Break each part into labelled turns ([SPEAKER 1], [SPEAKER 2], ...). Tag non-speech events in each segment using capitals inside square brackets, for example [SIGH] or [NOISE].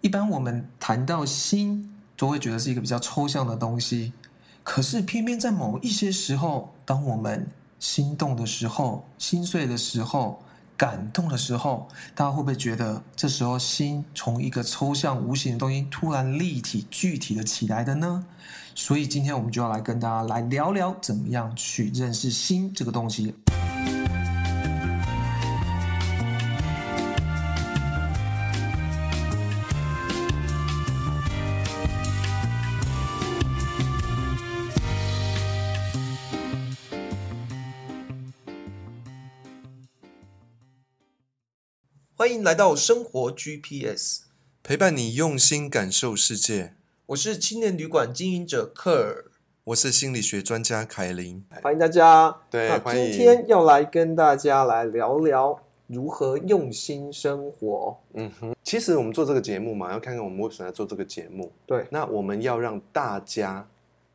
[SPEAKER 1] 一般我们谈到心，都会觉得是一个比较抽象的东西，可是偏偏在某一些时候，当我们心动的时候、心碎的时候、感动的时候，大家会不会觉得这时候心从一个抽象无形的东西突然立体、具体的起来的呢？所以今天我们就要来跟大家来聊聊，怎么样去认识心这个东西。欢迎来到生活 GPS，
[SPEAKER 2] 陪伴你用心感受世界。
[SPEAKER 1] 我是青年旅馆经营者克尔，
[SPEAKER 2] 我是心理学专家凯琳。
[SPEAKER 1] 欢迎大家。
[SPEAKER 2] 对
[SPEAKER 1] 那
[SPEAKER 2] 欢迎
[SPEAKER 1] 今天要来跟大家来聊聊如何用心生活。
[SPEAKER 2] 嗯哼，其实我们做这个节目嘛，要看看我们为什么要做这个节目。
[SPEAKER 1] 对，
[SPEAKER 2] 那我们要让大家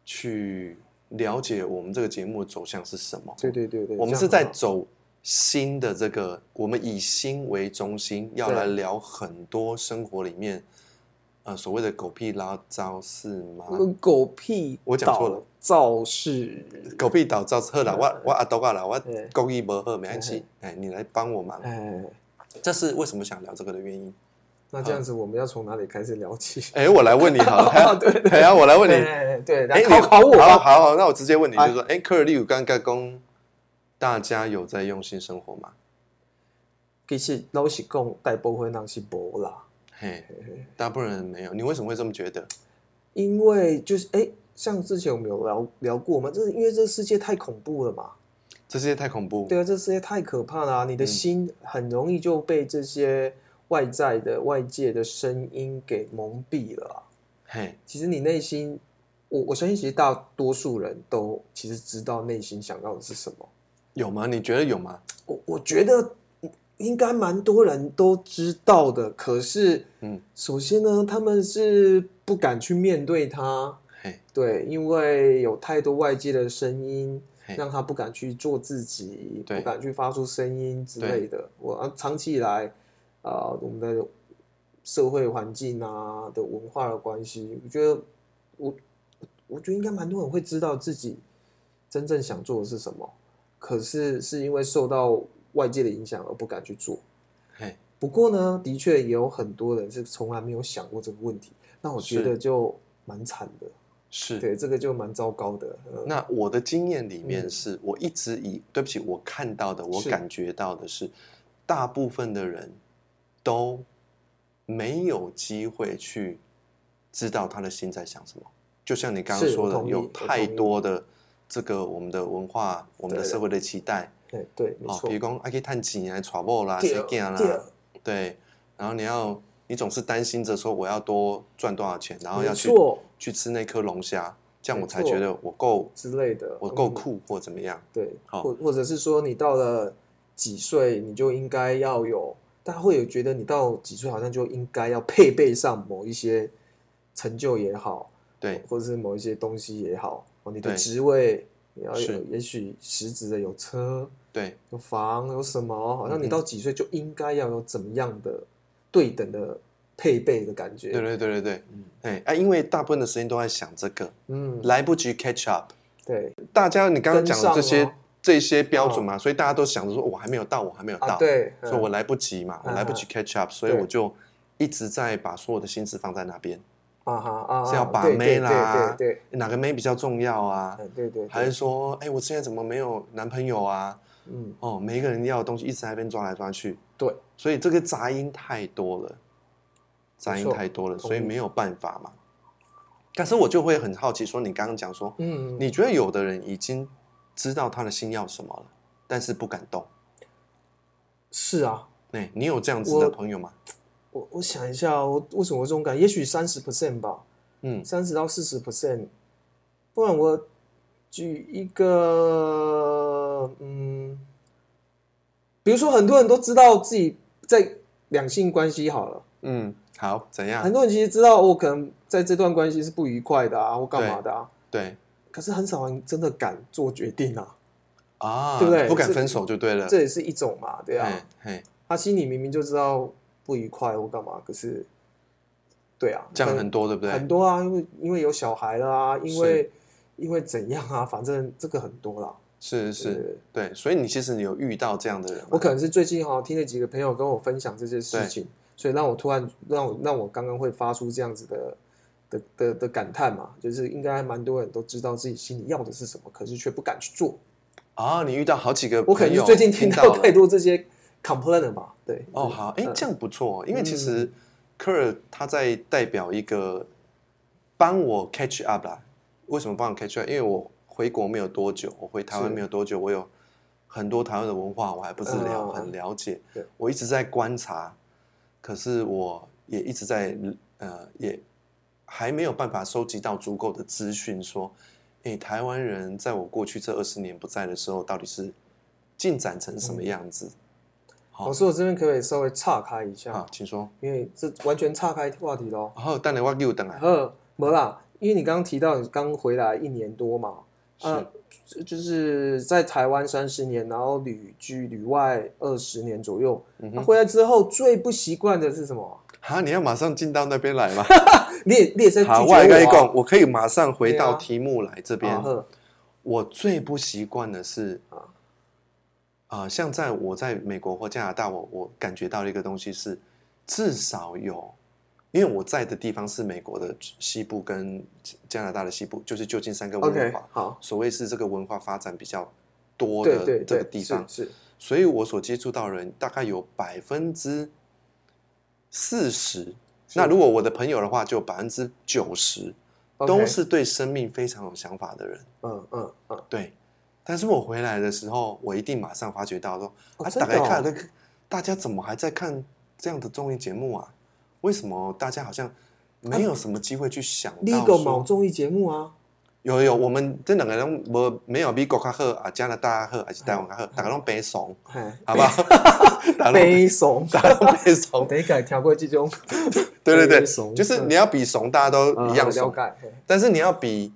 [SPEAKER 2] 去了解我们这个节目的走向是什么。
[SPEAKER 1] 对对对对，
[SPEAKER 2] 我们
[SPEAKER 1] 这样
[SPEAKER 2] 是在
[SPEAKER 1] 很好
[SPEAKER 2] 走心的这个，我们以心为中心，要
[SPEAKER 1] 对
[SPEAKER 2] 来聊很多生活里面，呃，所谓的狗屁拉糟是吗？
[SPEAKER 1] 呃狗屁，
[SPEAKER 2] 我讲错了，
[SPEAKER 1] 造势。
[SPEAKER 2] 狗屁倒糟喝啦，我我阿斗啊啦，我
[SPEAKER 1] 对
[SPEAKER 2] 故意不喝没关系，哎，你来帮我忙。
[SPEAKER 1] 哎，
[SPEAKER 2] 这是为什么想聊这个的原因。
[SPEAKER 1] 那这样子我们要从哪里开始聊起？
[SPEAKER 2] 哎，我来问你
[SPEAKER 1] [LAUGHS]
[SPEAKER 2] 好了，还要
[SPEAKER 1] 对哦对
[SPEAKER 2] 还要我来问你，
[SPEAKER 1] 对对，
[SPEAKER 2] 哎，
[SPEAKER 1] 来考
[SPEAKER 2] 你
[SPEAKER 1] 考我
[SPEAKER 2] 好
[SPEAKER 1] 吧。
[SPEAKER 2] 好好，那我直接问你，就
[SPEAKER 1] 哎
[SPEAKER 2] 是说，哎，克尔利有刚刚公，大家有在用心生活吗？
[SPEAKER 1] 其实老实讲，大部分人是无啦，
[SPEAKER 2] 嘿
[SPEAKER 1] 嘿，
[SPEAKER 2] 大部分人没有，你为什么会这么觉得？
[SPEAKER 1] 因为就是哎，像之前我们有聊聊过嘛，就是因为这个世界太恐怖了嘛。
[SPEAKER 2] 这世界太恐怖，
[SPEAKER 1] 对啊，这世界太可怕了啊、你的
[SPEAKER 2] 嗯
[SPEAKER 1] 心很容易就被这些外在的、外界的声音给蒙蔽了啊、
[SPEAKER 2] 嘿，
[SPEAKER 1] 其实你内心，我我相信，其实大多数人都其实知道内心想要的是什么。
[SPEAKER 2] 有吗？你觉得有吗？
[SPEAKER 1] 我我觉得应该蛮多人都知道的，可是，
[SPEAKER 2] 嗯，
[SPEAKER 1] 首先呢，他们是不敢去面对它，
[SPEAKER 2] 嘿，
[SPEAKER 1] 对，因为有太多外界的声音，
[SPEAKER 2] 嘿，
[SPEAKER 1] 让他不敢去做自己，
[SPEAKER 2] 对
[SPEAKER 1] 不敢去发出声音之类的。我啊长期以来，啊，我们的社会环境啊的文化的关系，我觉得我我觉得应该蛮多人会知道自己真正想做的是什么，可是是因为受到外界的影响而不敢去做。
[SPEAKER 2] 嘿，
[SPEAKER 1] 不过呢，的确也有很多人是从来没有想过这个问题，那我觉
[SPEAKER 2] 是
[SPEAKER 1] 得就蛮惨的，
[SPEAKER 2] 是。
[SPEAKER 1] 对，这个就蛮糟糕的。嗯
[SPEAKER 2] 那我的经验里面
[SPEAKER 1] 嗯
[SPEAKER 2] 是，我一直以对不起，我看到的，我
[SPEAKER 1] 是
[SPEAKER 2] 感觉到的是，大部分的人都没有机会去知道他的心在想什么。就像你刚刚
[SPEAKER 1] 是
[SPEAKER 2] 说
[SPEAKER 1] 我
[SPEAKER 2] 的，
[SPEAKER 1] 同意
[SPEAKER 2] 有
[SPEAKER 1] 我
[SPEAKER 2] 太
[SPEAKER 1] 同意
[SPEAKER 2] 多的这个我们的文化、我们的
[SPEAKER 1] 对
[SPEAKER 2] 社会的期待
[SPEAKER 1] 对哎对，没
[SPEAKER 2] 哦，
[SPEAKER 1] 错
[SPEAKER 2] 比如。讲啊，可以探钱啊、娶某啦、
[SPEAKER 1] 对
[SPEAKER 2] 生啊囝
[SPEAKER 1] 对
[SPEAKER 2] 啦，对，然后你要，你总是担心着说我要多赚多少钱，然后
[SPEAKER 1] 没
[SPEAKER 2] 要去
[SPEAKER 1] 错
[SPEAKER 2] 去吃那颗龙虾，这样
[SPEAKER 1] 没
[SPEAKER 2] 我才
[SPEAKER 1] 错
[SPEAKER 2] 觉得我够
[SPEAKER 1] 之类的，
[SPEAKER 2] 我够
[SPEAKER 1] 嗯，
[SPEAKER 2] 酷或怎么样。
[SPEAKER 1] 对，
[SPEAKER 2] 好
[SPEAKER 1] 或或者是说你到了几岁，你就应该要有，大家会有觉得你到几岁好像就应该要配备上某一些成就也好，
[SPEAKER 2] 对，
[SPEAKER 1] 或者是某一些东西也好，哦，你的
[SPEAKER 2] 对
[SPEAKER 1] 职位你要有
[SPEAKER 2] 是，
[SPEAKER 1] 也许实质的有车
[SPEAKER 2] 对，
[SPEAKER 1] 有房有什么，好像你
[SPEAKER 2] 嗯哼
[SPEAKER 1] 到几岁就应该要有怎么样的对等的配备的感觉，
[SPEAKER 2] 对对对对对，
[SPEAKER 1] 嗯
[SPEAKER 2] 哎啊，因为大部分的时间都在想这个，
[SPEAKER 1] 嗯，
[SPEAKER 2] 来不及 catch up。
[SPEAKER 1] 对
[SPEAKER 2] 大家你刚刚讲的这
[SPEAKER 1] 跟
[SPEAKER 2] 些
[SPEAKER 1] 上哦
[SPEAKER 2] 这些标准嘛，所以大家都想着说我还没有到，我还没有
[SPEAKER 1] 啊
[SPEAKER 2] 到，
[SPEAKER 1] 对，嗯
[SPEAKER 2] 所以我来不及嘛，我来不及 catch up，所以
[SPEAKER 1] 对
[SPEAKER 2] 我就一直在把所有的心思放在那边，
[SPEAKER 1] 啊哈啊哈，
[SPEAKER 2] 是要把
[SPEAKER 1] 对
[SPEAKER 2] 妹
[SPEAKER 1] 对
[SPEAKER 2] 啦
[SPEAKER 1] 对对对
[SPEAKER 2] 哪个妹比较重要啊？
[SPEAKER 1] 哎对对，对
[SPEAKER 2] 还是说，哎，我现在怎么没有男朋友啊？
[SPEAKER 1] 嗯，
[SPEAKER 2] 哦，每一个人要的东西一直在那边抓来抓去，
[SPEAKER 1] 对，
[SPEAKER 2] 所以这个杂音太多了，杂音
[SPEAKER 1] 没错
[SPEAKER 2] 太多了，
[SPEAKER 1] 同意
[SPEAKER 2] 所以没有办法嘛。但是我就会很好奇，说你刚刚讲说，
[SPEAKER 1] 嗯，
[SPEAKER 2] 你觉得有的人已经知道他的心要什么了，但是不敢动，
[SPEAKER 1] 是啊，
[SPEAKER 2] 哎、你有这样子的
[SPEAKER 1] 我
[SPEAKER 2] 朋友吗？
[SPEAKER 1] 我我想一下，我为什么会这种感觉？也许三十 percent 吧，
[SPEAKER 2] 嗯，
[SPEAKER 1] 三十到四十 percent。不然我举一个，嗯，比如说很多人都知道自己在两性关系好了，
[SPEAKER 2] 嗯，好，怎样
[SPEAKER 1] 很？多人其实知道我可能在这段关系是不愉快的啊，或干嘛的啊，
[SPEAKER 2] 对
[SPEAKER 1] 可是很少人真的敢做决定啊，
[SPEAKER 2] 啊，
[SPEAKER 1] 对不对
[SPEAKER 2] 敢
[SPEAKER 1] 这
[SPEAKER 2] 分手就对了。
[SPEAKER 1] 这也是一种
[SPEAKER 2] 哎
[SPEAKER 1] 嘛，对啊。
[SPEAKER 2] 嘿，嘿，
[SPEAKER 1] 他心里明明就知道不愉快或干嘛，可是对啊，
[SPEAKER 2] 这样
[SPEAKER 1] 但
[SPEAKER 2] 很多，对不对？
[SPEAKER 1] 很多啊，因为因为有小孩了啊，因为
[SPEAKER 2] 是
[SPEAKER 1] 因为怎样啊，反正这个很多啦。
[SPEAKER 2] 是是，
[SPEAKER 1] 呃
[SPEAKER 2] 对，所以你其实你有遇到这样的人吗，
[SPEAKER 1] 我可能是最近哈、听了几个朋友跟我分享这些事情，所以让我突然让我让我刚刚会发出这样子的的的的感叹嘛，就是应该蛮多人都知道自己心里要的是什么，可是却不敢去做。
[SPEAKER 2] 啊，你遇到好几个朋友，
[SPEAKER 1] 我可能是最近听
[SPEAKER 2] 到
[SPEAKER 1] 到
[SPEAKER 2] 了
[SPEAKER 1] 太多这些 complain 了吧？对，
[SPEAKER 2] 哦，好，哎
[SPEAKER 1] 嗯，
[SPEAKER 2] 这样不错，因为其实
[SPEAKER 1] 嗯
[SPEAKER 2] 科尔他在代表一个帮我 catch up 啦。为什么帮我 catch up？因为我回国没有多久，我回台湾
[SPEAKER 1] 是
[SPEAKER 2] 没有多久，我有很多台湾的文化我还不是了、
[SPEAKER 1] 嗯
[SPEAKER 2] 很了解
[SPEAKER 1] 对，
[SPEAKER 2] 我一直在观察，可是我也一直在呃也还没有办法收集到足够的资讯说。诶，台湾人在我过去这二十年不在的时候，到底是进展成什么
[SPEAKER 1] 嗯
[SPEAKER 2] 样子？好
[SPEAKER 1] 老师，我这边可不哦可以稍微岔开一下？
[SPEAKER 2] 啊，请说。
[SPEAKER 1] 因为这完全岔开话题喽。
[SPEAKER 2] 然后等下我又等来。啊
[SPEAKER 1] 呃，没啦，因为你刚刚提到你刚回来一年多嘛，啊
[SPEAKER 2] 是，
[SPEAKER 1] 就就是在台湾三十年，然后旅居旅外二十年左右。
[SPEAKER 2] 嗯
[SPEAKER 1] 那
[SPEAKER 2] 哼，
[SPEAKER 1] 回来之后最不习惯的是什么？
[SPEAKER 2] 啊，你要马上进到那
[SPEAKER 1] [LAUGHS]
[SPEAKER 2] 边来吗？
[SPEAKER 1] 你也你也是在拒
[SPEAKER 2] 好，我跟
[SPEAKER 1] 绝
[SPEAKER 2] 你
[SPEAKER 1] 我啊
[SPEAKER 2] 讲，我可以马上回到
[SPEAKER 1] 对啊
[SPEAKER 2] 题目来这
[SPEAKER 1] 啊？
[SPEAKER 2] 边
[SPEAKER 1] 啊。呵
[SPEAKER 2] 我最不习惯的是
[SPEAKER 1] 啊，
[SPEAKER 2] 啊，像在我在美国或加拿大，我我感觉到的一个东西是，至少有，因为我在的地方是美国的西部跟加拿大的西部，就是旧金山跟温哥
[SPEAKER 1] OK，
[SPEAKER 2] 华，
[SPEAKER 1] 好，
[SPEAKER 2] 所谓是这个文化发展比较多
[SPEAKER 1] 对
[SPEAKER 2] 的
[SPEAKER 1] 对
[SPEAKER 2] 这个
[SPEAKER 1] 对，
[SPEAKER 2] 地方。
[SPEAKER 1] 是是
[SPEAKER 2] 所以我所接触到的人大概有百分之四十。
[SPEAKER 1] 是
[SPEAKER 2] 那如果我的朋友的话，就百分之九十
[SPEAKER 1] OK，
[SPEAKER 2] 都是对生命非常有想法的人。
[SPEAKER 1] 嗯嗯嗯，
[SPEAKER 2] 对，但是我回来的时候，我一定马上发觉到说，
[SPEAKER 1] 哦
[SPEAKER 2] 啊，
[SPEAKER 1] 真
[SPEAKER 2] 大
[SPEAKER 1] 的
[SPEAKER 2] 概
[SPEAKER 1] 哦
[SPEAKER 2] 看那个大家怎么还在看这样的综艺节目啊？为什么大家好
[SPEAKER 1] 啊
[SPEAKER 2] 像没有什么机会去想到
[SPEAKER 1] Legal 某
[SPEAKER 2] 说？
[SPEAKER 1] 综艺节目啊，
[SPEAKER 2] 有有，我们这两个人我没有美国较好啊，加拿大较好还是台湾
[SPEAKER 1] 啊
[SPEAKER 2] 较好，大家都白怂，
[SPEAKER 1] 哎，
[SPEAKER 2] 好不好？ [LAUGHS] 大家都
[SPEAKER 1] 悲 [LAUGHS] 怂，
[SPEAKER 2] 大家都被怂。，
[SPEAKER 1] 得改调过这种
[SPEAKER 2] 对对对，
[SPEAKER 1] 悲怂
[SPEAKER 2] 就是你要比怂，大家都
[SPEAKER 1] 嗯
[SPEAKER 2] [LAUGHS] 一样
[SPEAKER 1] [LAUGHS] 嗯了
[SPEAKER 2] 怂，
[SPEAKER 1] 解，嘿
[SPEAKER 2] 但是你要比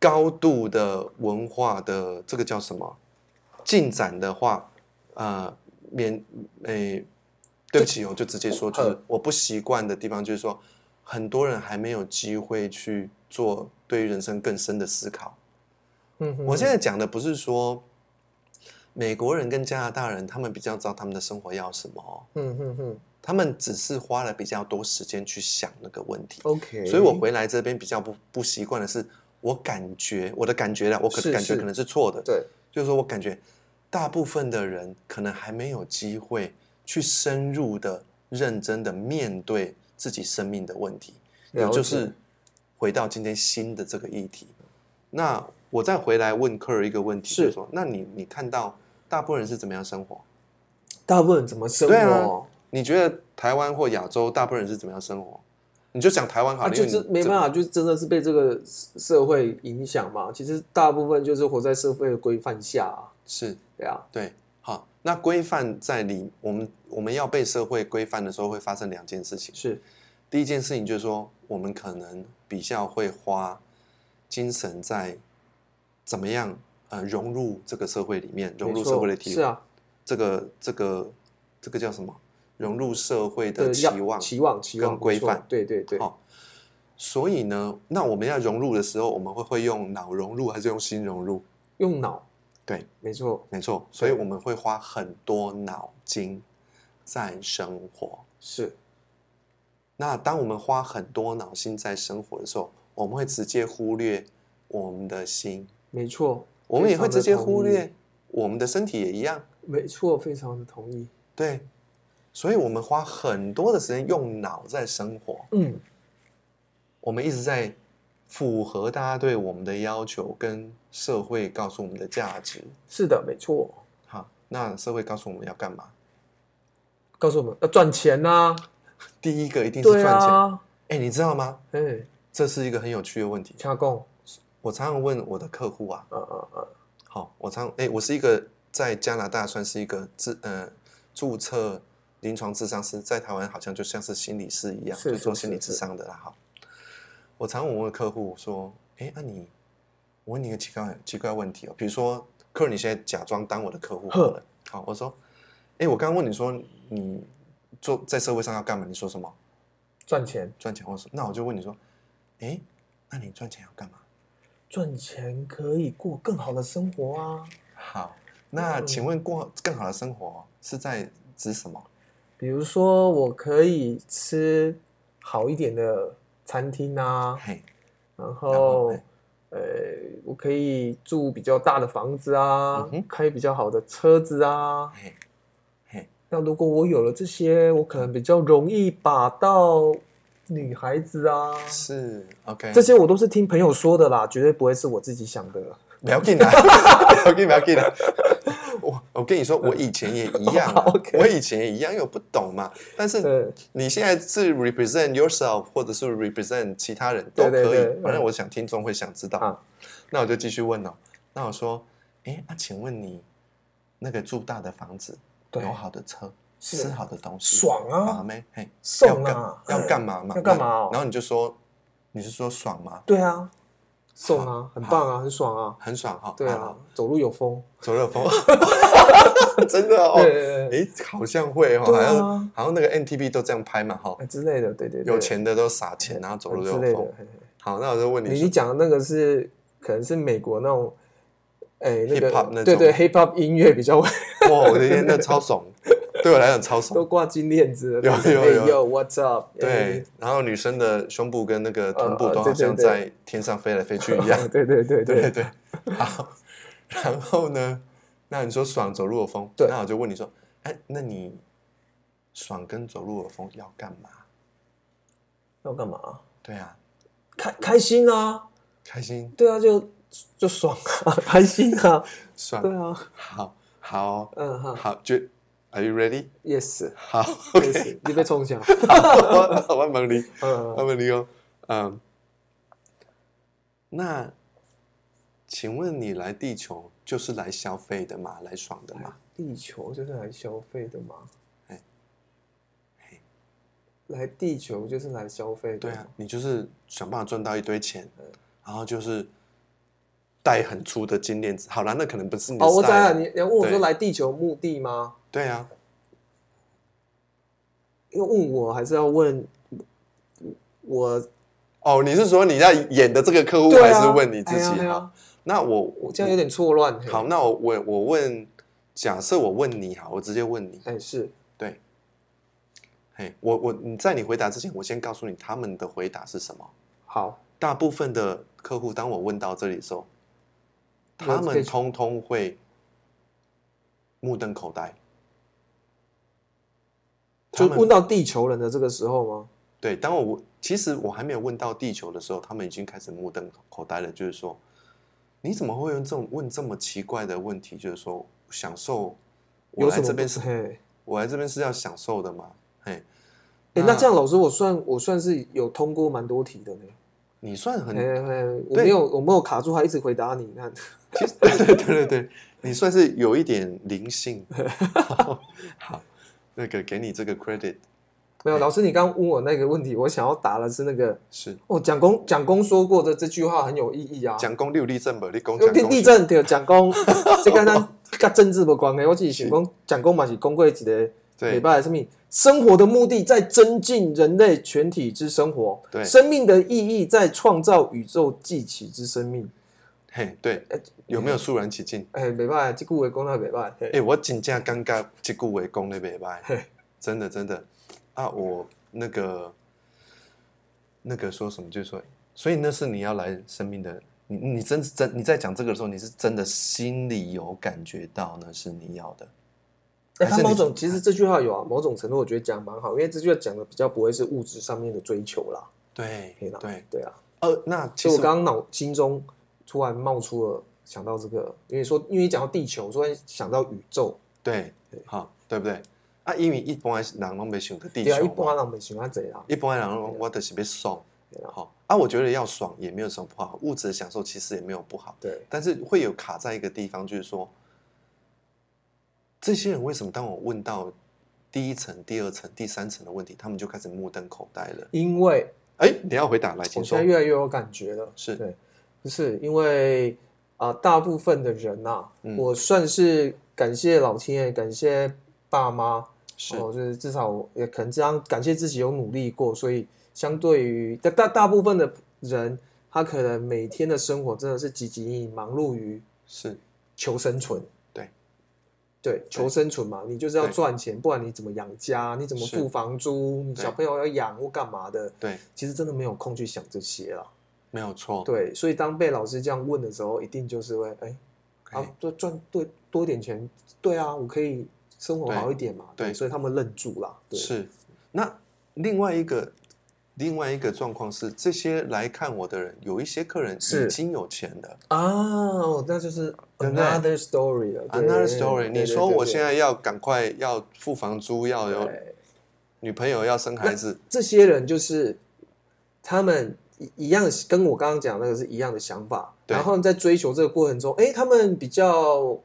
[SPEAKER 2] 高度的文化的这个叫什么进展的话，呃，免诶、对不起，我就直接说，就是
[SPEAKER 1] 嗯
[SPEAKER 2] 我不习惯的地方，就是说很多人还没有机会去做对于人生更深的思考。
[SPEAKER 1] 嗯哼，
[SPEAKER 2] 我现在讲的不是说美国人跟加拿大人，他们比较知道他们的生活要什么哦。
[SPEAKER 1] 嗯哼哼
[SPEAKER 2] 他们只是花了比较多时间去想那个问题，
[SPEAKER 1] ，OK，
[SPEAKER 2] 所以我回来这边比较不不习惯的是，我感觉我的感觉啦，我可
[SPEAKER 1] 是
[SPEAKER 2] 感觉
[SPEAKER 1] 是
[SPEAKER 2] 可能是错的，
[SPEAKER 1] 对，
[SPEAKER 2] 就是说我感觉大部分的人可能还没有机会去深入的、认真的面对自己生命的问题，也
[SPEAKER 1] 了解
[SPEAKER 2] 就是回到今天新的这个议题。那我再回来问客人一个问题，
[SPEAKER 1] 是
[SPEAKER 2] 就是说，那你你看到大部分人是怎么样生活？
[SPEAKER 1] 大部分人怎么生活？
[SPEAKER 2] 对啊你觉得台湾或亚洲大部分人是怎么样生活？你就讲台湾好
[SPEAKER 1] 啊，
[SPEAKER 2] 了，
[SPEAKER 1] 就是没办
[SPEAKER 2] 法。
[SPEAKER 1] 法，就真的是被这个社会影响嘛。其实大部分就是活在社会的规范下、啊，
[SPEAKER 2] 是，
[SPEAKER 1] 对啊，
[SPEAKER 2] 对，好。那规范在里，我们我们要被社会规范的时候，会发生两件事情。
[SPEAKER 1] 是
[SPEAKER 2] 第一件事情就是说，我们可能比较会花精神在怎么样呃融入这个社会里面，融
[SPEAKER 1] 没
[SPEAKER 2] 入
[SPEAKER 1] 错
[SPEAKER 2] 社会的体
[SPEAKER 1] 是啊，
[SPEAKER 2] 这个这个这个叫什么？融入社会的
[SPEAKER 1] 对
[SPEAKER 2] 期
[SPEAKER 1] 要
[SPEAKER 2] 望，
[SPEAKER 1] 期望、期望
[SPEAKER 2] 跟规
[SPEAKER 1] 没错
[SPEAKER 2] 范
[SPEAKER 1] 对对对，
[SPEAKER 2] 好所以呢，那我们要融入的时候，我们会会用脑融入还是用心融入？
[SPEAKER 1] 用脑，
[SPEAKER 2] 对，
[SPEAKER 1] 没错，
[SPEAKER 2] 没错，所以我们会花很多脑筋在生活。
[SPEAKER 1] 是
[SPEAKER 2] 那当我们花很多脑筋在生活的时候，我们会直接忽略我们的心，
[SPEAKER 1] 没错，
[SPEAKER 2] 我们也会直接忽
[SPEAKER 1] 非常地
[SPEAKER 2] 略我们的身体也一样。
[SPEAKER 1] 没错，非常的同意。
[SPEAKER 2] 对，所以我们花很多的时间用脑在生活，
[SPEAKER 1] 嗯，
[SPEAKER 2] 我们一直在符合大家对我们的要求，跟社会告诉我们的价值。
[SPEAKER 1] 是的，没错。
[SPEAKER 2] 好，那社会告诉我们要干嘛？
[SPEAKER 1] 告诉我们要赚钱呐、
[SPEAKER 2] 第一个一定是
[SPEAKER 1] 对
[SPEAKER 2] 赚钱。
[SPEAKER 1] 啊，
[SPEAKER 2] 哎、你知道吗？
[SPEAKER 1] 哎，
[SPEAKER 2] 这是一个很有趣的问题。
[SPEAKER 1] 掐供，
[SPEAKER 2] 我常常问我的客户啊，
[SPEAKER 1] 嗯嗯嗯，
[SPEAKER 2] 好，我常哎、我是一个在加拿大算是一个自呃注册临床智商师，在台湾好像就像是心理师一样，
[SPEAKER 1] 是
[SPEAKER 2] 就是做
[SPEAKER 1] 是
[SPEAKER 2] 心理
[SPEAKER 1] 是
[SPEAKER 2] 智商的啦。好，我常问我的客户说，哎、那、你，我问你一个奇怪奇怪问题哦，比如说客人，你现在假装当我的客户好
[SPEAKER 1] 呵
[SPEAKER 2] 了，好，我说，哎、我刚刚问你说你做在社会上要干嘛？你说什么？
[SPEAKER 1] 赚钱，
[SPEAKER 2] 赚钱或是那我就问你说，哎，那你赚钱要干嘛？
[SPEAKER 1] 赚钱可以过更好的生活啊。
[SPEAKER 2] 好，那
[SPEAKER 1] 嗯
[SPEAKER 2] 请问过更好的生活是在指什么？
[SPEAKER 1] 比如说，我可以吃好一点的餐厅啊，
[SPEAKER 2] 嘿，
[SPEAKER 1] 然
[SPEAKER 2] 然后
[SPEAKER 1] 后
[SPEAKER 2] 呢
[SPEAKER 1] 呃，我可以住比较大的房子啊
[SPEAKER 2] 嗯，哼
[SPEAKER 1] 开比较好的车子啊。
[SPEAKER 2] 嘿，嘿，
[SPEAKER 1] 那如果我有了这些，我可能比较容易把到女孩子啊。
[SPEAKER 2] 是 OK，
[SPEAKER 1] 这些我都是听朋友说的啦，绝对不会是我自己想的。，
[SPEAKER 2] 不要紧啦，不要紧，不要紧啦。我我跟你说，我以前也一样啊
[SPEAKER 1] OK [LAUGHS]
[SPEAKER 2] 我以前也一样，因为我不懂嘛。但是
[SPEAKER 1] 对，
[SPEAKER 2] 你现在是 represent yourself，或者是 represent 其他人都
[SPEAKER 1] 对对
[SPEAKER 2] 可
[SPEAKER 1] 对
[SPEAKER 2] 以
[SPEAKER 1] 嗯，
[SPEAKER 2] 反正我想听众会想知道
[SPEAKER 1] 啊。
[SPEAKER 2] 那我就继续问了。那我说，哎，那请问你那个住大的房子，
[SPEAKER 1] 对
[SPEAKER 2] 有好的车，
[SPEAKER 1] 是
[SPEAKER 2] 吃好的东西，
[SPEAKER 1] 爽啊
[SPEAKER 2] 嘛妹，嘿，要
[SPEAKER 1] 送
[SPEAKER 2] 干
[SPEAKER 1] 啊，
[SPEAKER 2] 要干嘛
[SPEAKER 1] [LAUGHS]
[SPEAKER 2] 嘛？
[SPEAKER 1] 要干嘛哦
[SPEAKER 2] 然后你就说，你是说爽吗？
[SPEAKER 1] 对啊，送啊，很棒啊，很爽啊。
[SPEAKER 2] 很爽哈，
[SPEAKER 1] 对
[SPEAKER 2] 好
[SPEAKER 1] 啊，，走路有风。
[SPEAKER 2] 左热
[SPEAKER 1] [LAUGHS]
[SPEAKER 2] 风， [LAUGHS] 真的哦
[SPEAKER 1] 对，对对
[SPEAKER 2] 诶，好像会哦，
[SPEAKER 1] 对
[SPEAKER 2] 好
[SPEAKER 1] 啊
[SPEAKER 2] 像好像那个 NTP 都这样拍嘛哈
[SPEAKER 1] 哎，之类的，对对，对
[SPEAKER 2] 有钱的都撒钱，然后走路都
[SPEAKER 1] 之
[SPEAKER 2] 有
[SPEAKER 1] 类的
[SPEAKER 2] 风。。好，那我就问
[SPEAKER 1] 你
[SPEAKER 2] 你
[SPEAKER 1] 你
[SPEAKER 2] 说，
[SPEAKER 1] 讲的那个是可能是美国那种，哎，那
[SPEAKER 2] Hip-hop
[SPEAKER 1] 个
[SPEAKER 2] 那种
[SPEAKER 1] 对对，hip hop 音乐比较 [LAUGHS]
[SPEAKER 2] [LAUGHS] 哇，我的天，那超怂，对我来讲超
[SPEAKER 1] 都
[SPEAKER 2] 怂。
[SPEAKER 1] 挂金链子的那种，
[SPEAKER 2] 有有有
[SPEAKER 1] 哎，Yo what's up？哎
[SPEAKER 2] 对，然后女生的胸部跟那个臀部
[SPEAKER 1] 呃对
[SPEAKER 2] 都好
[SPEAKER 1] 对
[SPEAKER 2] 像
[SPEAKER 1] 对
[SPEAKER 2] 在天上飞来飞去一
[SPEAKER 1] 哎，
[SPEAKER 2] 样。
[SPEAKER 1] [LAUGHS] 对对对
[SPEAKER 2] [LAUGHS]
[SPEAKER 1] 对，
[SPEAKER 2] 对对，好。然后呢，那你说爽走路有风，
[SPEAKER 1] 对
[SPEAKER 2] 那我就问你说，哎，那你爽跟走路有风要干嘛？
[SPEAKER 1] 要干嘛？
[SPEAKER 2] 对啊，
[SPEAKER 1] 开开心啊，
[SPEAKER 2] 开心
[SPEAKER 1] 对啊，就就爽啊， [LAUGHS] 开心啊，
[SPEAKER 2] 爽，
[SPEAKER 1] 对啊，
[SPEAKER 2] 好好哦
[SPEAKER 1] 嗯哈
[SPEAKER 2] 好，就 Are you ready？
[SPEAKER 1] [LAUGHS] ，yes
[SPEAKER 2] 好 [LAUGHS]
[SPEAKER 1] yes，
[SPEAKER 2] ，OK，
[SPEAKER 1] 你被冲响，
[SPEAKER 2] 好，我问你，我
[SPEAKER 1] 嗯，
[SPEAKER 2] 问你哦，嗯，那请问你来地球就是来消费的吗？来爽的吗？
[SPEAKER 1] 地球就是来消费的嘛
[SPEAKER 2] 啊哎哎，
[SPEAKER 1] 来地球就是来消费的，
[SPEAKER 2] 对啊，，你就是想办法赚到一堆钱
[SPEAKER 1] 嗯，
[SPEAKER 2] 然后就是戴很粗的金链子。好啦，那可能不是你
[SPEAKER 1] 哦，我知道
[SPEAKER 2] style
[SPEAKER 1] 了，你你要问我说
[SPEAKER 2] 对
[SPEAKER 1] 来地球目的吗？
[SPEAKER 2] 对啊，
[SPEAKER 1] 要问我还是要问我？
[SPEAKER 2] 哦，你是说你在演的这个客户，
[SPEAKER 1] 对
[SPEAKER 2] 还
[SPEAKER 1] 啊，
[SPEAKER 2] 是问你自
[SPEAKER 1] 哎呀
[SPEAKER 2] 己？
[SPEAKER 1] 哎呀
[SPEAKER 2] 好，那我
[SPEAKER 1] 我这样有点错乱。嘿
[SPEAKER 2] 好，，那我我我问，假设我问你好，我直接问你，
[SPEAKER 1] 哎，是
[SPEAKER 2] 对，嘿，我我你在你回答之前，我先告诉你他们的回答是什么。
[SPEAKER 1] 好，
[SPEAKER 2] 大部分的客户，当我问到这里的时候，他
[SPEAKER 1] 我可以
[SPEAKER 2] 们通通会目瞪口呆。
[SPEAKER 1] 就
[SPEAKER 2] 他
[SPEAKER 1] 问
[SPEAKER 2] 们
[SPEAKER 1] 到地球人的这个时候吗？
[SPEAKER 2] 对，当我问其实我还没有问到地球的时候，他们已经开始目瞪口呆了，就是说，你怎么会用这种问这么奇怪的问题？就是说，享受我
[SPEAKER 1] 有
[SPEAKER 2] 来
[SPEAKER 1] 什么
[SPEAKER 2] 这边
[SPEAKER 1] 不
[SPEAKER 2] 是，
[SPEAKER 1] 嘿，
[SPEAKER 2] 我来这边是要享受的嘛？嘿，
[SPEAKER 1] 哎，那这样老师，我算我算是有通过蛮多题的呢。
[SPEAKER 2] 你算
[SPEAKER 1] 哎
[SPEAKER 2] 很
[SPEAKER 1] 哎，我
[SPEAKER 2] 对
[SPEAKER 1] 没有我没有卡住，还一直回答你，你看，
[SPEAKER 2] 其实 [LAUGHS] 对对对对对，你算是有一点灵性。
[SPEAKER 1] [LAUGHS]
[SPEAKER 2] 好，好那个给你这个 credit
[SPEAKER 1] 没有老师，你刚刚问我那个问题，我想要答的是那个
[SPEAKER 2] 是
[SPEAKER 1] 哦，蒋公蒋公说过的这句话很有意义啊。
[SPEAKER 2] 讲公六立正吧，你讲
[SPEAKER 1] 有
[SPEAKER 2] 讲
[SPEAKER 1] 地
[SPEAKER 2] 公
[SPEAKER 1] 地
[SPEAKER 2] 是
[SPEAKER 1] 震对，蒋公， [LAUGHS] 这跟咱跟政治无关系。我只是想讲，蒋公嘛是讲过一个礼
[SPEAKER 2] 对
[SPEAKER 1] 拜什么生活的目的在增进人类全体之生活，
[SPEAKER 2] 对
[SPEAKER 1] 生命的意义在创造宇宙记起之生命。
[SPEAKER 2] 嘿对
[SPEAKER 1] 哎，
[SPEAKER 2] 有没有肃然起敬？
[SPEAKER 1] 哎，袂歹，这句话讲得袂歹。
[SPEAKER 2] 哎、我真正尴尬，这句话讲的袂歹， [LAUGHS] 真的真的啊，我那个那个说什么就是说，所以那是你要来生命的，你你真真你在讲这个的时候，你是真的心里有感觉到那是你要的，
[SPEAKER 1] 哎，
[SPEAKER 2] 还
[SPEAKER 1] 他
[SPEAKER 2] 是你
[SPEAKER 1] 某种其实这句话有啊，某种程度我觉得讲蛮好，因为这句话讲的比较不会是物质上面的追求啦，
[SPEAKER 2] 对
[SPEAKER 1] 可以啦。
[SPEAKER 2] 对，
[SPEAKER 1] 对啊，
[SPEAKER 2] 呃，那其
[SPEAKER 1] 所以
[SPEAKER 2] 实
[SPEAKER 1] 我刚刚脑心中突然冒出了想到这个，因为说因为你讲到地球，突然想到宇宙。
[SPEAKER 2] 对
[SPEAKER 1] 对，
[SPEAKER 2] 好，对不对？啊，因为一般的人拢没想到地
[SPEAKER 1] 对啊，一
[SPEAKER 2] 球
[SPEAKER 1] 般
[SPEAKER 2] 嘛，
[SPEAKER 1] 人们喜欢啊这啦。
[SPEAKER 2] 一般的人拢我就是要爽
[SPEAKER 1] 对啦，
[SPEAKER 2] 好啊，我觉得要爽也没有什么不好，物质的享受其实也没有不好。
[SPEAKER 1] 对，
[SPEAKER 2] 但是会有卡在一个地方，就是说，这些人为什么当我问到第一层、第二层、第三层的问题，他们就开始目瞪口呆了？
[SPEAKER 1] 因为
[SPEAKER 2] 哎，你要回答来，
[SPEAKER 1] 我
[SPEAKER 2] 请
[SPEAKER 1] 现
[SPEAKER 2] 说
[SPEAKER 1] 在。越来越有感觉了。
[SPEAKER 2] 是
[SPEAKER 1] 对，不是因为啊、大部分的人呐、
[SPEAKER 2] 嗯
[SPEAKER 1] 我算是感谢老天爷，感谢爸妈，
[SPEAKER 2] 是
[SPEAKER 1] 哦哦，就是至少我也可能这样感谢自己有努力过，所以相对于大大大部分的人，他可能每天的生活真的是汲汲营营，忙碌于
[SPEAKER 2] 是
[SPEAKER 1] 求生存。
[SPEAKER 2] 对，
[SPEAKER 1] 对，求生存嘛，你就是要
[SPEAKER 2] 对
[SPEAKER 1] 赚钱，不然你怎么养家？你怎么
[SPEAKER 2] 是
[SPEAKER 1] 付房租？你
[SPEAKER 2] 对
[SPEAKER 1] 小朋友要养或干嘛的？
[SPEAKER 2] 对，
[SPEAKER 1] 其实真的没有空去想这些啦。
[SPEAKER 2] 没有错。
[SPEAKER 1] 对，所以当被老师这样问的时候，一定就是会，哎、
[SPEAKER 2] 哎
[SPEAKER 1] 啊，多赚对多一点钱，对啊，我可以生活
[SPEAKER 2] 对
[SPEAKER 1] 好一点嘛。
[SPEAKER 2] 对
[SPEAKER 1] 所以他们愣住啦。对，
[SPEAKER 2] 是。那另外一个另外一个状况是，这些来看我的人，有一些客人
[SPEAKER 1] 是
[SPEAKER 2] 已经有钱的。
[SPEAKER 1] 啊，哦那就是
[SPEAKER 2] 对不对
[SPEAKER 1] another story 了。对
[SPEAKER 2] Another story，
[SPEAKER 1] 对对
[SPEAKER 2] 你说
[SPEAKER 1] 对
[SPEAKER 2] 我
[SPEAKER 1] 对
[SPEAKER 2] 现在要赶快要付房租，要有
[SPEAKER 1] 对
[SPEAKER 2] 女朋友，要生孩子，
[SPEAKER 1] 这些人就是他们一一样跟我刚刚讲那个是一样的想法，
[SPEAKER 2] 对
[SPEAKER 1] 然后在追求这个过程中，哎，他们比较。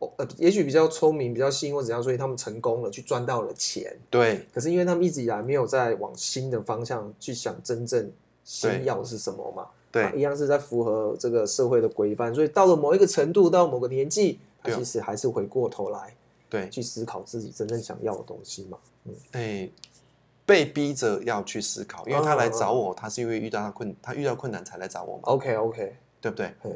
[SPEAKER 1] 哦呃，也许比较聪明、比较幸运或怎样，所以他们成功了，去赚到了钱。
[SPEAKER 2] 对
[SPEAKER 1] 可是因为他们一直以来没有在往新的方向去想真正新
[SPEAKER 2] 对
[SPEAKER 1] 要的是什么嘛，啊
[SPEAKER 2] 对
[SPEAKER 1] 一样是在符合这个社会的规范，所以到了某一个程度，到某个年纪，他
[SPEAKER 2] 对啊
[SPEAKER 1] 其实还是回过头来
[SPEAKER 2] 对，
[SPEAKER 1] 去思考自己真正想要的东西嘛。
[SPEAKER 2] 哎，被逼着要去思考，因为他来
[SPEAKER 1] 嗯嗯嗯哦
[SPEAKER 2] 找我，他是因为遇到他困，他遇到困难才来找我嘛，
[SPEAKER 1] OK OK，
[SPEAKER 2] 对不对？
[SPEAKER 1] 嘿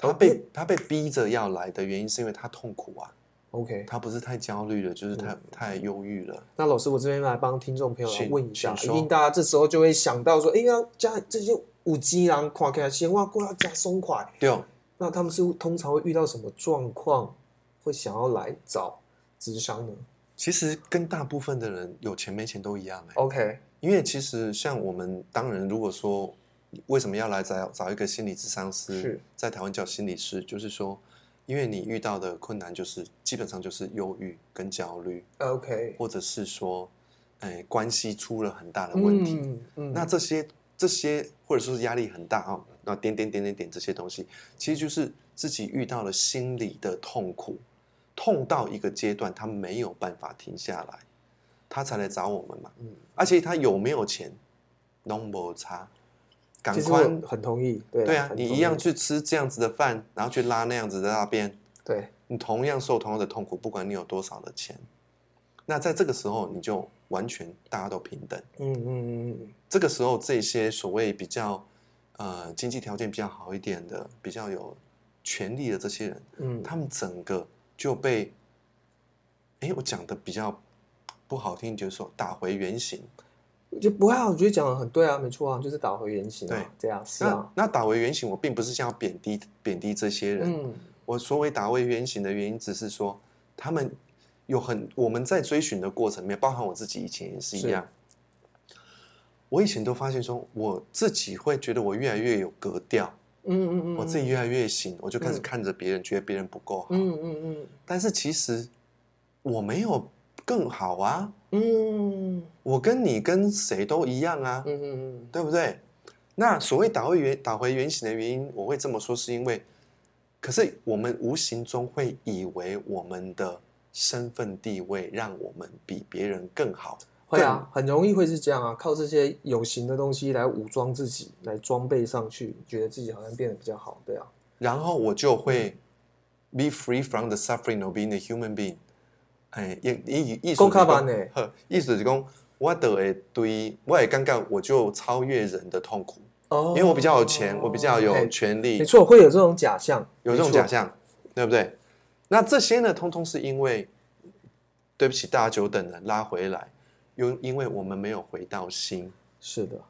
[SPEAKER 2] 他
[SPEAKER 1] 哦
[SPEAKER 2] 被他被逼着要来的原因是因为他痛苦啊，
[SPEAKER 1] OK，
[SPEAKER 2] 他不是太焦虑了，就是
[SPEAKER 1] 嗯
[SPEAKER 2] 太太忧郁了，
[SPEAKER 1] 那老师我这边来帮听众朋友来
[SPEAKER 2] 请
[SPEAKER 1] 问一下，
[SPEAKER 2] 请
[SPEAKER 1] 一
[SPEAKER 2] 说
[SPEAKER 1] 定大家这时候就会想到说，哎呀，加这些五级狼看起来鲜哇，过要加松快，
[SPEAKER 2] 对，哦
[SPEAKER 1] 那他们是通常会遇到什么状况，会想要来找智商呢
[SPEAKER 2] 其实跟大部分的人有钱没钱都一样哎、
[SPEAKER 1] ？OK，
[SPEAKER 2] 因为其实像我们当然，如果说为什么要来找找一个心理咨商师
[SPEAKER 1] 是，
[SPEAKER 2] 在台湾叫心理师，就是说，因为你遇到的困难就是基本上就是忧郁跟焦虑，
[SPEAKER 1] OK，
[SPEAKER 2] 或者是说，哎、关系出了很大的问题。
[SPEAKER 1] 嗯嗯
[SPEAKER 2] 那这些这些或者说是压力很大哦，那点点点点点这些东西，其实就是自己遇到了心理的痛苦，痛到一个阶段，他没有办法停下来，他才来找我们嘛。
[SPEAKER 1] 嗯，
[SPEAKER 2] 而且他有没有钱拢无差，赶
[SPEAKER 1] 其实
[SPEAKER 2] 快
[SPEAKER 1] 我很同意，对
[SPEAKER 2] 对啊
[SPEAKER 1] 很，同
[SPEAKER 2] 你
[SPEAKER 1] 意
[SPEAKER 2] 一样去吃这样子的饭，然后去拉那样子的大便，
[SPEAKER 1] 对
[SPEAKER 2] 你同样受同样的痛苦，不管你有多少的钱。那在这个时候，你就完全大家都平等。
[SPEAKER 1] 嗯嗯嗯嗯
[SPEAKER 2] 这个时候，这些所谓比较呃经济条件比较好一点的、比较有权利的这些人，
[SPEAKER 1] 嗯，
[SPEAKER 2] 他们整个就被，哎，我讲的比较不好听，就是说打回原形。
[SPEAKER 1] 嗯就不会啊，我觉得讲的很对啊，没错啊，就是打回原形
[SPEAKER 2] 对
[SPEAKER 1] 啊，这样是
[SPEAKER 2] 那
[SPEAKER 1] 啊，
[SPEAKER 2] 那打回原形，我并不是想要贬低贬低这些人。
[SPEAKER 1] 嗯
[SPEAKER 2] 我所谓打回原形的原因，只是说他们有很我们在追寻的过程里面，包含我自己以前也是一样。我以前都发现说，我自己会觉得我越来越有格调，
[SPEAKER 1] 嗯嗯嗯，
[SPEAKER 2] 我自己越来越行，我就开始
[SPEAKER 1] 嗯
[SPEAKER 2] 看着别人，觉得别人不够好。
[SPEAKER 1] 嗯嗯
[SPEAKER 2] 但是其实我没有更好啊，
[SPEAKER 1] 嗯嗯
[SPEAKER 2] 我跟你跟谁都一样啊。
[SPEAKER 1] 嗯嗯
[SPEAKER 2] 对不对？那所谓打回原打回原形的原因，我会这么说，是因为，可是我们无形中会以为我们的身份地位让我们比别人更好，
[SPEAKER 1] 会啊，很容易会是这样啊，靠这些有形的东西来武装自己，来装备上去，觉得自己好像变得比较好，对啊，
[SPEAKER 2] 然后我就会
[SPEAKER 1] 嗯
[SPEAKER 2] be free from the suffering of being a human being。哎，艺艺艺术
[SPEAKER 1] 够卡班呢
[SPEAKER 2] 呵，意思是讲，我就会对，我也尴尬，我就超越人的痛苦，
[SPEAKER 1] 哦
[SPEAKER 2] 因为我比较有钱，我比较有
[SPEAKER 1] 哎
[SPEAKER 2] 权利，
[SPEAKER 1] 没错，会有这种假象，
[SPEAKER 2] 有这种
[SPEAKER 1] 没错
[SPEAKER 2] 假，象，对不对？那这些呢，通通是因为，对不起，大家久等了，拉回来，因因为我们没有回到心。
[SPEAKER 1] 是的，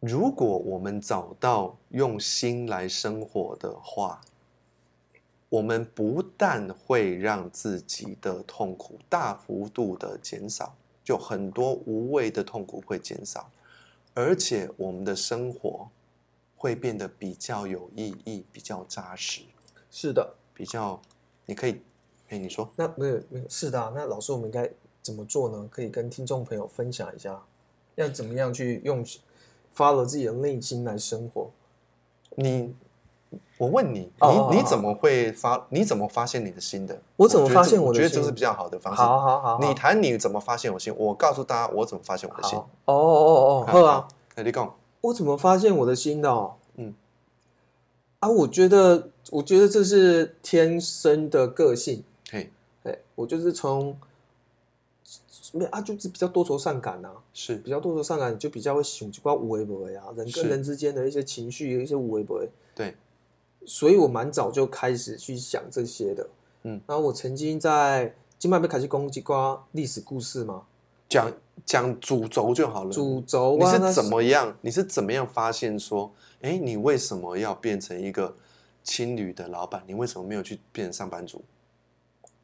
[SPEAKER 2] 如果我们找到用心来生活的话，我们不但会让自己的痛苦大幅度的减少，就很多无谓的痛苦会减少，而且我们的生活会变得比较有意义，比较扎实。
[SPEAKER 1] 是的，
[SPEAKER 2] 比较，你可以，哎，你说，
[SPEAKER 1] 那没有没有是的啊、那老师我们应该怎么做呢？可以跟听众朋友分享一下，要怎么样去用发了自己的内心来生活？
[SPEAKER 2] 你，我问你，
[SPEAKER 1] 哦哦哦
[SPEAKER 2] 你你怎么会发？你怎么发现你的心的？
[SPEAKER 1] 我怎么发现我
[SPEAKER 2] 我
[SPEAKER 1] 的
[SPEAKER 2] 觉得这？
[SPEAKER 1] 心
[SPEAKER 2] 我觉得这是比较好的方
[SPEAKER 1] 好啊
[SPEAKER 2] 式。
[SPEAKER 1] 好好好，
[SPEAKER 2] 你谈你怎么发现我心，我告诉大家我怎么发现我的心。
[SPEAKER 1] 好哦哦哦哦，好啊，，
[SPEAKER 2] 哎，你讲，
[SPEAKER 1] 我怎么发现我的心的、哦？
[SPEAKER 2] 嗯，
[SPEAKER 1] 啊，我觉得我觉得这是天生的个性，
[SPEAKER 2] 嘿，
[SPEAKER 1] 哎，我就是从没有啊，就是比较多愁善感呐、啊，
[SPEAKER 2] 是
[SPEAKER 1] 比较多愁善感，你就比较会想就关无为不为啊，人跟
[SPEAKER 2] 是
[SPEAKER 1] 人之间的一些情绪，一些无为不为，
[SPEAKER 2] 对，
[SPEAKER 1] 所以我蛮早就开始去想这些的。
[SPEAKER 2] 嗯，
[SPEAKER 1] 然后我曾经在金麦被凯西攻击瓜历史故事嘛，
[SPEAKER 2] 讲讲主轴就好了。
[SPEAKER 1] 主轴
[SPEAKER 2] 嗯你
[SPEAKER 1] 啊，
[SPEAKER 2] 是
[SPEAKER 1] 那
[SPEAKER 2] 怎么样？你是怎么样发现说，哎，你为什么要变成一个青旅的老板？你为什么没有去变成上班族？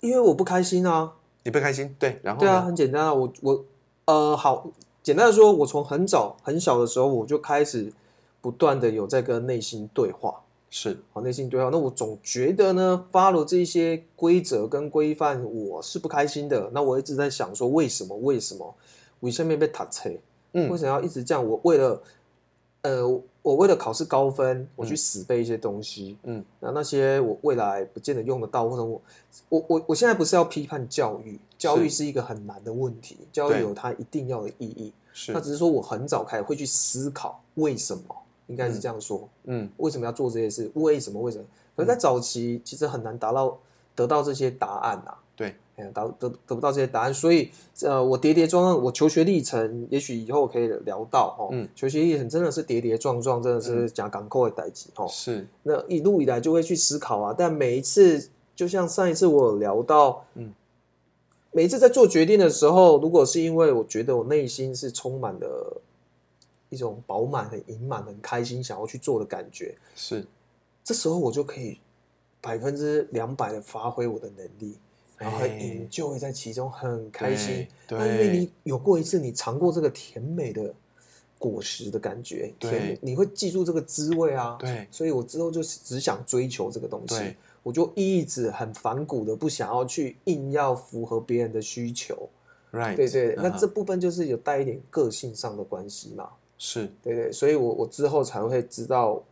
[SPEAKER 1] 因为我不开心啊，
[SPEAKER 2] 你不开心？对，然后
[SPEAKER 1] 对
[SPEAKER 2] 呢？
[SPEAKER 1] 啊，很简单啊，我我呃，好，简单的说，我从很早很小的时候，我就开始不断的有在跟内心对话，
[SPEAKER 2] 是
[SPEAKER 1] 好，内心对话。那我总觉得呢，follow 这些规则跟规范，我是不开心的。那我一直在想说，为什么？为什么？为什么被打车？为
[SPEAKER 2] 嗯，
[SPEAKER 1] 什么要一直这样？我为了，呃，我为了考试高分，我去死背一些东西，
[SPEAKER 2] 嗯，
[SPEAKER 1] 那那些我未来不见得用得到，或者我，我我我现在不是要批判教育，教育是一个很难的问题，教育有它一定要的意义，
[SPEAKER 2] 是
[SPEAKER 1] 那，只是说我很早开始会去思考为什么，应该是这样说，
[SPEAKER 2] 嗯，
[SPEAKER 1] 为什么要做这些事，为什么为什么？可是在早期其实很难达到得到这些答案啊，
[SPEAKER 2] 对，
[SPEAKER 1] 哎呀，达得得不到这些答案，所以呃，我跌跌撞撞，我求学历程，也许以后可以聊到哦。
[SPEAKER 2] 嗯，
[SPEAKER 1] 求学历程真的是跌跌撞撞，真的是讲港口的代际哦。
[SPEAKER 2] 是，
[SPEAKER 1] 那一路以来就会去思考啊，但每一次，就像上一次我有聊到，
[SPEAKER 2] 嗯，
[SPEAKER 1] 每一次在做决定的时候，如果是因为我觉得我内心是充满了一种饱满、很盈满、很开心，想要去做的感觉，
[SPEAKER 2] 是，
[SPEAKER 1] 这时候我就可以百分之两百的发挥我的能力，然后很
[SPEAKER 2] 哎
[SPEAKER 1] enjoy 在其中，很开心。
[SPEAKER 2] 对
[SPEAKER 1] 那因为你有过一次，你尝过这个甜美的果实的感觉，
[SPEAKER 2] 对
[SPEAKER 1] 甜美，你会记住这个滋味啊。
[SPEAKER 2] 对
[SPEAKER 1] 所以我之后就是只想追求这个东西
[SPEAKER 2] 对，
[SPEAKER 1] 我就一直很反骨的不想要去硬要符合别人的需求。
[SPEAKER 2] ，right，
[SPEAKER 1] 对对，那
[SPEAKER 2] 嗯哼
[SPEAKER 1] 这部分就是有带一点个性上的关系嘛。
[SPEAKER 2] 是
[SPEAKER 1] 对对，所以我我之后才会知道，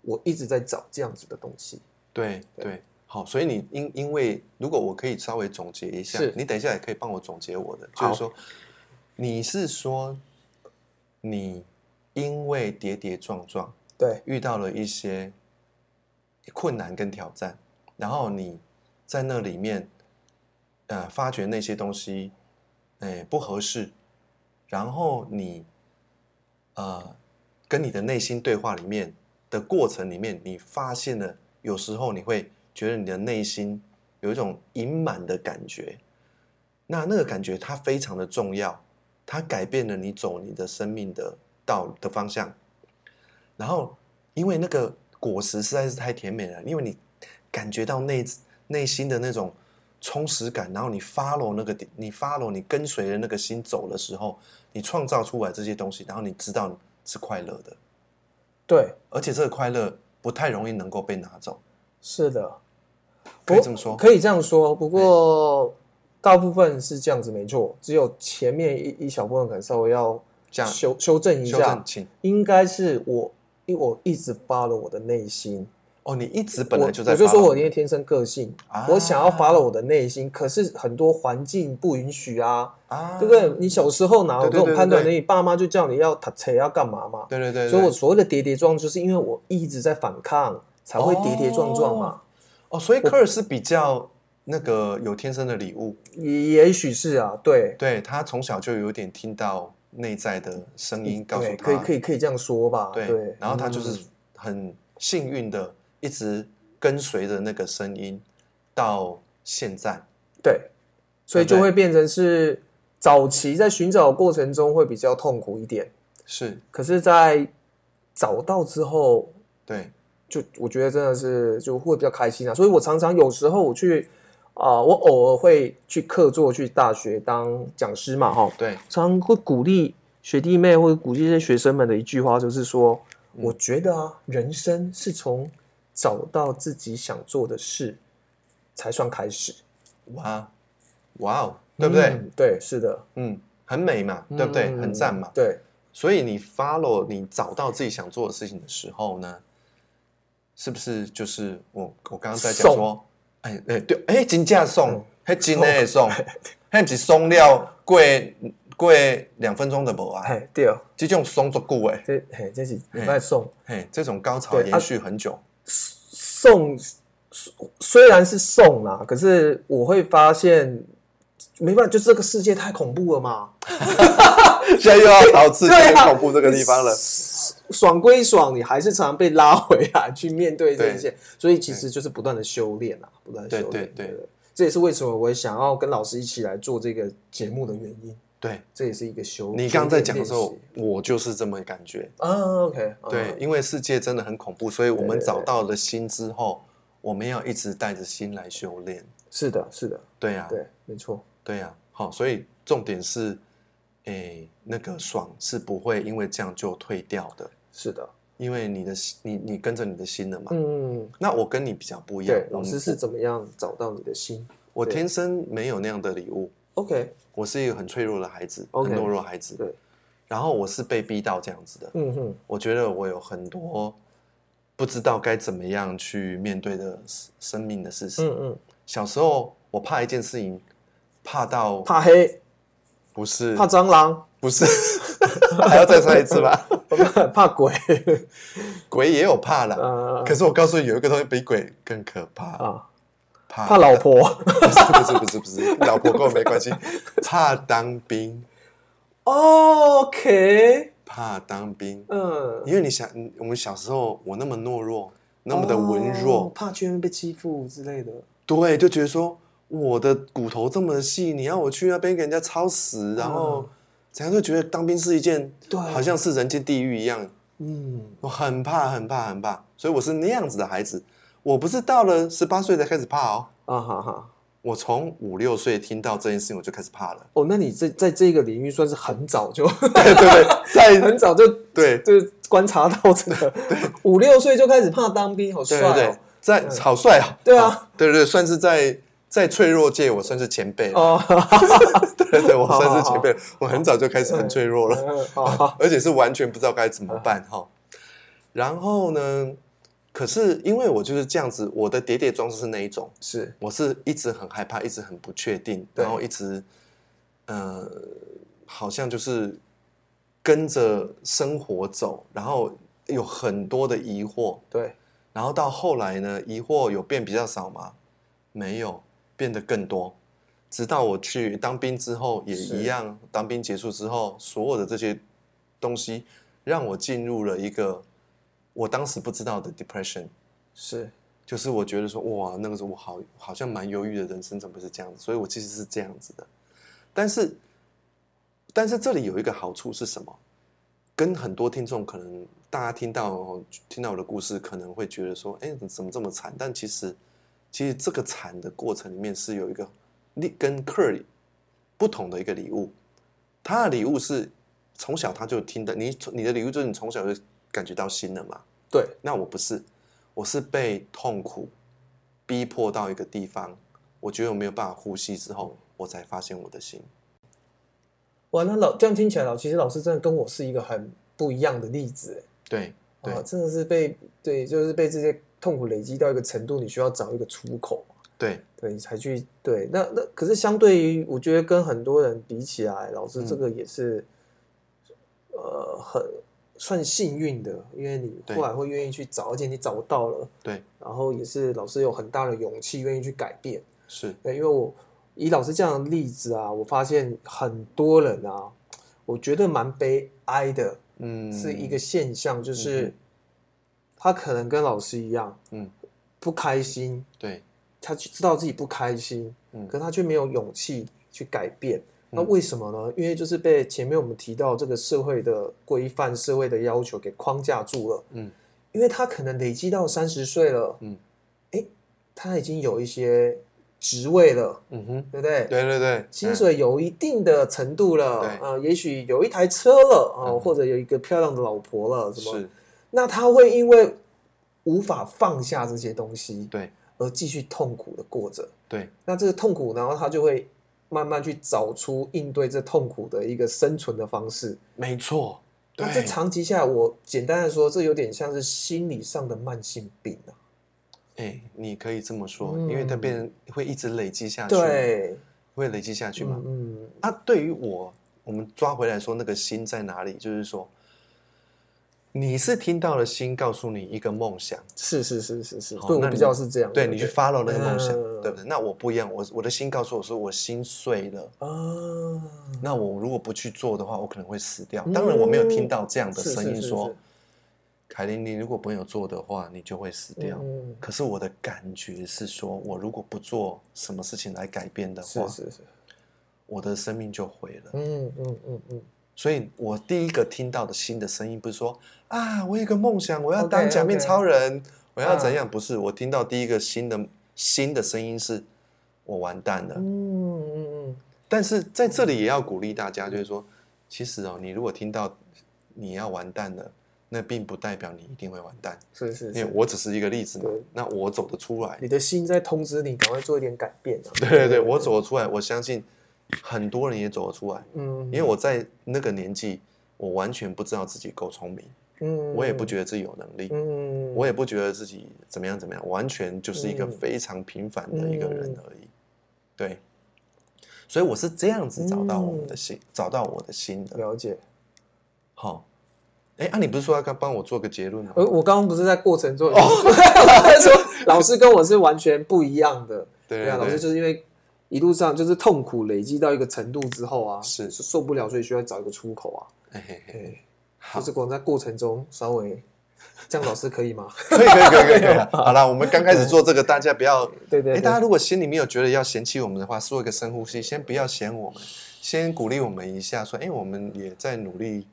[SPEAKER 1] 我一直在找这样子的东西。
[SPEAKER 2] 对
[SPEAKER 1] 对
[SPEAKER 2] 对，好，所以你因因为如果我可以稍微总结一下
[SPEAKER 1] 是，
[SPEAKER 2] 你等一下也可以帮我总结我的，就
[SPEAKER 1] 好
[SPEAKER 2] 是说，你是说你因为跌跌撞撞
[SPEAKER 1] 对
[SPEAKER 2] 遇到了一些困难跟挑战，然后你在那里面，呃，发觉那些东西，哎，不合适，然后你，呃，跟你的内心对话里面的过程里面，你发现了有时候你会觉得你的内心有一种盈满的感觉，那那个感觉它非常的重要，它改变了你走你的生命的道的方向。然后因为那个果实实在是太甜美了，因为你感觉到内内心的那种充实感，然后你 follow 那个点你 follow 你跟随着那个心走的时候，你创造出来这些东西，然后你知道是快乐的，
[SPEAKER 1] 对，
[SPEAKER 2] 而且这个快乐不太容易能够被拿走，
[SPEAKER 1] 是的，
[SPEAKER 2] 可以这么说。
[SPEAKER 1] 哦
[SPEAKER 2] 哎
[SPEAKER 1] 可以这样说。不过大部分是这样子，没错，只有前面一一小部分可能稍微要
[SPEAKER 2] 这样
[SPEAKER 1] 修修正一
[SPEAKER 2] 修正
[SPEAKER 1] 下，
[SPEAKER 2] 请
[SPEAKER 1] 应该是我。因为我一直发了我的内心，
[SPEAKER 2] 哦，你一直本来就在
[SPEAKER 1] 我，我就说
[SPEAKER 2] follow
[SPEAKER 1] 我因为天生个性，
[SPEAKER 2] 啊
[SPEAKER 1] 我想要发了我的内心，可是很多环境不允许啊，
[SPEAKER 2] 啊，
[SPEAKER 1] 对不对？你小时候哪有这
[SPEAKER 2] 对对
[SPEAKER 1] 种判断
[SPEAKER 2] 对
[SPEAKER 1] 能力？
[SPEAKER 2] 对
[SPEAKER 1] 爸妈就叫你要读册要干嘛嘛，
[SPEAKER 2] 对对对，
[SPEAKER 1] 所以
[SPEAKER 2] 对
[SPEAKER 1] 我所谓的跌跌撞，就是因为我一直在反抗，才会跌跌撞撞嘛。
[SPEAKER 2] 哦，所以科尔是比较那个有天生的礼物，
[SPEAKER 1] 也也许是啊，对，
[SPEAKER 2] 对他从小就有点听到内在的声音告诉
[SPEAKER 1] 嗯对，
[SPEAKER 2] 他，
[SPEAKER 1] 可以可以可以这样说吧，
[SPEAKER 2] 对，
[SPEAKER 1] 对。
[SPEAKER 2] 然后他就
[SPEAKER 1] 嗯
[SPEAKER 2] 是很幸运的一直跟随着那个声音到现在，
[SPEAKER 1] 对，所以
[SPEAKER 2] 对
[SPEAKER 1] 就
[SPEAKER 2] 不对
[SPEAKER 1] 会变成是早期在寻找的过程中会比较痛苦一点，
[SPEAKER 2] 是
[SPEAKER 1] 可是，在找到之后，
[SPEAKER 2] 对，
[SPEAKER 1] 就我觉得真的是就会比较开心啊。所以我常常有时候我去啊、我偶尔会去客座去大学当讲师嘛，哈，
[SPEAKER 2] 对，
[SPEAKER 1] 常常会鼓励学弟妹或者鼓励这些学生们的一句话，就是说，
[SPEAKER 2] 嗯
[SPEAKER 1] 我觉得啊，人生是从找到自己想做的事才算开始，
[SPEAKER 2] 哇，哇哦，对不对？
[SPEAKER 1] 嗯对，是的，
[SPEAKER 2] 嗯，很美嘛，对不对？
[SPEAKER 1] 嗯
[SPEAKER 2] 很赞嘛。
[SPEAKER 1] 对，
[SPEAKER 2] 所以你 follow 你找到自己想做的事情的时候呢，是不是就是我我刚刚在讲说，哎哎对，哎金价送
[SPEAKER 1] 嗯，
[SPEAKER 2] 还金的送，还只送了过过两分钟的无啊，
[SPEAKER 1] 哎，对哦，
[SPEAKER 2] 这种松足久诶，
[SPEAKER 1] 这嘿，这是礼拜送
[SPEAKER 2] 嘿，这种高潮
[SPEAKER 1] 对啊
[SPEAKER 2] 延续很久，
[SPEAKER 1] 送，虽虽然是送啦，可是我会发现，没办法，就是这个世界太恐怖了嘛。
[SPEAKER 2] [LAUGHS] 现在又要导致
[SPEAKER 1] 对
[SPEAKER 2] 很
[SPEAKER 1] 啊
[SPEAKER 2] 恐怖这个地方了。
[SPEAKER 1] 爽归爽，你还是常常被拉回来去面对这
[SPEAKER 2] 对
[SPEAKER 1] 些，所以其实就是不断的修炼啊，不断的修炼。
[SPEAKER 2] 对对对
[SPEAKER 1] 这也是为什么我想要跟老师一起来做这个节目的原因，
[SPEAKER 2] [LAUGHS] 对
[SPEAKER 1] 这也是一个修。
[SPEAKER 2] 你刚刚在讲的时
[SPEAKER 1] 修
[SPEAKER 2] 候
[SPEAKER 1] 炼，
[SPEAKER 2] 我就是这么感觉。
[SPEAKER 1] 练习啊，OK，啊
[SPEAKER 2] 对，因为世界真的很恐怖，所以我
[SPEAKER 1] 对
[SPEAKER 2] 们
[SPEAKER 1] 对
[SPEAKER 2] 找
[SPEAKER 1] 对
[SPEAKER 2] 到了心之后，我们要一直带着心来修炼。
[SPEAKER 1] 是的，是的，
[SPEAKER 2] 对呀、啊，
[SPEAKER 1] 对，没错，
[SPEAKER 2] 对呀、好，所以重点是，诶，那个爽是不会因为这样就退掉的，
[SPEAKER 1] 是的，
[SPEAKER 2] 因为你的心你你跟着你的心了嘛。
[SPEAKER 1] 嗯，
[SPEAKER 2] 那我跟你比较不一样
[SPEAKER 1] 对，，
[SPEAKER 2] 我
[SPEAKER 1] 老师是怎么样找到你的心
[SPEAKER 2] 我
[SPEAKER 1] 对
[SPEAKER 2] 天生没有那样的礼物，
[SPEAKER 1] ？OK，
[SPEAKER 2] 我是一个很脆弱的孩子，
[SPEAKER 1] OK
[SPEAKER 2] 很懦弱的孩子。
[SPEAKER 1] 对，
[SPEAKER 2] 然后我是被逼到这样子的，
[SPEAKER 1] 嗯哼，
[SPEAKER 2] 我觉得我有很多不知道该怎么样去面对的生生命的事实。
[SPEAKER 1] 嗯嗯，
[SPEAKER 2] 小时候我怕一件事情，怕到
[SPEAKER 1] 怕黑，
[SPEAKER 2] 不是
[SPEAKER 1] 怕蟑螂，
[SPEAKER 2] 不是， [LAUGHS] 还要再猜一次吧？
[SPEAKER 1] [LAUGHS] 怕鬼， [LAUGHS]
[SPEAKER 2] 鬼也有怕啦，
[SPEAKER 1] 呃，
[SPEAKER 2] 可是我告诉你，有一个东西比鬼更可怕，
[SPEAKER 1] 啊，
[SPEAKER 2] 怕
[SPEAKER 1] 怕老婆
[SPEAKER 2] [LAUGHS] 不是不是不是不是，老婆跟我没关系，怕当
[SPEAKER 1] [LAUGHS]
[SPEAKER 2] 兵，
[SPEAKER 1] ，OK，
[SPEAKER 2] 怕当兵，
[SPEAKER 1] 嗯，
[SPEAKER 2] 因为你想，嗯我们小时候我那么懦弱，那么的文弱，
[SPEAKER 1] 哦怕去那边被欺负之类的。
[SPEAKER 2] 对，就觉得说我的骨头这么细，你要我去那边给人家操死，然后
[SPEAKER 1] 嗯
[SPEAKER 2] 怎样就觉得当兵是一件，
[SPEAKER 1] 对
[SPEAKER 2] 好像是人间地狱一样，
[SPEAKER 1] 嗯，
[SPEAKER 2] 我很怕很怕很怕，所以我是那样子的孩子，我不是到了十八岁才开始怕哦，
[SPEAKER 1] 啊哈哈。
[SPEAKER 2] 我从五六岁听到这件事情我就开始怕了， [LAUGHS]
[SPEAKER 1] 哦，那你这在这个领域算是很早就 [LAUGHS]
[SPEAKER 2] 对对对，在
[SPEAKER 1] 很早就
[SPEAKER 2] 对
[SPEAKER 1] 就观察到这
[SPEAKER 2] [LAUGHS]
[SPEAKER 1] 个，五六岁就开始怕当兵，好帅
[SPEAKER 2] 对对对
[SPEAKER 1] 哦！，
[SPEAKER 2] 在
[SPEAKER 1] 嗯
[SPEAKER 2] 好帅啊，
[SPEAKER 1] 对啊
[SPEAKER 2] 好，对对，算是在在脆弱界我算是前辈了，
[SPEAKER 1] 哦， [LAUGHS]
[SPEAKER 2] 对对，我
[SPEAKER 1] 好
[SPEAKER 2] 算是
[SPEAKER 1] 好
[SPEAKER 2] 前辈了，我很早就开始很脆弱了。
[SPEAKER 1] 好好，
[SPEAKER 2] 而且是完全不知道该怎么办哈。然后呢，可是因为我就是这样子，我的跌跌撞是那一种，
[SPEAKER 1] 是
[SPEAKER 2] 我是一直很害怕，一直很不确定，
[SPEAKER 1] 对
[SPEAKER 2] 然后一直呃，好像就是跟着生活走，然后有很多的疑惑，
[SPEAKER 1] 对，
[SPEAKER 2] 然后到后来呢，疑惑有变比较少吗？没有，变得更多。直到我去当兵之后，也
[SPEAKER 1] 是
[SPEAKER 2] 一样。当兵结束之后，所有的这些东西让我进入了一个我当时不知道的 depression，
[SPEAKER 1] 是
[SPEAKER 2] 就是我觉得说，哇，那个时候我好好像蛮忧郁的，人生怎么是这样子？所以我其实是这样子的。但是，但是这里有一个好处是什么？跟很多听众可能大家听到听到我的故事，可能会觉得说，哎，怎么这么惨？但其实，其实这个惨的过程里面是有一个利跟 Curry 不同的一个礼物。他的礼物是从小他就听的，你你的礼物就是你从小就感觉到新了嘛。
[SPEAKER 1] 对，
[SPEAKER 2] 那我不是，我是被痛苦逼迫到一个地方，我觉得我没有办法呼吸之后，我才发现我的心。
[SPEAKER 1] 哇，那老这样听起来老，其实老师真的跟我是一个很不一样的例子，
[SPEAKER 2] 对
[SPEAKER 1] 哎
[SPEAKER 2] 对、
[SPEAKER 1] 啊，真的是被对，就是被这些痛苦累积到一个程度，你需要找一个出口。
[SPEAKER 2] 对，
[SPEAKER 1] 对，才去对。那那可是相对于，我觉得跟很多人比起来，老师
[SPEAKER 2] 嗯
[SPEAKER 1] 这个也是，呃，很算幸运的，因为你
[SPEAKER 2] 对
[SPEAKER 1] 后来会愿意去找，而且你找到了，
[SPEAKER 2] 对，
[SPEAKER 1] 然后也是老师有很大的勇气愿意去改变。
[SPEAKER 2] 是，
[SPEAKER 1] 对，因为我以老师这样的例子啊，我发现很多人啊，我觉得蛮悲哀的，
[SPEAKER 2] 嗯，
[SPEAKER 1] 是一个现象，就
[SPEAKER 2] 嗯
[SPEAKER 1] 是
[SPEAKER 2] 哼
[SPEAKER 1] 他可能跟老师一样
[SPEAKER 2] 嗯，
[SPEAKER 1] 不开心，
[SPEAKER 2] 对，
[SPEAKER 1] 他知道自己不开心。
[SPEAKER 2] 嗯
[SPEAKER 1] 可，他却没有勇气去改变。那
[SPEAKER 2] 嗯
[SPEAKER 1] 为什么呢？因为就是被前面我们提到这个社会的规范、社会的要求给框架住了。
[SPEAKER 2] 嗯，
[SPEAKER 1] 因为他可能累积到三十岁了，
[SPEAKER 2] 嗯，
[SPEAKER 1] 哎，他已经有一些职位了，
[SPEAKER 2] 嗯哼，
[SPEAKER 1] 对不对？
[SPEAKER 2] 对对对，
[SPEAKER 1] 薪水有一定的程度了，
[SPEAKER 2] 对
[SPEAKER 1] 呃，也许有一台车了，啊、
[SPEAKER 2] 嗯
[SPEAKER 1] 或者有一个漂亮的老婆了，
[SPEAKER 2] 嗯
[SPEAKER 1] 什么？
[SPEAKER 2] 是，
[SPEAKER 1] 那他会因为无法放下这些东西，
[SPEAKER 2] 对
[SPEAKER 1] 而继续痛苦的过着。
[SPEAKER 2] 对
[SPEAKER 1] 那这个痛苦，然后他就会慢慢去找出应对这痛苦的一个生存的方式。
[SPEAKER 2] 没错，对
[SPEAKER 1] 那，这长期下来，我简单的说，这有点像是心理上的慢性病啊。
[SPEAKER 2] 哎，你可以这么说，
[SPEAKER 1] 嗯
[SPEAKER 2] 因为它变成会一直累积下去，，
[SPEAKER 1] 对，
[SPEAKER 2] 会累积下去嘛。
[SPEAKER 1] 嗯嗯，
[SPEAKER 2] 啊，对于我，我们抓回来说那个心在哪里，就是说，
[SPEAKER 3] 你是听到了心告诉你一个梦想，
[SPEAKER 1] 是是是是是，
[SPEAKER 3] 好
[SPEAKER 1] 对我
[SPEAKER 3] 那
[SPEAKER 1] 比
[SPEAKER 3] 你
[SPEAKER 1] 较是这样，
[SPEAKER 3] 对你去 follow 那个梦想，
[SPEAKER 1] 嗯
[SPEAKER 3] 对不对？那我不一样，我我的心告诉我说我心碎了。
[SPEAKER 1] 啊，
[SPEAKER 3] 那我如果不去做的话，我可能会死掉
[SPEAKER 1] 嗯。
[SPEAKER 3] 当然，我没有听到这样的
[SPEAKER 1] 是是
[SPEAKER 3] 声音
[SPEAKER 1] 是
[SPEAKER 3] 说
[SPEAKER 1] 是，
[SPEAKER 3] 凯琳，你如果没有做的话，你就会死掉。
[SPEAKER 1] 嗯，
[SPEAKER 3] 可是我的感觉是说，我如果不做什么事情来改变的
[SPEAKER 1] 是
[SPEAKER 3] 话，
[SPEAKER 1] 是是，
[SPEAKER 3] 我的生命就毁了。
[SPEAKER 1] 嗯嗯嗯嗯，
[SPEAKER 3] 所以我第一个听到的新的声音不是说啊，我有一个梦想，我要
[SPEAKER 1] OK，
[SPEAKER 3] 当假面
[SPEAKER 1] 哦 OK
[SPEAKER 3] 超人，我要怎
[SPEAKER 1] 嗯
[SPEAKER 3] 样？不是，我听到第一个新的新的声音是，我完蛋了。
[SPEAKER 1] 嗯嗯
[SPEAKER 3] 但是在这里也要鼓励大家，就是说，其实哦，你如果听到你要完蛋了，那并不代表你一定会完蛋，
[SPEAKER 1] 是是
[SPEAKER 3] 因为
[SPEAKER 1] 是，
[SPEAKER 3] 我只是一个例子嘛
[SPEAKER 1] 对。
[SPEAKER 3] 那我走得出来
[SPEAKER 1] 你，的心在通知你，赶快做一点改变啊！
[SPEAKER 3] 对 [LAUGHS] 对对，我走得出来，我相信很多人也走得出来，
[SPEAKER 1] 嗯，嗯，
[SPEAKER 3] 因为我在那个年纪，我完全不知道自己够聪明，
[SPEAKER 1] 嗯，
[SPEAKER 3] 我也不觉得自己有能力。
[SPEAKER 1] 嗯，
[SPEAKER 3] 我也不觉得自己怎么样怎么样，完全就是一个
[SPEAKER 1] 嗯
[SPEAKER 3] 非常平凡的一个人而已。对，所以我是这样子找到我们
[SPEAKER 1] 嗯
[SPEAKER 3] 的心，找到我的心的。
[SPEAKER 1] 了解。
[SPEAKER 3] 好，哎，啊，你不是说要刚帮我做个结论吗？
[SPEAKER 1] 呃，我刚刚不是在过程中，
[SPEAKER 3] 哦
[SPEAKER 1] 我在 [LAUGHS] 说老师跟我是完全不一样的。
[SPEAKER 3] 对
[SPEAKER 1] 对啊，老师
[SPEAKER 3] 对，
[SPEAKER 1] 就是因为一路上就是痛苦累积到一个程度之后啊，
[SPEAKER 3] 是
[SPEAKER 1] 受不了，所以需要找一个出口啊。
[SPEAKER 3] 哎嘿 [LAUGHS] 嘿，
[SPEAKER 1] 对，
[SPEAKER 3] 好
[SPEAKER 1] 就，是光在过程中稍微，这样老师可以吗？
[SPEAKER 3] 可以可以可以可以可以。
[SPEAKER 1] [LAUGHS]
[SPEAKER 3] 好了，我们刚开始做这个，大家不要。
[SPEAKER 1] 对对
[SPEAKER 3] 哎，
[SPEAKER 1] 对，
[SPEAKER 3] 大家如果心里面有觉得要嫌弃我们的话，做一个深呼吸，先不要嫌我们，先鼓励我们一下，说，哎，我们也在努力，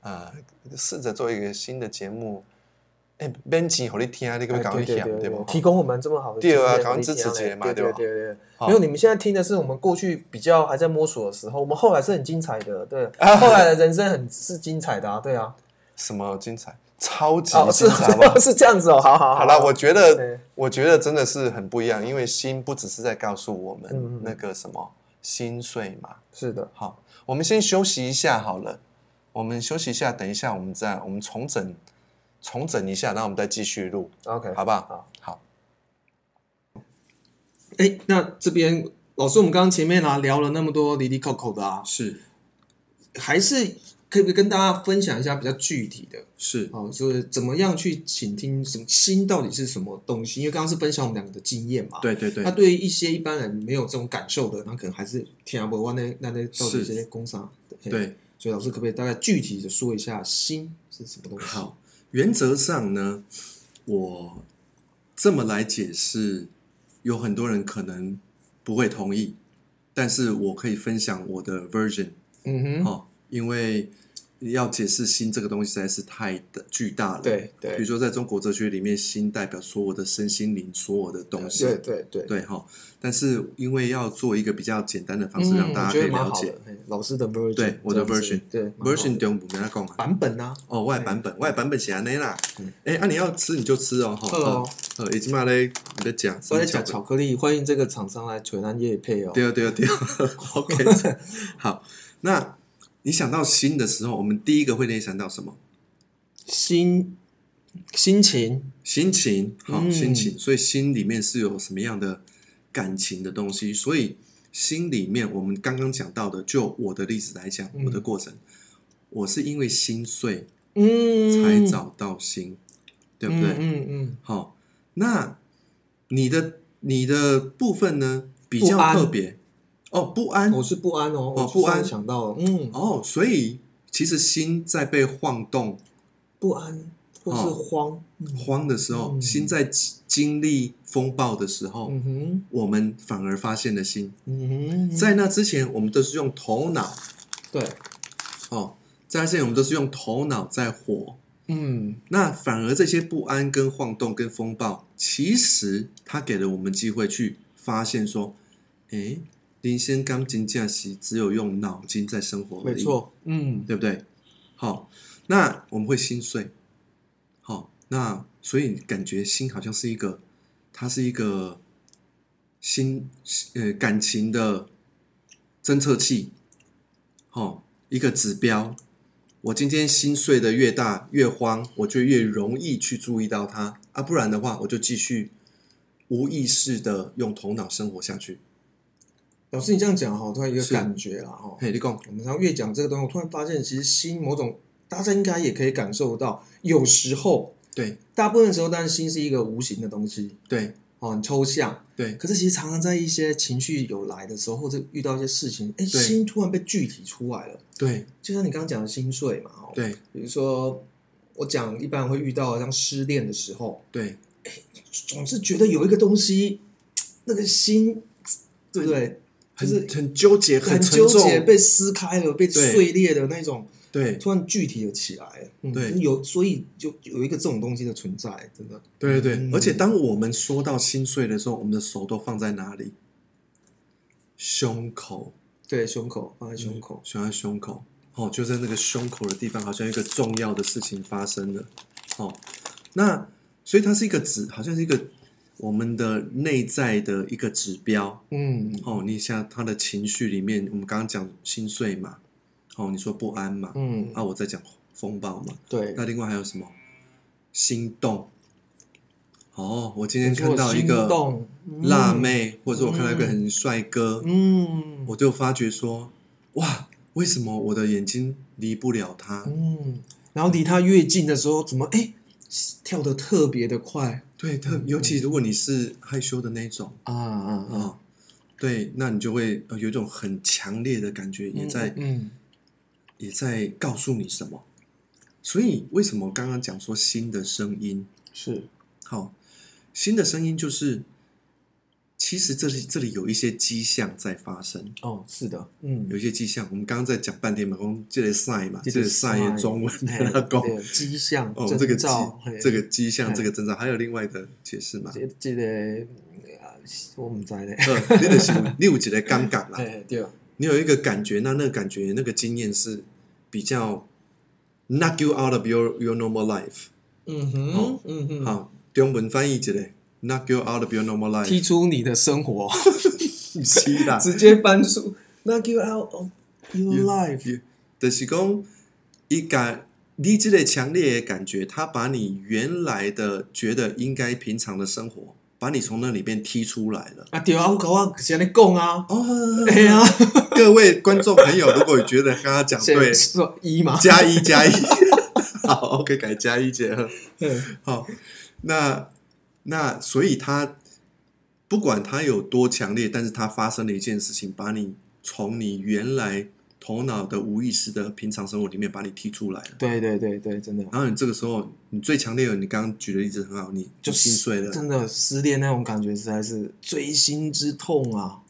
[SPEAKER 3] 啊、试着做一个新的节目。哎，编辑，好你听啊，你可不可以
[SPEAKER 1] 哎
[SPEAKER 3] 赶快
[SPEAKER 1] 对对
[SPEAKER 3] 想，
[SPEAKER 1] 对
[SPEAKER 3] 对
[SPEAKER 1] 对
[SPEAKER 3] 不？
[SPEAKER 1] 提供我们这么好的
[SPEAKER 3] 对啊
[SPEAKER 1] 经验
[SPEAKER 3] 赶快支持
[SPEAKER 1] 给你听啊
[SPEAKER 3] 节嘛
[SPEAKER 1] 对
[SPEAKER 3] 对吧
[SPEAKER 1] 对对对。
[SPEAKER 3] 好
[SPEAKER 1] 没有，你们现在听的是我们过去比较还在摸索的时候，我们后来是很精彩
[SPEAKER 3] [LAUGHS]
[SPEAKER 1] 的，对，后来的人生很是精彩的啊，对啊，
[SPEAKER 3] 什么精彩？超级
[SPEAKER 1] 哦，是？
[SPEAKER 3] 精彩吧
[SPEAKER 1] 是这 [LAUGHS] 样子哦，好好
[SPEAKER 3] 好了，我觉得，
[SPEAKER 1] 对
[SPEAKER 3] 我觉得真的是很不一样，因为心不只是在告诉我
[SPEAKER 1] 嗯嗯
[SPEAKER 3] 们那个什么心碎嘛。
[SPEAKER 1] 是的，
[SPEAKER 3] 好，我们先休息一下好了，我们休息一下，等一下我们再我们重整重整一下，然后我们再继续录。
[SPEAKER 1] OK，
[SPEAKER 3] 好不好？
[SPEAKER 1] 好，
[SPEAKER 3] 好，
[SPEAKER 1] 哎，那这边老师，我们刚刚前面啊聊了那么多离离扣扣的啊，
[SPEAKER 2] 是
[SPEAKER 1] 还是可不可以跟大家分享一下比较具体的
[SPEAKER 2] 是
[SPEAKER 1] 哦，就是怎么样去倾听，什么心到底是什么东西？因为刚刚是分享我们两个的经验嘛，。
[SPEAKER 2] 对对对
[SPEAKER 1] 那，对于一些一般人没有这种感受的，那可能还是听不完那那那到底
[SPEAKER 2] 是
[SPEAKER 1] 这些工商对
[SPEAKER 2] 对。
[SPEAKER 1] 所以老师可不可以大概具体的说一下心是什么东西？
[SPEAKER 2] 好，原则上呢，我这么来解释，有很多人可能不会同意，但是我可以分享我的 version
[SPEAKER 1] 嗯哼，
[SPEAKER 2] 哦，因为要解释心这个东西实在是太的巨大了。，
[SPEAKER 1] 对
[SPEAKER 2] 比如
[SPEAKER 1] 对
[SPEAKER 2] 说在中国哲学里面，心代表所有的身心灵所有的东西。
[SPEAKER 1] 对对对，
[SPEAKER 2] 对哈，但是因为要做一个比较简单的方式，
[SPEAKER 1] 嗯
[SPEAKER 2] 让大
[SPEAKER 1] 我
[SPEAKER 2] 家
[SPEAKER 1] 觉
[SPEAKER 2] 可以
[SPEAKER 1] 得蛮
[SPEAKER 2] 了
[SPEAKER 1] 好
[SPEAKER 2] 解
[SPEAKER 1] 的。。嘿老师的 version，
[SPEAKER 2] 对我的
[SPEAKER 1] 这样子
[SPEAKER 2] version
[SPEAKER 1] 对蛮好的
[SPEAKER 2] version 中我们要讲啊，
[SPEAKER 1] 版本啊，
[SPEAKER 2] 哦，外版本，外版本写安内啦
[SPEAKER 1] 嗯。
[SPEAKER 2] 哎，啊，你要吃你就吃哦，哈。
[SPEAKER 1] 好哦，
[SPEAKER 2] 呃，已经嘛咧，你在讲，
[SPEAKER 1] 我在讲巧克力，欢迎这个厂商来垂南夜配哦。
[SPEAKER 2] 对啊，对啊， [LAUGHS] 对啊。OK，好，那你想到心的时候，我们第一个会联想到什么？
[SPEAKER 1] 心心情，
[SPEAKER 2] 心情，好、
[SPEAKER 1] 嗯
[SPEAKER 2] 心情。所以心里面是有什么样的感情的东西？所以心里面，我们刚刚讲到的，就我的例子来讲，
[SPEAKER 1] 嗯
[SPEAKER 2] 我的过程，我是因为心碎
[SPEAKER 1] 嗯，
[SPEAKER 2] 才找到心，对不对？
[SPEAKER 1] 嗯嗯
[SPEAKER 2] 好、那你的你的部分呢比
[SPEAKER 1] 不
[SPEAKER 2] 较
[SPEAKER 1] 安
[SPEAKER 2] 特别哦，不安
[SPEAKER 1] 嗯，我是不安哦，
[SPEAKER 2] 哦
[SPEAKER 1] 我
[SPEAKER 2] 不安
[SPEAKER 1] 突然想到了，嗯，
[SPEAKER 2] 哦，所以其实心在被晃动、
[SPEAKER 1] 不安或是
[SPEAKER 2] 哦
[SPEAKER 1] 慌，嗯
[SPEAKER 2] 慌的时候，
[SPEAKER 1] 嗯
[SPEAKER 2] 心在经经历风暴的时候，
[SPEAKER 1] 嗯哼，
[SPEAKER 2] 我们反而发现了心。
[SPEAKER 1] 嗯哼，
[SPEAKER 2] 在那之前，我们都是用头脑
[SPEAKER 1] 对，
[SPEAKER 2] 哦，在那之前我们都是用头脑在活。
[SPEAKER 1] 嗯
[SPEAKER 2] 那反而这些不安、跟晃动、跟风暴，其实它给了我们机会去发现说，诶，林先刚金假期只有用脑筋在生活而
[SPEAKER 1] 没
[SPEAKER 2] 已，
[SPEAKER 1] 错，嗯
[SPEAKER 2] 对不对？好，那我们会心碎。好，那所以感觉心好像是一个，它是一个心呃感情的侦测器，好、一个指标。我今天心碎的越大越慌，我就越容易去注意到它啊，不然的话我就继续无意识的用头脑生活下去。
[SPEAKER 1] 老师你这样讲哈，我突然有一个
[SPEAKER 2] 是
[SPEAKER 1] 感觉啦哈，
[SPEAKER 2] 嘿，你讲，
[SPEAKER 1] 我们常越讲这个东西，我突然发现其实心某种大家应该也可以感受到，有时候
[SPEAKER 2] 对
[SPEAKER 1] 大部分时候，但是心是一个无形的东西
[SPEAKER 2] 对
[SPEAKER 1] 哦，很抽象。
[SPEAKER 2] 对
[SPEAKER 1] 可是其实常常在一些情绪有来的时候，或者遇到一些事情，哎，
[SPEAKER 2] 对
[SPEAKER 1] 心突然被具体出来了。
[SPEAKER 2] 对
[SPEAKER 1] 就像你刚刚讲的心碎嘛，哦，
[SPEAKER 2] 对
[SPEAKER 1] 比如说我讲一般会遇到像失恋的时候，
[SPEAKER 2] 对，
[SPEAKER 1] 总是觉得有一个东西，那个心，对不对？就
[SPEAKER 2] 很
[SPEAKER 1] 是
[SPEAKER 2] 很纠结，
[SPEAKER 1] 很
[SPEAKER 2] 沉
[SPEAKER 1] 纠
[SPEAKER 2] 重
[SPEAKER 1] 结，被撕开了，被
[SPEAKER 2] 对
[SPEAKER 1] 碎裂的那种，
[SPEAKER 2] 对
[SPEAKER 1] 突然具体的起来。嗯
[SPEAKER 2] 对
[SPEAKER 1] 有所以就有一个这种东西的存在，真的。
[SPEAKER 2] 对对对
[SPEAKER 1] 嗯。
[SPEAKER 2] 而且当我们说到心碎的时候，我们的手都放在哪里？胸口，
[SPEAKER 1] 对，胸口放在胸口，
[SPEAKER 2] 喜欢胸口，哦，就在那个胸口的地方，好像有一个重要的事情发生了，哦，那所以它是一个指，好像是一个我们的内在的一个指标，
[SPEAKER 1] 嗯，
[SPEAKER 2] 哦，你像他的情绪里面，我们刚刚讲心碎嘛，哦，你说不安嘛，
[SPEAKER 1] 嗯，
[SPEAKER 2] 啊，我在讲风暴嘛，
[SPEAKER 1] 对，
[SPEAKER 2] 那另外还有什么？心动。哦，我今天
[SPEAKER 1] 我说
[SPEAKER 2] 看
[SPEAKER 1] 我
[SPEAKER 2] 到一
[SPEAKER 1] 心
[SPEAKER 2] 个
[SPEAKER 1] 动
[SPEAKER 2] 辣，
[SPEAKER 1] 嗯
[SPEAKER 2] 妹，或者是我看到一个
[SPEAKER 1] 嗯
[SPEAKER 2] 很帅哥，
[SPEAKER 1] 嗯，
[SPEAKER 2] 我就发觉说，哇，为什么我的眼睛离不了他？
[SPEAKER 1] 嗯，然后离他越近的时候，怎么哎跳的特别的快
[SPEAKER 2] 对，特
[SPEAKER 1] 嗯
[SPEAKER 2] 尤其如果你是害羞的那种
[SPEAKER 1] 啊啊
[SPEAKER 2] 啊、！对，那你就会呃有一种很强烈的感觉，也在、
[SPEAKER 1] 嗯
[SPEAKER 2] 也在告诉你什么。所以为什么刚刚讲说新的声音？
[SPEAKER 1] 是
[SPEAKER 2] 好，新的声音就是，其实这里这里有一些迹象在发生，
[SPEAKER 1] 哦是的，嗯
[SPEAKER 2] 有一些迹象。我们刚刚在讲半天嘛，讲这个 sign 嘛，
[SPEAKER 1] 这
[SPEAKER 2] 这
[SPEAKER 1] 个
[SPEAKER 2] 个 sign 的
[SPEAKER 1] sign，
[SPEAKER 2] 中文
[SPEAKER 1] 哎
[SPEAKER 2] 跟他讲，
[SPEAKER 1] 对迹象
[SPEAKER 2] 哦，
[SPEAKER 1] 征
[SPEAKER 2] 这个迹
[SPEAKER 1] 兆嘿
[SPEAKER 2] 这个迹象，
[SPEAKER 1] 嘿
[SPEAKER 2] 这个征兆，还有另外的解释嘛？
[SPEAKER 1] 这这个啊我们在嘞，
[SPEAKER 2] 呃，你的是你有一个感觉啦，
[SPEAKER 1] [LAUGHS] 哎对，
[SPEAKER 2] 你有一个感觉，那那个感觉那个经验是比较 knock you out of your your normal life。
[SPEAKER 1] 嗯哼
[SPEAKER 2] 哦
[SPEAKER 1] 嗯哼，
[SPEAKER 2] 好，中文翻译一下，knock you out of your normal
[SPEAKER 1] 踢
[SPEAKER 2] life。
[SPEAKER 1] 出你的生活，
[SPEAKER 2] [LAUGHS] 是啦，
[SPEAKER 1] 直接搬出 knock you out of your life，
[SPEAKER 2] 哎 You- 就是讲伊感你这个强烈的感觉，它把你原来的觉得应该平常的生活，把你从那里边踢出来了。
[SPEAKER 1] 啊对啊，我搞我是安尼讲啊，
[SPEAKER 2] 哦，
[SPEAKER 1] 哎呀，
[SPEAKER 2] 各位观众朋友，如果觉得刚刚讲对
[SPEAKER 1] 先，说一嘛，
[SPEAKER 2] 加一加一， [LAUGHS] 好，OK，改加一结合。
[SPEAKER 1] 嗯
[SPEAKER 2] 好，那那所以它不管它有多强烈，但是它发生了一件事情，把你从你原来头脑的无意识的平常生活里面把你踢出来了。
[SPEAKER 1] 对对对对，真的。
[SPEAKER 2] 然后你这个时候，你最强烈的，你刚刚举的例子很好，你
[SPEAKER 1] 就
[SPEAKER 2] 就心碎了。
[SPEAKER 1] 真的失恋那种感觉实在是锥心之痛啊！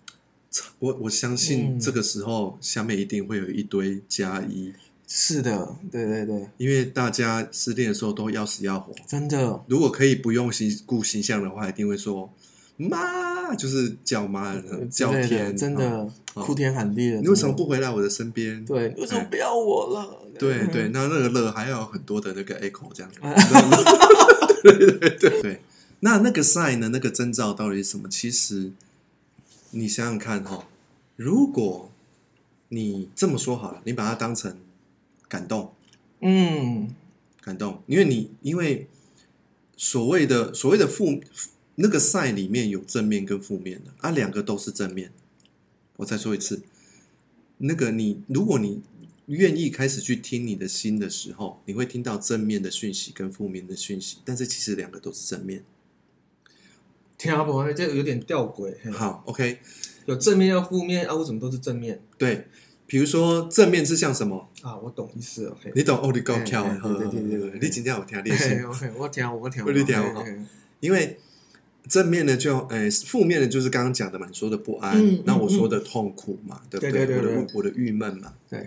[SPEAKER 2] 我我相信
[SPEAKER 1] 嗯
[SPEAKER 2] 这个时候下面一定会有一堆加一，
[SPEAKER 1] 是的，对对对，
[SPEAKER 2] 因为大家失恋的时候都要死要活，
[SPEAKER 1] 真的
[SPEAKER 2] 如果可以不用形顾形象的话，一定会说妈，就是叫妈
[SPEAKER 1] 呃，之
[SPEAKER 2] 叫
[SPEAKER 1] 类的
[SPEAKER 2] 天，
[SPEAKER 1] 真
[SPEAKER 2] 啊。
[SPEAKER 1] 的哭天喊地的。
[SPEAKER 2] 你为什么
[SPEAKER 1] 真的
[SPEAKER 2] 不回来我的身边？
[SPEAKER 1] 对？为什么不要我了？
[SPEAKER 2] 对
[SPEAKER 1] 嗯
[SPEAKER 2] 对，，那那个乐还要有很多的那个 echo 这样子
[SPEAKER 1] 啊。
[SPEAKER 2] 对对对对。那那个 sign 呢？那个征兆到底是什么？其实你想想看哈、如果你这么说好了，你把它当成感动，
[SPEAKER 1] 嗯，
[SPEAKER 2] 感动，因为你因为所谓的所谓的负那个赛里面有正面跟负面的，啊，两个都是正面。我再说一次，那个你如果你愿意开始去听你的心的时候，你会听到正面的讯息跟负面的讯息，但是其实两个都是正面。
[SPEAKER 1] 听不懂，这有点吊诡。嘿
[SPEAKER 2] 好，OK，
[SPEAKER 1] 有正面要负面啊？为什么都是正面
[SPEAKER 2] 对，比如说正面是像什么？
[SPEAKER 1] 啊？我懂意思了。嘿
[SPEAKER 2] 你懂哦，你够巧
[SPEAKER 1] 哎哎
[SPEAKER 2] 的，
[SPEAKER 1] 对对对对对对
[SPEAKER 2] 你今天有听练
[SPEAKER 1] [LAUGHS]
[SPEAKER 2] 习。
[SPEAKER 1] 嘿，OK，我听，我听，
[SPEAKER 2] 我你听
[SPEAKER 1] 嘿
[SPEAKER 2] 哦
[SPEAKER 1] 嘿
[SPEAKER 2] 因为正面的就呃负面的就是刚刚讲的嘛，你说的不安，
[SPEAKER 1] 嗯嗯
[SPEAKER 2] 那我说的痛苦嘛，对不
[SPEAKER 1] 对对对
[SPEAKER 2] 我
[SPEAKER 1] 对
[SPEAKER 2] 的我的郁闷嘛。
[SPEAKER 1] 对，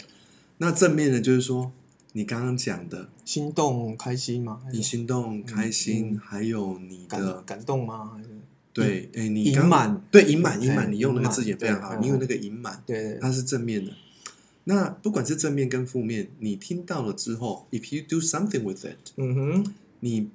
[SPEAKER 2] 那正面的就是说你刚刚讲的，
[SPEAKER 1] 心动、开心吗？还是
[SPEAKER 2] 你心动、开心，
[SPEAKER 1] 嗯
[SPEAKER 2] 还有你
[SPEAKER 1] 感
[SPEAKER 2] 的
[SPEAKER 1] 感动吗？还是
[SPEAKER 2] 对，哎，你
[SPEAKER 1] 隐
[SPEAKER 2] 刚
[SPEAKER 1] 瞒
[SPEAKER 2] 对隐满隐
[SPEAKER 1] 哎
[SPEAKER 2] 满，你用那
[SPEAKER 1] 隐
[SPEAKER 2] 个
[SPEAKER 1] 瞒
[SPEAKER 2] 字眼非常好，
[SPEAKER 1] 对
[SPEAKER 2] 你用
[SPEAKER 1] 嗯
[SPEAKER 2] 那个隐满，
[SPEAKER 1] 对对
[SPEAKER 2] 它是正面的。那不管是正面跟负面，你听到了之后，if you do something with it，
[SPEAKER 1] 嗯哼，
[SPEAKER 2] 你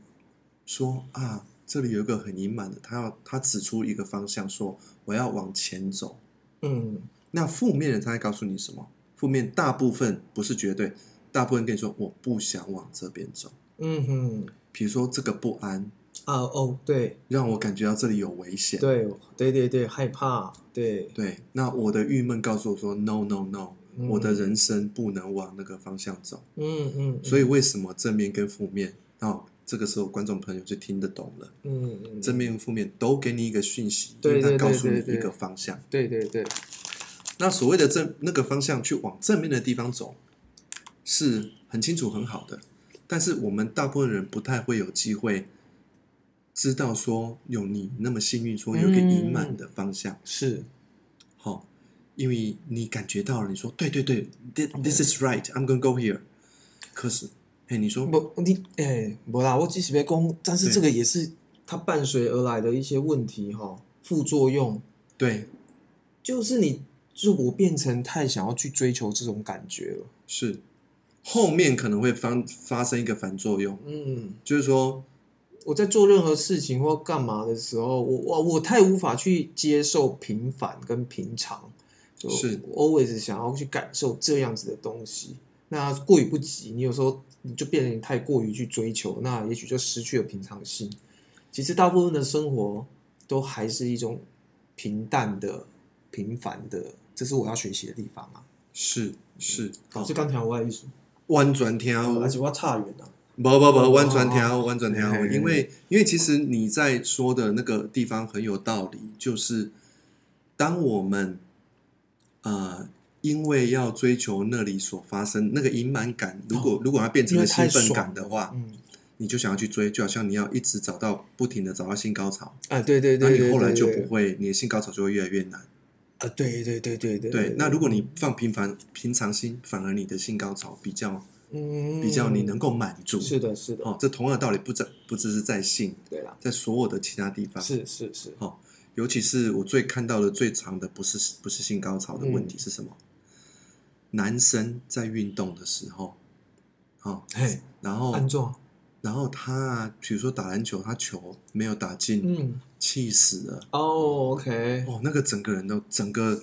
[SPEAKER 2] 说啊，这里有一个很隐满的，他要他指出一个方向，说我要往前走。
[SPEAKER 1] 嗯，
[SPEAKER 2] 那负面的他会告诉你什么？负面大部分不是绝对，大部分跟你说我不想往这边走。
[SPEAKER 1] 嗯哼，
[SPEAKER 2] 比如说这个不安，
[SPEAKER 1] 啊哦，对，
[SPEAKER 2] 让我感觉到这里有危险。
[SPEAKER 1] 对对对对，害怕，对，
[SPEAKER 2] 对那我的郁闷告诉我说 no no no，
[SPEAKER 1] 嗯
[SPEAKER 2] 我的人生不能往那个方向走。
[SPEAKER 1] 嗯嗯，
[SPEAKER 2] 所以为什么正面跟负面，哦，这个时候观众朋友就听得懂了，
[SPEAKER 1] 嗯嗯，
[SPEAKER 2] 正面跟负面都给你一个讯息，因
[SPEAKER 1] 对
[SPEAKER 2] 为它
[SPEAKER 1] 对
[SPEAKER 2] 告
[SPEAKER 1] 对
[SPEAKER 2] 诉
[SPEAKER 1] 对
[SPEAKER 2] 你一
[SPEAKER 1] 对
[SPEAKER 2] 个方向。
[SPEAKER 1] 对对对，
[SPEAKER 2] 那所谓的正那个方向去往正面的地方走，是很清楚很好的，但是我们大部分人不太会有机会知道说有你那么幸运说有一
[SPEAKER 1] 嗯
[SPEAKER 2] 个隐满的方向，
[SPEAKER 1] 是，
[SPEAKER 2] 好、因为你感觉到了，你说对对对，this this is right，I'm gonna go here，可是，哎，你说
[SPEAKER 1] 不，你哎，不啦，我只是要讲，但是
[SPEAKER 2] 对
[SPEAKER 1] 这个也是它伴随而来的一些问题哈、副作用
[SPEAKER 2] 对，
[SPEAKER 1] 就是你，就是我变成太想要去追求这种感觉了，
[SPEAKER 2] 是后面可能会发发生一个反作用，
[SPEAKER 1] 嗯，
[SPEAKER 2] 就是说，
[SPEAKER 1] 我在做任何事情或干嘛的时候，我我我太无法去接受平凡跟平常，就是 always 想要去感受这样子的东西。那过于不及，你有时候你就变得你太过于去追求，那也许就失去了平常心。其实大部分的生活都还是一种平淡的、平凡的，这是我要学习的地方啊。
[SPEAKER 2] 是哦是，好
[SPEAKER 1] 这，刚才我的意思，
[SPEAKER 2] 弯转天
[SPEAKER 1] 而且我要差远了。
[SPEAKER 2] 不不
[SPEAKER 1] 哦
[SPEAKER 2] 不，弯转条，弯转
[SPEAKER 1] 嘿
[SPEAKER 2] 条，
[SPEAKER 1] 嘿嘿
[SPEAKER 2] 因为因为其实你在说的那个地方很有道理，就是当我们呃，因为要追求那里所发生那个隐满感，如果、如果它变成
[SPEAKER 1] 哦因为
[SPEAKER 2] 了
[SPEAKER 1] 太
[SPEAKER 2] 兴奋
[SPEAKER 1] 爽
[SPEAKER 2] 感的话，
[SPEAKER 1] 嗯，
[SPEAKER 2] 你就想要去追，就好像你要一直找到不停的找到性高潮，
[SPEAKER 1] 啊，对对
[SPEAKER 2] 那
[SPEAKER 1] 对对
[SPEAKER 2] 你
[SPEAKER 1] 对
[SPEAKER 2] 后来就
[SPEAKER 1] 对
[SPEAKER 2] 不会，你的性高潮就会越来越难。
[SPEAKER 1] 啊，对对对对对
[SPEAKER 2] 对，那如果你放平凡平常心，反而你的性高潮比较
[SPEAKER 1] 嗯
[SPEAKER 2] 比较你能够满足。
[SPEAKER 1] 是的，是的，
[SPEAKER 2] 哦，这同样的道理不只不只是在性，
[SPEAKER 1] 对啦，
[SPEAKER 2] 在所有的其他地方，
[SPEAKER 1] 是是是，
[SPEAKER 2] 尤其是我最看到的最长的不是不是性高潮的
[SPEAKER 1] 嗯
[SPEAKER 2] 问题是什么？男生在运动的时候，哦，
[SPEAKER 1] 嘿，
[SPEAKER 2] 然后
[SPEAKER 1] 安装，
[SPEAKER 2] 然后他比如说打篮球，他球没有打进，
[SPEAKER 1] 嗯，
[SPEAKER 2] 气死了。
[SPEAKER 1] 哦，OK，
[SPEAKER 2] 哦，那个整个人都整个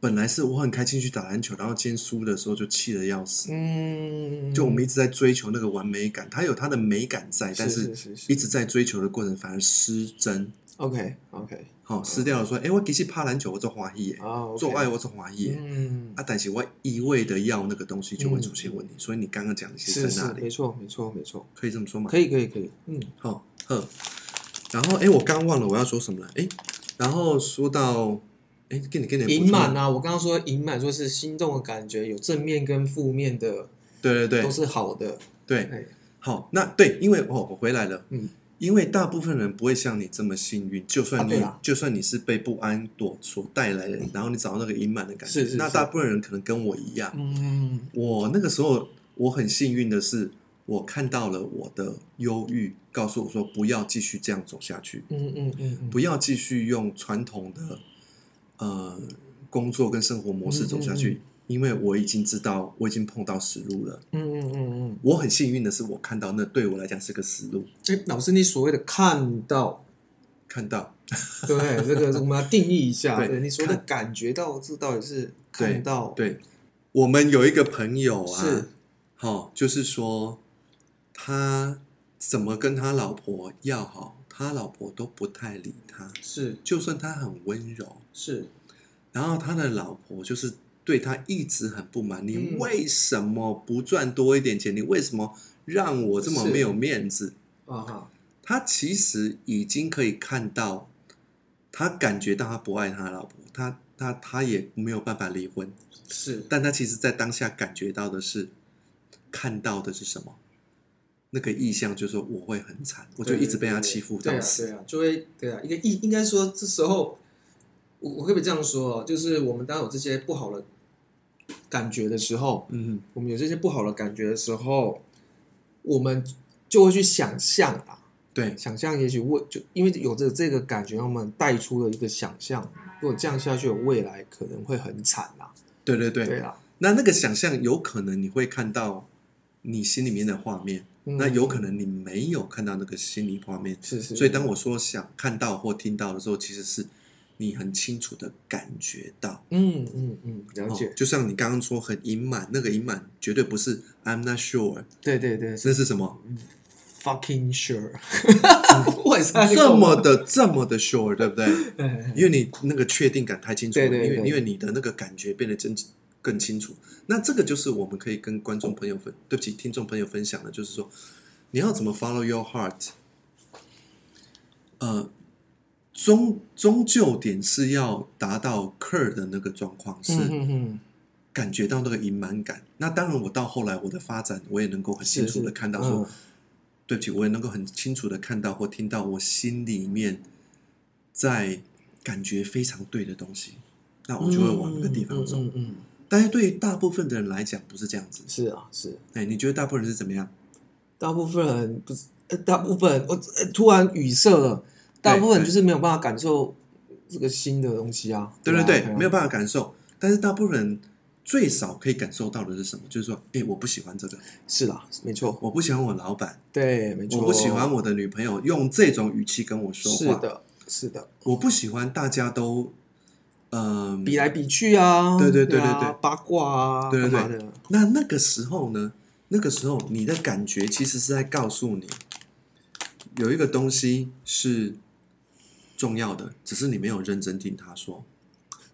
[SPEAKER 2] 本来是我很开心去打篮球，然后今天输的时候就气得要死。
[SPEAKER 1] 嗯，
[SPEAKER 2] 就我们一直在追求那个完美感，它有它的美感在，但
[SPEAKER 1] 是
[SPEAKER 2] 是
[SPEAKER 1] 是是
[SPEAKER 2] 一直在追求的过程反而失真，
[SPEAKER 1] OK OK，
[SPEAKER 2] 好、失掉了说，哎、我其实拍篮球我做华裔耶，
[SPEAKER 1] 啊，
[SPEAKER 2] 做爱我做华裔耶，
[SPEAKER 1] 嗯，
[SPEAKER 2] 啊，但是我一味的要那个东西就会出现问题，所以你刚刚讲的其实
[SPEAKER 1] 是
[SPEAKER 2] 在
[SPEAKER 1] 嗯是，
[SPEAKER 2] 那
[SPEAKER 1] 没
[SPEAKER 2] 里，
[SPEAKER 1] 错没错没错，
[SPEAKER 2] 可以这么说吗？
[SPEAKER 1] 可以可以可以，嗯，
[SPEAKER 2] 好，呵，然后哎、诶我刚忘了我要说什么了，哎、然后说到，哎、给你给你补充
[SPEAKER 1] 盈满，啊，我刚刚说盈满，说是心动的感觉，有正面跟负面的，
[SPEAKER 2] 对对
[SPEAKER 1] 都
[SPEAKER 2] 对
[SPEAKER 1] 是好的，
[SPEAKER 2] 对，
[SPEAKER 1] 哎，
[SPEAKER 2] 好，那对，因为哦，我回来了，
[SPEAKER 1] 嗯，
[SPEAKER 2] 因为大部分人不会像你这么幸运，就算
[SPEAKER 1] 啊
[SPEAKER 2] 你、
[SPEAKER 1] 对啊
[SPEAKER 2] 就算你是被不安所所带来的，然后你找到那个隐满的感觉，
[SPEAKER 1] 是是
[SPEAKER 2] 那
[SPEAKER 1] 是
[SPEAKER 2] 大部分人可能跟我一样，
[SPEAKER 1] 嗯，
[SPEAKER 2] 我那个时候我很幸运的是，我看到了我的忧郁，告诉我说不要继续这样走下去，
[SPEAKER 1] 嗯嗯嗯嗯，
[SPEAKER 2] 不要继续用传统的呃工作跟生活模式走下去，
[SPEAKER 1] 嗯嗯
[SPEAKER 2] 因为我已经知道我已经碰到死路了。
[SPEAKER 1] 嗯嗯嗯嗯，
[SPEAKER 2] 我很幸运的是，我看到那对我来讲是个死路，
[SPEAKER 1] 哎，老师，你所谓的看到。
[SPEAKER 2] 看到 [LAUGHS]
[SPEAKER 1] 对，这个我们要定义一下。
[SPEAKER 2] 对
[SPEAKER 1] 对，你说的
[SPEAKER 2] 看
[SPEAKER 1] 感觉到，这到底是
[SPEAKER 2] 对
[SPEAKER 1] 看到？，
[SPEAKER 2] 对，我们有一个朋友
[SPEAKER 1] 是
[SPEAKER 2] 啊，好、就是说他怎么跟他老婆要好，他老婆都不太理他，
[SPEAKER 1] 是
[SPEAKER 2] 就算他很温柔，
[SPEAKER 1] 是，
[SPEAKER 2] 然后他的老婆就是对他一直很不满，你
[SPEAKER 1] 嗯
[SPEAKER 2] 为什么不赚多一点钱？你为什么让我这么
[SPEAKER 1] 是
[SPEAKER 2] 没有面子？
[SPEAKER 1] 啊哈，
[SPEAKER 2] 他其实已经可以看到，他感觉到他不爱他的老婆，他他他也没有办法离婚。
[SPEAKER 1] 是
[SPEAKER 2] 但他其实在当下感觉到的是，看到的是什么？那个意向就是说我会很惨，我就一直被他欺负
[SPEAKER 1] 对
[SPEAKER 2] 到
[SPEAKER 1] 啊，
[SPEAKER 2] 死。
[SPEAKER 1] 对啊，就会对啊，一个应应该说这时候，我我可不可以这样说啊？就是我们当有这些不好的感觉的时候，
[SPEAKER 2] 嗯，
[SPEAKER 1] 我们有这些不好的感觉的时候，我们就会去想象啊，
[SPEAKER 2] 对，
[SPEAKER 1] 想象也许未就因为有着这个感觉，让我们带出了一个想象，如果这样下去，我未来可能会很惨啊。
[SPEAKER 2] 对对对。
[SPEAKER 1] 对啊，
[SPEAKER 2] 那那个想象有可能你会看到你心里面的画面，
[SPEAKER 1] 嗯
[SPEAKER 2] 那有可能你没有看到那个心理画面。
[SPEAKER 1] 是是，
[SPEAKER 2] 所以当我说想看到或听到的时候，其实是你很清楚的感觉到。
[SPEAKER 1] 嗯嗯嗯，了
[SPEAKER 2] 哦
[SPEAKER 1] 解，，
[SPEAKER 2] 就像你刚刚说很隐满，那个隐满绝对不是 I'm not sure，
[SPEAKER 1] 对对对，是
[SPEAKER 2] 那是什么？
[SPEAKER 1] fucking sure，我 [LAUGHS] 也是在
[SPEAKER 2] 嗯这么的这么的 sure，对不对？
[SPEAKER 1] 哎
[SPEAKER 2] 因为你那个确定感太清楚了，
[SPEAKER 1] 对对对
[SPEAKER 2] 因为因为你的那个感觉变得真更清楚。那这个就是我们可以跟观众朋友分，对不起，听众朋友分享的，就是说你要怎么 follow your heart。呃，终终究点是要达到 Kerr 的那个状况，是
[SPEAKER 1] 嗯嗯嗯，
[SPEAKER 2] 感觉到那个隐满感。那当然，我到后来我的发展，我也能够很清楚的看到说，
[SPEAKER 1] 是嗯是
[SPEAKER 2] 对不起，我也能够很清楚的看到或听到我心里面在感觉非常对的东西，那我就会往那个地方走。
[SPEAKER 1] 嗯嗯嗯嗯嗯
[SPEAKER 2] 但是对于大部分的人来讲，不是这样子。
[SPEAKER 1] 是啊是。
[SPEAKER 2] 哎，你觉得大部分人是怎么样？
[SPEAKER 1] 大部分人不是，呃大部分人我、呃突然语塞了，大部分人就是没有办法感受这个新的东西啊。
[SPEAKER 2] 对对
[SPEAKER 1] 啊
[SPEAKER 2] 对，
[SPEAKER 1] 啊
[SPEAKER 2] 没有办法感受。但是大部分人最少可以感受到的是什么？就是说，哎，我不喜欢这个，
[SPEAKER 1] 是啦，没错，
[SPEAKER 2] 我不喜欢我老板，
[SPEAKER 1] 对，没错，
[SPEAKER 2] 我不喜欢我的女朋友用这种语气跟我说话。
[SPEAKER 1] 是的，是的，
[SPEAKER 2] 我不喜欢大家都，嗯、
[SPEAKER 1] 比来比去啊，
[SPEAKER 2] 对对对
[SPEAKER 1] 啊
[SPEAKER 2] 对对
[SPEAKER 1] 八卦啊，
[SPEAKER 2] 对对对
[SPEAKER 1] 干嘛的，
[SPEAKER 2] 那那个时候呢，那个时候你的感觉其实是在告诉你，有一个东西是重要的，只是你没有认真听他说。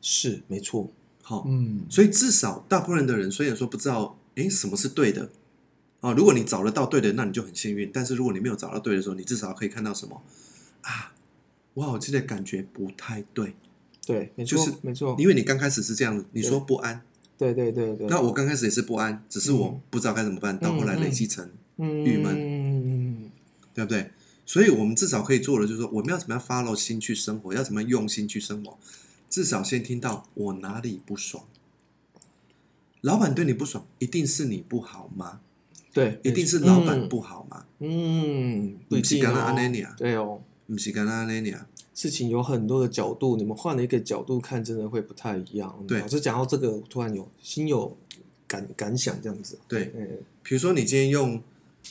[SPEAKER 1] 是没错，
[SPEAKER 2] 好、
[SPEAKER 4] 嗯，
[SPEAKER 2] 所以至少大部分的人虽然说不知道，诶，什么是对的啊、如果你找得到对的，那你就很幸运；但是如果你没有找到对的时候，你至少可以看到什么啊？我好像的感觉不太对，
[SPEAKER 1] 对，没错，
[SPEAKER 2] 就是
[SPEAKER 1] 没错，
[SPEAKER 2] 因为你刚开始是这样子，你说不安，
[SPEAKER 1] 对对对对，
[SPEAKER 2] 那我刚开始也是不安，只是我不知道该怎么办，到后来累积成，郁闷
[SPEAKER 1] 闷，
[SPEAKER 2] 对不对？所以我们至少可以做的就是说，我们要怎么样 follow 心去生活，要怎么样用心去生活，至少先听到我哪里不爽。老板对你不爽，一定是你不好吗？
[SPEAKER 1] 对，
[SPEAKER 2] 一定是
[SPEAKER 1] 没错
[SPEAKER 2] 老板，不好吗？
[SPEAKER 1] 嗯，嗯不一
[SPEAKER 2] 不是
[SPEAKER 1] 定
[SPEAKER 2] 干那
[SPEAKER 1] 哦
[SPEAKER 2] 安尼尔
[SPEAKER 1] 对哦。
[SPEAKER 2] 不是刚刚那俩，
[SPEAKER 1] 事情有很多的角度，你们换了一个角度看，真的会不太一样。
[SPEAKER 2] 对
[SPEAKER 1] 老师讲到这个，我突然有心有感感想这样子。
[SPEAKER 2] 对，
[SPEAKER 1] 嗯，
[SPEAKER 2] 比如说你今天用，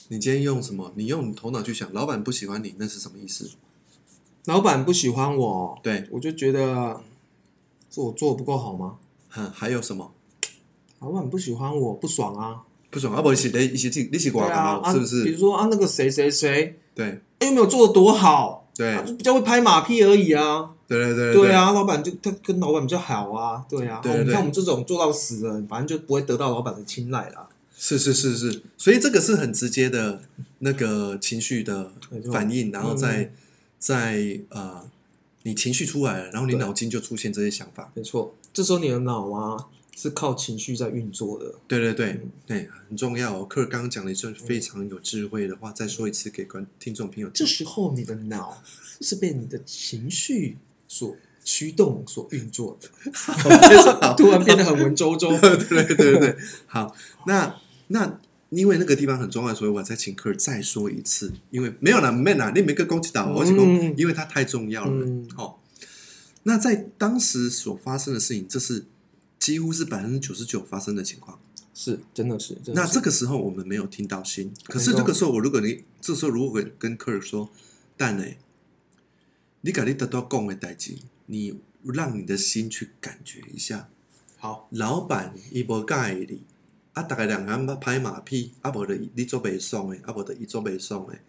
[SPEAKER 2] 你今天用什么？你用你头脑去想，老板不喜欢你，那是什么意思？
[SPEAKER 1] 老板不喜欢我，
[SPEAKER 2] 对，
[SPEAKER 1] 我就觉得是我做得不够好吗？
[SPEAKER 2] 哼，还有什么
[SPEAKER 1] 老板不喜欢我，不爽啊。
[SPEAKER 2] 不爽？啊不，一起你一起进，一起
[SPEAKER 1] 对
[SPEAKER 2] 管
[SPEAKER 1] 啊，
[SPEAKER 2] 啊，
[SPEAKER 1] 啊
[SPEAKER 2] 是不
[SPEAKER 1] 比如
[SPEAKER 2] 是？
[SPEAKER 1] 说啊，那个谁谁谁，
[SPEAKER 2] 对
[SPEAKER 1] 哎又没有做的多好，
[SPEAKER 2] 对
[SPEAKER 1] 啊就比较会拍马屁而已啊。
[SPEAKER 2] 对对对
[SPEAKER 1] 对，啊，老板就他跟老板比较好啊，对啊。
[SPEAKER 2] 对
[SPEAKER 1] 啊
[SPEAKER 2] 对
[SPEAKER 1] 你
[SPEAKER 2] 对
[SPEAKER 1] 看我们这种做到死人，反正就不会得到老板的青睐啦。
[SPEAKER 2] 是是是是，所以这个是很直接的那个情绪的
[SPEAKER 1] 没错
[SPEAKER 2] 反应，然后
[SPEAKER 1] 嗯
[SPEAKER 2] 再再呃，你情绪出来了，然后你
[SPEAKER 1] 对
[SPEAKER 2] 脑筋就出现这些想法。
[SPEAKER 1] 没错，这时候你的脑啊是靠情绪在运作的。
[SPEAKER 2] 对对对
[SPEAKER 1] 嗯
[SPEAKER 2] 对，很重要、哦。克尔刚刚讲了一句非常有智慧的话，再说一次给观听众朋友
[SPEAKER 1] 这
[SPEAKER 2] 听。
[SPEAKER 1] 时候你的脑是被你的情绪所驱动、所运作的。
[SPEAKER 2] [LAUGHS]
[SPEAKER 1] 突然变得很文绉绉。
[SPEAKER 2] 啊对对对对，好，那那因为那个地方很重要，所以我再请克尔再说一次，因为没有啦，没啦，你每个攻击到我是
[SPEAKER 1] 嗯
[SPEAKER 2] 讲，因为它太重要了。
[SPEAKER 1] 嗯
[SPEAKER 2] 哦，那在当时所发生的事情，这是几乎是百分之九十九发生的情况。
[SPEAKER 1] 是，真的是。真的
[SPEAKER 2] 那
[SPEAKER 1] 是
[SPEAKER 2] 这个时候我们没有听到心，可是
[SPEAKER 1] 没错
[SPEAKER 2] 这个时候我如果你这时候如果跟客人说，但呢，你赶紧得到共的代际，你让你的心去感觉一下，
[SPEAKER 1] 好，
[SPEAKER 2] 老板伊无介意你，啊，大概两个人拍马屁，啊，无的你做袂爽诶，啊，无的伊做袂爽诶。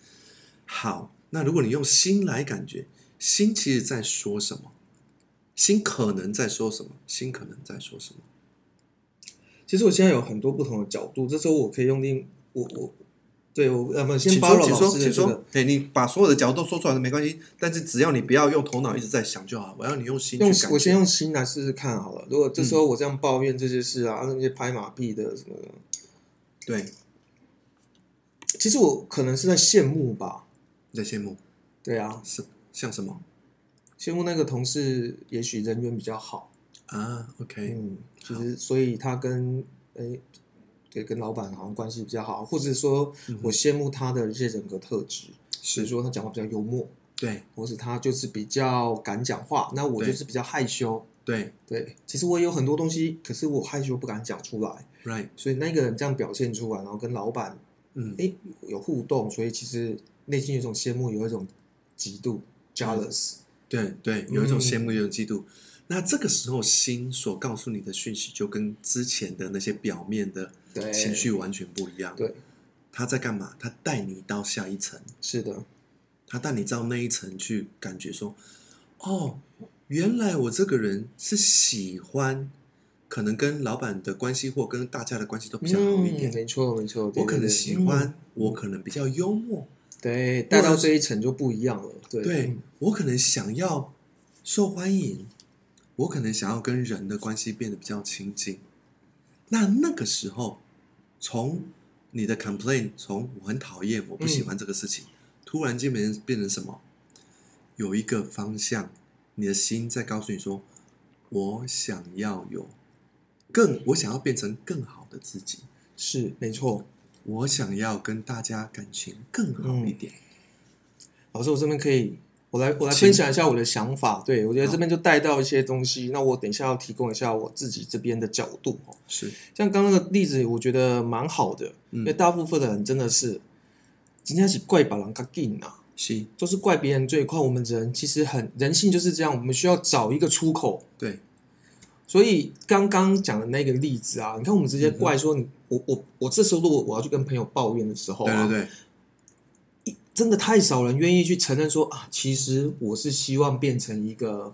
[SPEAKER 2] 好，那如果你用心来感觉，心其实在说什么？心可能在说什么？心可能在说什么？
[SPEAKER 1] 其实我现在有很多不同的角度，这时候我可以用另我我对我呃，不先
[SPEAKER 2] 请
[SPEAKER 1] 包
[SPEAKER 2] 说，
[SPEAKER 1] 容
[SPEAKER 2] 请
[SPEAKER 1] 老
[SPEAKER 2] 说，
[SPEAKER 1] 师的
[SPEAKER 2] 请
[SPEAKER 1] 这个
[SPEAKER 2] 说。对你把所有的角度说出来没关系，但是只要你不要用头脑一直在想就好。我要你用心去
[SPEAKER 1] 用
[SPEAKER 2] 感觉。嗯
[SPEAKER 1] 我先用心来试试看好了。如果这时候我这样抱怨这些事啊，那些拍马屁的什么的，
[SPEAKER 2] 对，
[SPEAKER 1] 其实我可能是在羡慕吧。
[SPEAKER 2] 你在羡慕
[SPEAKER 1] 对啊，
[SPEAKER 2] 是像什么
[SPEAKER 1] 羡慕那个同事，也许人缘比较好，
[SPEAKER 2] 啊？OK，、
[SPEAKER 1] 嗯，其实所以他跟诶、对，跟老板好像关系比较好，或者说
[SPEAKER 2] 嗯
[SPEAKER 1] 我羡慕他的一些人格特质，比
[SPEAKER 2] 是
[SPEAKER 1] 如说他讲话比较幽默，
[SPEAKER 2] 对
[SPEAKER 1] 或是他就是比较敢讲话，那我
[SPEAKER 2] 对
[SPEAKER 1] 就是比较害羞。
[SPEAKER 2] 对
[SPEAKER 1] 对，其实我也有很多东西，可是我害羞不敢讲出来，
[SPEAKER 2] ，right，
[SPEAKER 1] 所以那个人这样表现出来，然后跟老板
[SPEAKER 2] 嗯，
[SPEAKER 1] 诶有互动，所以其实内心有一种羡慕，有一种嫉妒 （jealous）。
[SPEAKER 2] 对对，有一种羡慕，
[SPEAKER 1] 嗯
[SPEAKER 2] 有一种嫉妒。那这个时候，心所告诉你的讯息就跟之前的那些表面的
[SPEAKER 1] 对
[SPEAKER 2] 情绪完全不一样。
[SPEAKER 1] 对，
[SPEAKER 2] 他在干嘛？他带你到下一层，
[SPEAKER 1] 是的，
[SPEAKER 2] 他带你到那一层去感觉说，哦，原来我这个人是喜欢可能跟老板的关系或跟大家的关系都比较好一点。
[SPEAKER 1] 嗯没错没错，对嗯
[SPEAKER 2] 嗯我可能喜，欢，我可能比较幽默，
[SPEAKER 1] 对对对，带到这一层就不一样了，对嗯
[SPEAKER 2] 对我可能想要受欢迎，我可能想要跟人的关系变得比较亲近。那那个时候，从你的 complain，从我很讨厌，我不喜欢这个事情，突然间变成变成什么？有一个方向，你的心在告诉你说，我想要有更，我想要变成更好的自己，
[SPEAKER 1] 是没错。
[SPEAKER 2] 我想要跟大家感情更好一点。
[SPEAKER 1] 老师，我这边可以，我来我来
[SPEAKER 2] 请
[SPEAKER 1] 分享一下我的想法。对我觉得这边就带到一些东西，那我等一下要提供一下我自己这边的角度哦。
[SPEAKER 2] 是，
[SPEAKER 1] 像刚刚那个例子，我觉得蛮好的，因为
[SPEAKER 2] 嗯，
[SPEAKER 1] 大部分的人真的是，今天是怪把人搞定啊，
[SPEAKER 2] 是，
[SPEAKER 1] 都是怪别人最快。我们人其实很人性就是这样，我们需要找一个出口。
[SPEAKER 2] 对，
[SPEAKER 1] 所以刚刚讲的那个例子啊，你看我们直
[SPEAKER 2] 嗯
[SPEAKER 1] 接怪说你，我我我这时候如果我要去跟朋友抱怨的时候、啊，
[SPEAKER 2] 对对对，
[SPEAKER 1] 真的太少人愿意去承认说啊，其实我是希望变成一个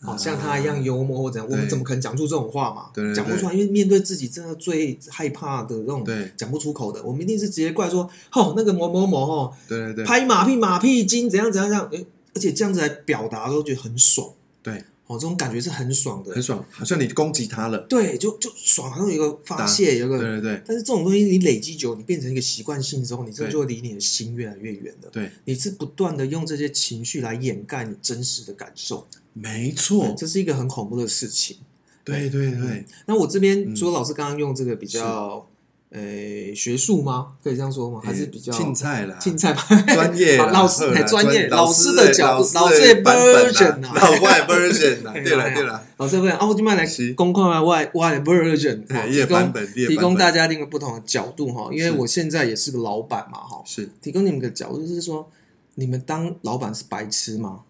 [SPEAKER 1] 好、
[SPEAKER 2] 啊
[SPEAKER 1] 像他一样幽默或怎样，我们
[SPEAKER 2] 对
[SPEAKER 1] 怎么可能讲出这种话嘛？
[SPEAKER 2] 对对对
[SPEAKER 1] 讲不出来，因为面对自己真的最害怕的那种
[SPEAKER 2] 对
[SPEAKER 1] 讲不出口的，我们一定是直接怪说，哦，那个某某某哦，
[SPEAKER 2] 对对对，
[SPEAKER 1] 拍马屁马屁精怎样怎样怎样，诶而且这样子来表达都觉得很爽，
[SPEAKER 2] 对，
[SPEAKER 1] 哦，这种感觉是很爽的
[SPEAKER 2] 很，爽，好像你攻击他了。
[SPEAKER 1] 对，就就爽，好像有一个发
[SPEAKER 2] 打
[SPEAKER 1] 泄，有一
[SPEAKER 2] 对
[SPEAKER 1] 个，
[SPEAKER 2] 对对
[SPEAKER 1] 但是这种东西你累积久，你变成一个习惯性之后，你真的
[SPEAKER 2] 对
[SPEAKER 1] 就会离你的心越来越远了。
[SPEAKER 2] 对，
[SPEAKER 1] 你是不断的用这些情绪来掩盖你真实的感受，
[SPEAKER 2] 没错，
[SPEAKER 1] 这是一个很恐怖的事情。
[SPEAKER 2] 对对对，
[SPEAKER 1] 那我这边
[SPEAKER 2] 嗯
[SPEAKER 1] 除了老师刚刚用这个比较，呃，学术吗？可以这样说吗？还是比较
[SPEAKER 2] 青菜啦，
[SPEAKER 1] 青菜吧？
[SPEAKER 2] 专业啦
[SPEAKER 1] 好老师
[SPEAKER 2] 好啦
[SPEAKER 1] 哎专业
[SPEAKER 2] 老
[SPEAKER 1] 老师的角度，
[SPEAKER 2] 老
[SPEAKER 1] 老
[SPEAKER 2] 师
[SPEAKER 1] 师的
[SPEAKER 2] 版本
[SPEAKER 1] version
[SPEAKER 2] 啦，
[SPEAKER 1] 啊，
[SPEAKER 2] 老外 version
[SPEAKER 1] [LAUGHS]
[SPEAKER 2] 啦，
[SPEAKER 1] 哎呀
[SPEAKER 2] 对
[SPEAKER 1] 哎
[SPEAKER 2] 了
[SPEAKER 1] 呀
[SPEAKER 2] 对了，
[SPEAKER 1] [LAUGHS] 老师的 version 啊，我今麦来
[SPEAKER 2] 是
[SPEAKER 1] 公开外外外的 version，
[SPEAKER 2] 哎
[SPEAKER 1] 好
[SPEAKER 2] 也
[SPEAKER 1] 提
[SPEAKER 2] 版
[SPEAKER 1] 供
[SPEAKER 2] 本也
[SPEAKER 1] 提
[SPEAKER 2] 版
[SPEAKER 1] 供
[SPEAKER 2] 本
[SPEAKER 1] 大家另一个不同的角度哈，因为
[SPEAKER 2] 是
[SPEAKER 1] 我现在也是个老板嘛哈，
[SPEAKER 2] 是，
[SPEAKER 1] 提供你们个角度就是说，你们当老板是白痴吗？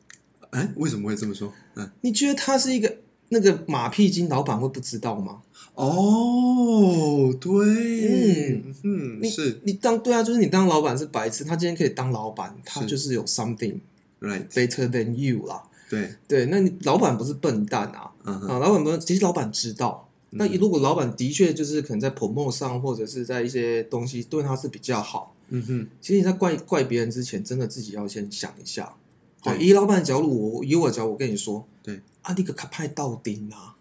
[SPEAKER 2] 哎，为什么会这么说？嗯，
[SPEAKER 1] 你觉得他是一个那个马屁精老板会不知道吗？
[SPEAKER 2] 哦，对，
[SPEAKER 1] 嗯
[SPEAKER 2] 嗯，
[SPEAKER 1] 你
[SPEAKER 2] 是
[SPEAKER 1] 你当对啊，就是你当老板是白痴，他今天可以当老板，他
[SPEAKER 2] 是
[SPEAKER 1] 就是有 something
[SPEAKER 2] ，right，
[SPEAKER 1] better than you 啦。
[SPEAKER 2] 对，
[SPEAKER 1] 对，那你老板不是笨蛋啊，
[SPEAKER 2] 嗯哼，
[SPEAKER 1] 啊，老板不是，其实老板知道。那
[SPEAKER 2] 嗯
[SPEAKER 1] 如果老板的确就是可能在 promo 上或者是在一些东西对他是比较好，
[SPEAKER 2] 嗯哼，
[SPEAKER 1] 其实你在怪怪别人之前，真的自己要先想一下。好，
[SPEAKER 2] 对
[SPEAKER 1] 以老板的角度，我以我的角度，我跟你说，
[SPEAKER 2] 对，
[SPEAKER 1] 啊，你个卡派到顶啊，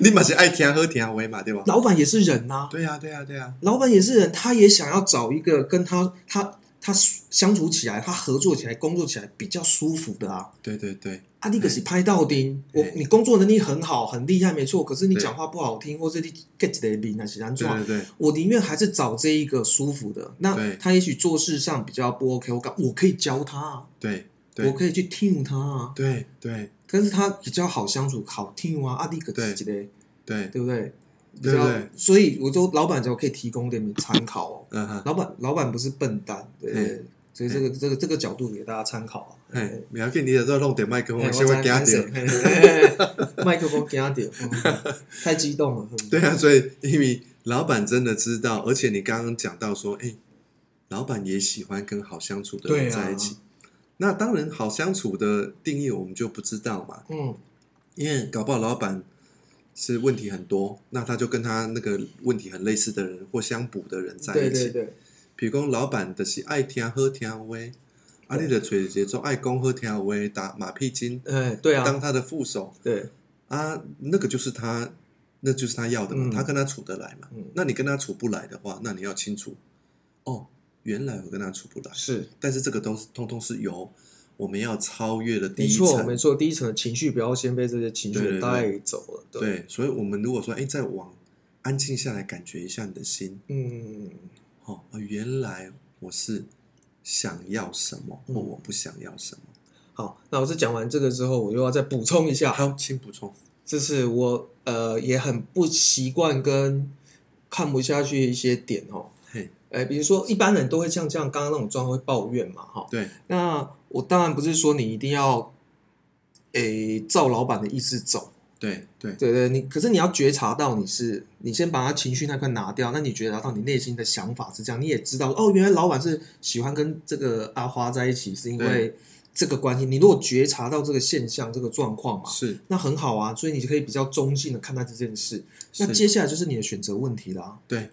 [SPEAKER 2] 你嘛是爱听喝听为嘛，对吧？
[SPEAKER 1] 老板也是人呐、
[SPEAKER 2] 对啊呀对呀对呀，
[SPEAKER 1] 老板也是人，他也想要找一个跟他他他相处起来、他合作起来、工作起来比较舒服的啊。
[SPEAKER 2] 对对对，
[SPEAKER 1] 啊，你可是拍到丁，
[SPEAKER 2] 嘿
[SPEAKER 1] 我
[SPEAKER 2] 嘿
[SPEAKER 1] 你工作能力很好、很厉害，没错。可是你
[SPEAKER 2] 对
[SPEAKER 1] 讲话不好听，或者你 get 的比那些人
[SPEAKER 2] 对
[SPEAKER 1] 做，
[SPEAKER 2] 对对，
[SPEAKER 1] 我宁愿还是找这一个舒服的。那
[SPEAKER 2] 对
[SPEAKER 1] 他也许做事上比较不 OK，我感我可以教他啊，
[SPEAKER 2] 对对
[SPEAKER 1] 我可以去 tune 他啊。
[SPEAKER 2] 对对
[SPEAKER 1] 但是他比较好相处，好 tune 啊，啊，你可是一个
[SPEAKER 2] 对，
[SPEAKER 1] 对不对？比
[SPEAKER 2] 对
[SPEAKER 1] 较
[SPEAKER 2] 对，
[SPEAKER 1] 所以我就老板就可以提供给你们参考哦。
[SPEAKER 2] 嗯哼，
[SPEAKER 1] 老板老板不是笨蛋，对不对
[SPEAKER 2] 嗯，
[SPEAKER 1] 所以这个这个这个角度给大家参考啊。
[SPEAKER 2] 哎，不要紧，你也在弄点麦克风，先
[SPEAKER 1] 我
[SPEAKER 2] 会
[SPEAKER 1] 知
[SPEAKER 2] 给他
[SPEAKER 1] 道
[SPEAKER 2] 点。
[SPEAKER 1] 嘿嘿嘿麦克风给他点，嗯
[SPEAKER 2] [LAUGHS]
[SPEAKER 1] 太激动了。嗯
[SPEAKER 2] 对啊，所以因为老板真的知道，而且你刚刚讲到说，哎、老板也喜欢跟好相处的
[SPEAKER 1] 对
[SPEAKER 2] 人
[SPEAKER 1] 啊
[SPEAKER 2] 在一起。那当然，好相处的定义我们就不知道嘛，
[SPEAKER 1] 嗯，
[SPEAKER 2] 因为搞不好老板是问题很多，那他就跟他那个问题很类似的人或相补的人在
[SPEAKER 1] 对
[SPEAKER 2] 一起。
[SPEAKER 1] 对对，
[SPEAKER 2] 比如讲，老板就是爱听好听话，啊，你的找节奏爱讲好听话，打马屁精，
[SPEAKER 1] 哎，对
[SPEAKER 2] 当
[SPEAKER 1] 啊，
[SPEAKER 2] 他的副手
[SPEAKER 1] 对，
[SPEAKER 2] 啊，那个就是他，那就是他要的嘛，
[SPEAKER 1] 嗯
[SPEAKER 2] 他跟他处得来嘛。
[SPEAKER 1] 嗯，
[SPEAKER 2] 那你跟他处不来的话，那你要清楚，哦，原来我跟他处不来，
[SPEAKER 1] 是
[SPEAKER 2] 但是这个都是通通是由我们要超越的第
[SPEAKER 1] 没
[SPEAKER 2] 一
[SPEAKER 1] 错没
[SPEAKER 2] 层，
[SPEAKER 1] 错。第一层的情绪不要先被这些情
[SPEAKER 2] 对
[SPEAKER 1] 绪
[SPEAKER 2] 对对
[SPEAKER 1] 带走了。，
[SPEAKER 2] 对，所以我们如果说，哎，再往安静下来，感觉一下你的心，
[SPEAKER 1] 嗯，
[SPEAKER 2] 哦，啊原来我是想要什么，
[SPEAKER 1] 嗯
[SPEAKER 2] 或我不想要什么。
[SPEAKER 1] 好，那老师讲完这个之后，我又要再补充一下， [LAUGHS]
[SPEAKER 2] 好，请补充。
[SPEAKER 1] 这是我呃也很不习惯跟看不下去一些点哦。
[SPEAKER 2] 嘿，
[SPEAKER 1] 哎，比如说一般人都会像这样刚刚那种状况会抱怨嘛，哈。
[SPEAKER 2] 对
[SPEAKER 1] 那我当然不是说你一定要，诶，照老板的意思走，
[SPEAKER 2] 对对
[SPEAKER 1] 对对，你可是你要觉察到你是，你先把他情绪那块拿掉，那你觉察到你内心的想法是这样，你也知道哦，原来老板是喜欢跟这个阿花在一起，是因为这个关系，你如果觉察到这个现象、这个状况嘛，
[SPEAKER 2] 是
[SPEAKER 1] 那很好啊，所以你就可以比较中性的看待这件事。
[SPEAKER 2] 是
[SPEAKER 1] 那接下来就是你的选择问题啦。
[SPEAKER 2] 对，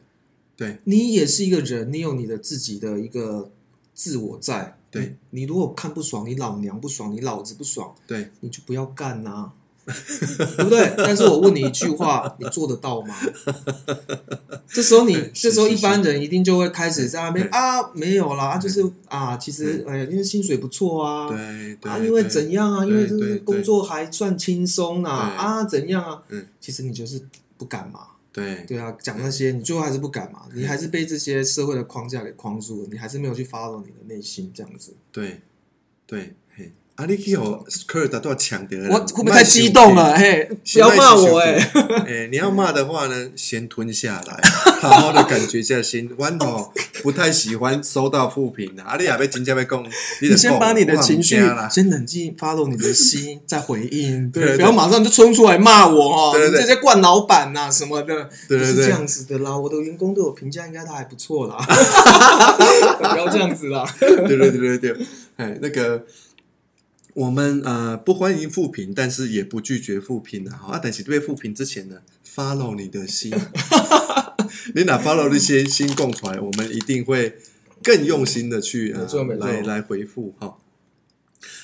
[SPEAKER 2] 对，
[SPEAKER 1] 你也是一个人，你有你的自己的一个自我在。
[SPEAKER 2] 对
[SPEAKER 1] 你，你如果看不爽，你老娘不爽，你老子不爽，
[SPEAKER 2] 对，
[SPEAKER 1] 你就不要干呐、对不对？但是我问你一句话，你做得到吗？这时候你，
[SPEAKER 2] [LAUGHS] 对是
[SPEAKER 1] 这时候一
[SPEAKER 2] 是
[SPEAKER 1] 般人一定就会开始在那边
[SPEAKER 2] 对
[SPEAKER 1] 啊，没有啦，啊就是啊，其实哎呀，因为薪水不错啊，
[SPEAKER 2] 对，对，
[SPEAKER 1] 啊，因为
[SPEAKER 2] 对
[SPEAKER 1] 怎样啊？
[SPEAKER 2] 对
[SPEAKER 1] 因为这
[SPEAKER 2] 对
[SPEAKER 1] 是
[SPEAKER 2] 对
[SPEAKER 1] 工作还算轻松啦，
[SPEAKER 2] 对
[SPEAKER 1] 啊，怎样啊？
[SPEAKER 2] 嗯，
[SPEAKER 1] 其实你就是不敢嘛，
[SPEAKER 2] 对，
[SPEAKER 1] 对啊，讲那些你最后还是不敢嘛，你还是被这些社会的框架给框住了，你还是没有去 follow 你的内心这样子。
[SPEAKER 2] 对，对，嘿，啊，你去和科尔达都要抢得
[SPEAKER 1] 我会不会太激动了？？嘿，不要骂我哎、
[SPEAKER 2] 哎、你要骂的话呢，先吞下来，好好的感觉一下心。我哦，不太喜欢收到负评的，啊，你也被真正被讲，你
[SPEAKER 1] 你
[SPEAKER 2] 就
[SPEAKER 1] 先
[SPEAKER 2] 讲
[SPEAKER 1] 把你的
[SPEAKER 2] 我也不
[SPEAKER 1] 情绪
[SPEAKER 2] 怕啦，
[SPEAKER 1] 先冷静，follow 你的心，再回应，
[SPEAKER 2] 对 [LAUGHS] 对
[SPEAKER 1] 不要马上就冲出来骂我哦，
[SPEAKER 2] 对对
[SPEAKER 1] 你
[SPEAKER 2] 对
[SPEAKER 1] 这些惯老板呐、什么的，
[SPEAKER 2] 对对
[SPEAKER 1] 不是
[SPEAKER 2] 对
[SPEAKER 1] 这样子的啦。我的员工对我评价应该都还不错
[SPEAKER 2] [LAUGHS]
[SPEAKER 1] 啦，不要这样子啦。
[SPEAKER 2] 对对对对对，哎，那个我们呃不欢迎复评，但是也不拒绝复评的哈。啊，但是对复评之前呢，follow 你的
[SPEAKER 1] [LAUGHS]
[SPEAKER 2] 心，你哪 follow 那些心供出来，我们一定会更用心的去呃
[SPEAKER 1] 没错没错
[SPEAKER 2] 来来回复哈。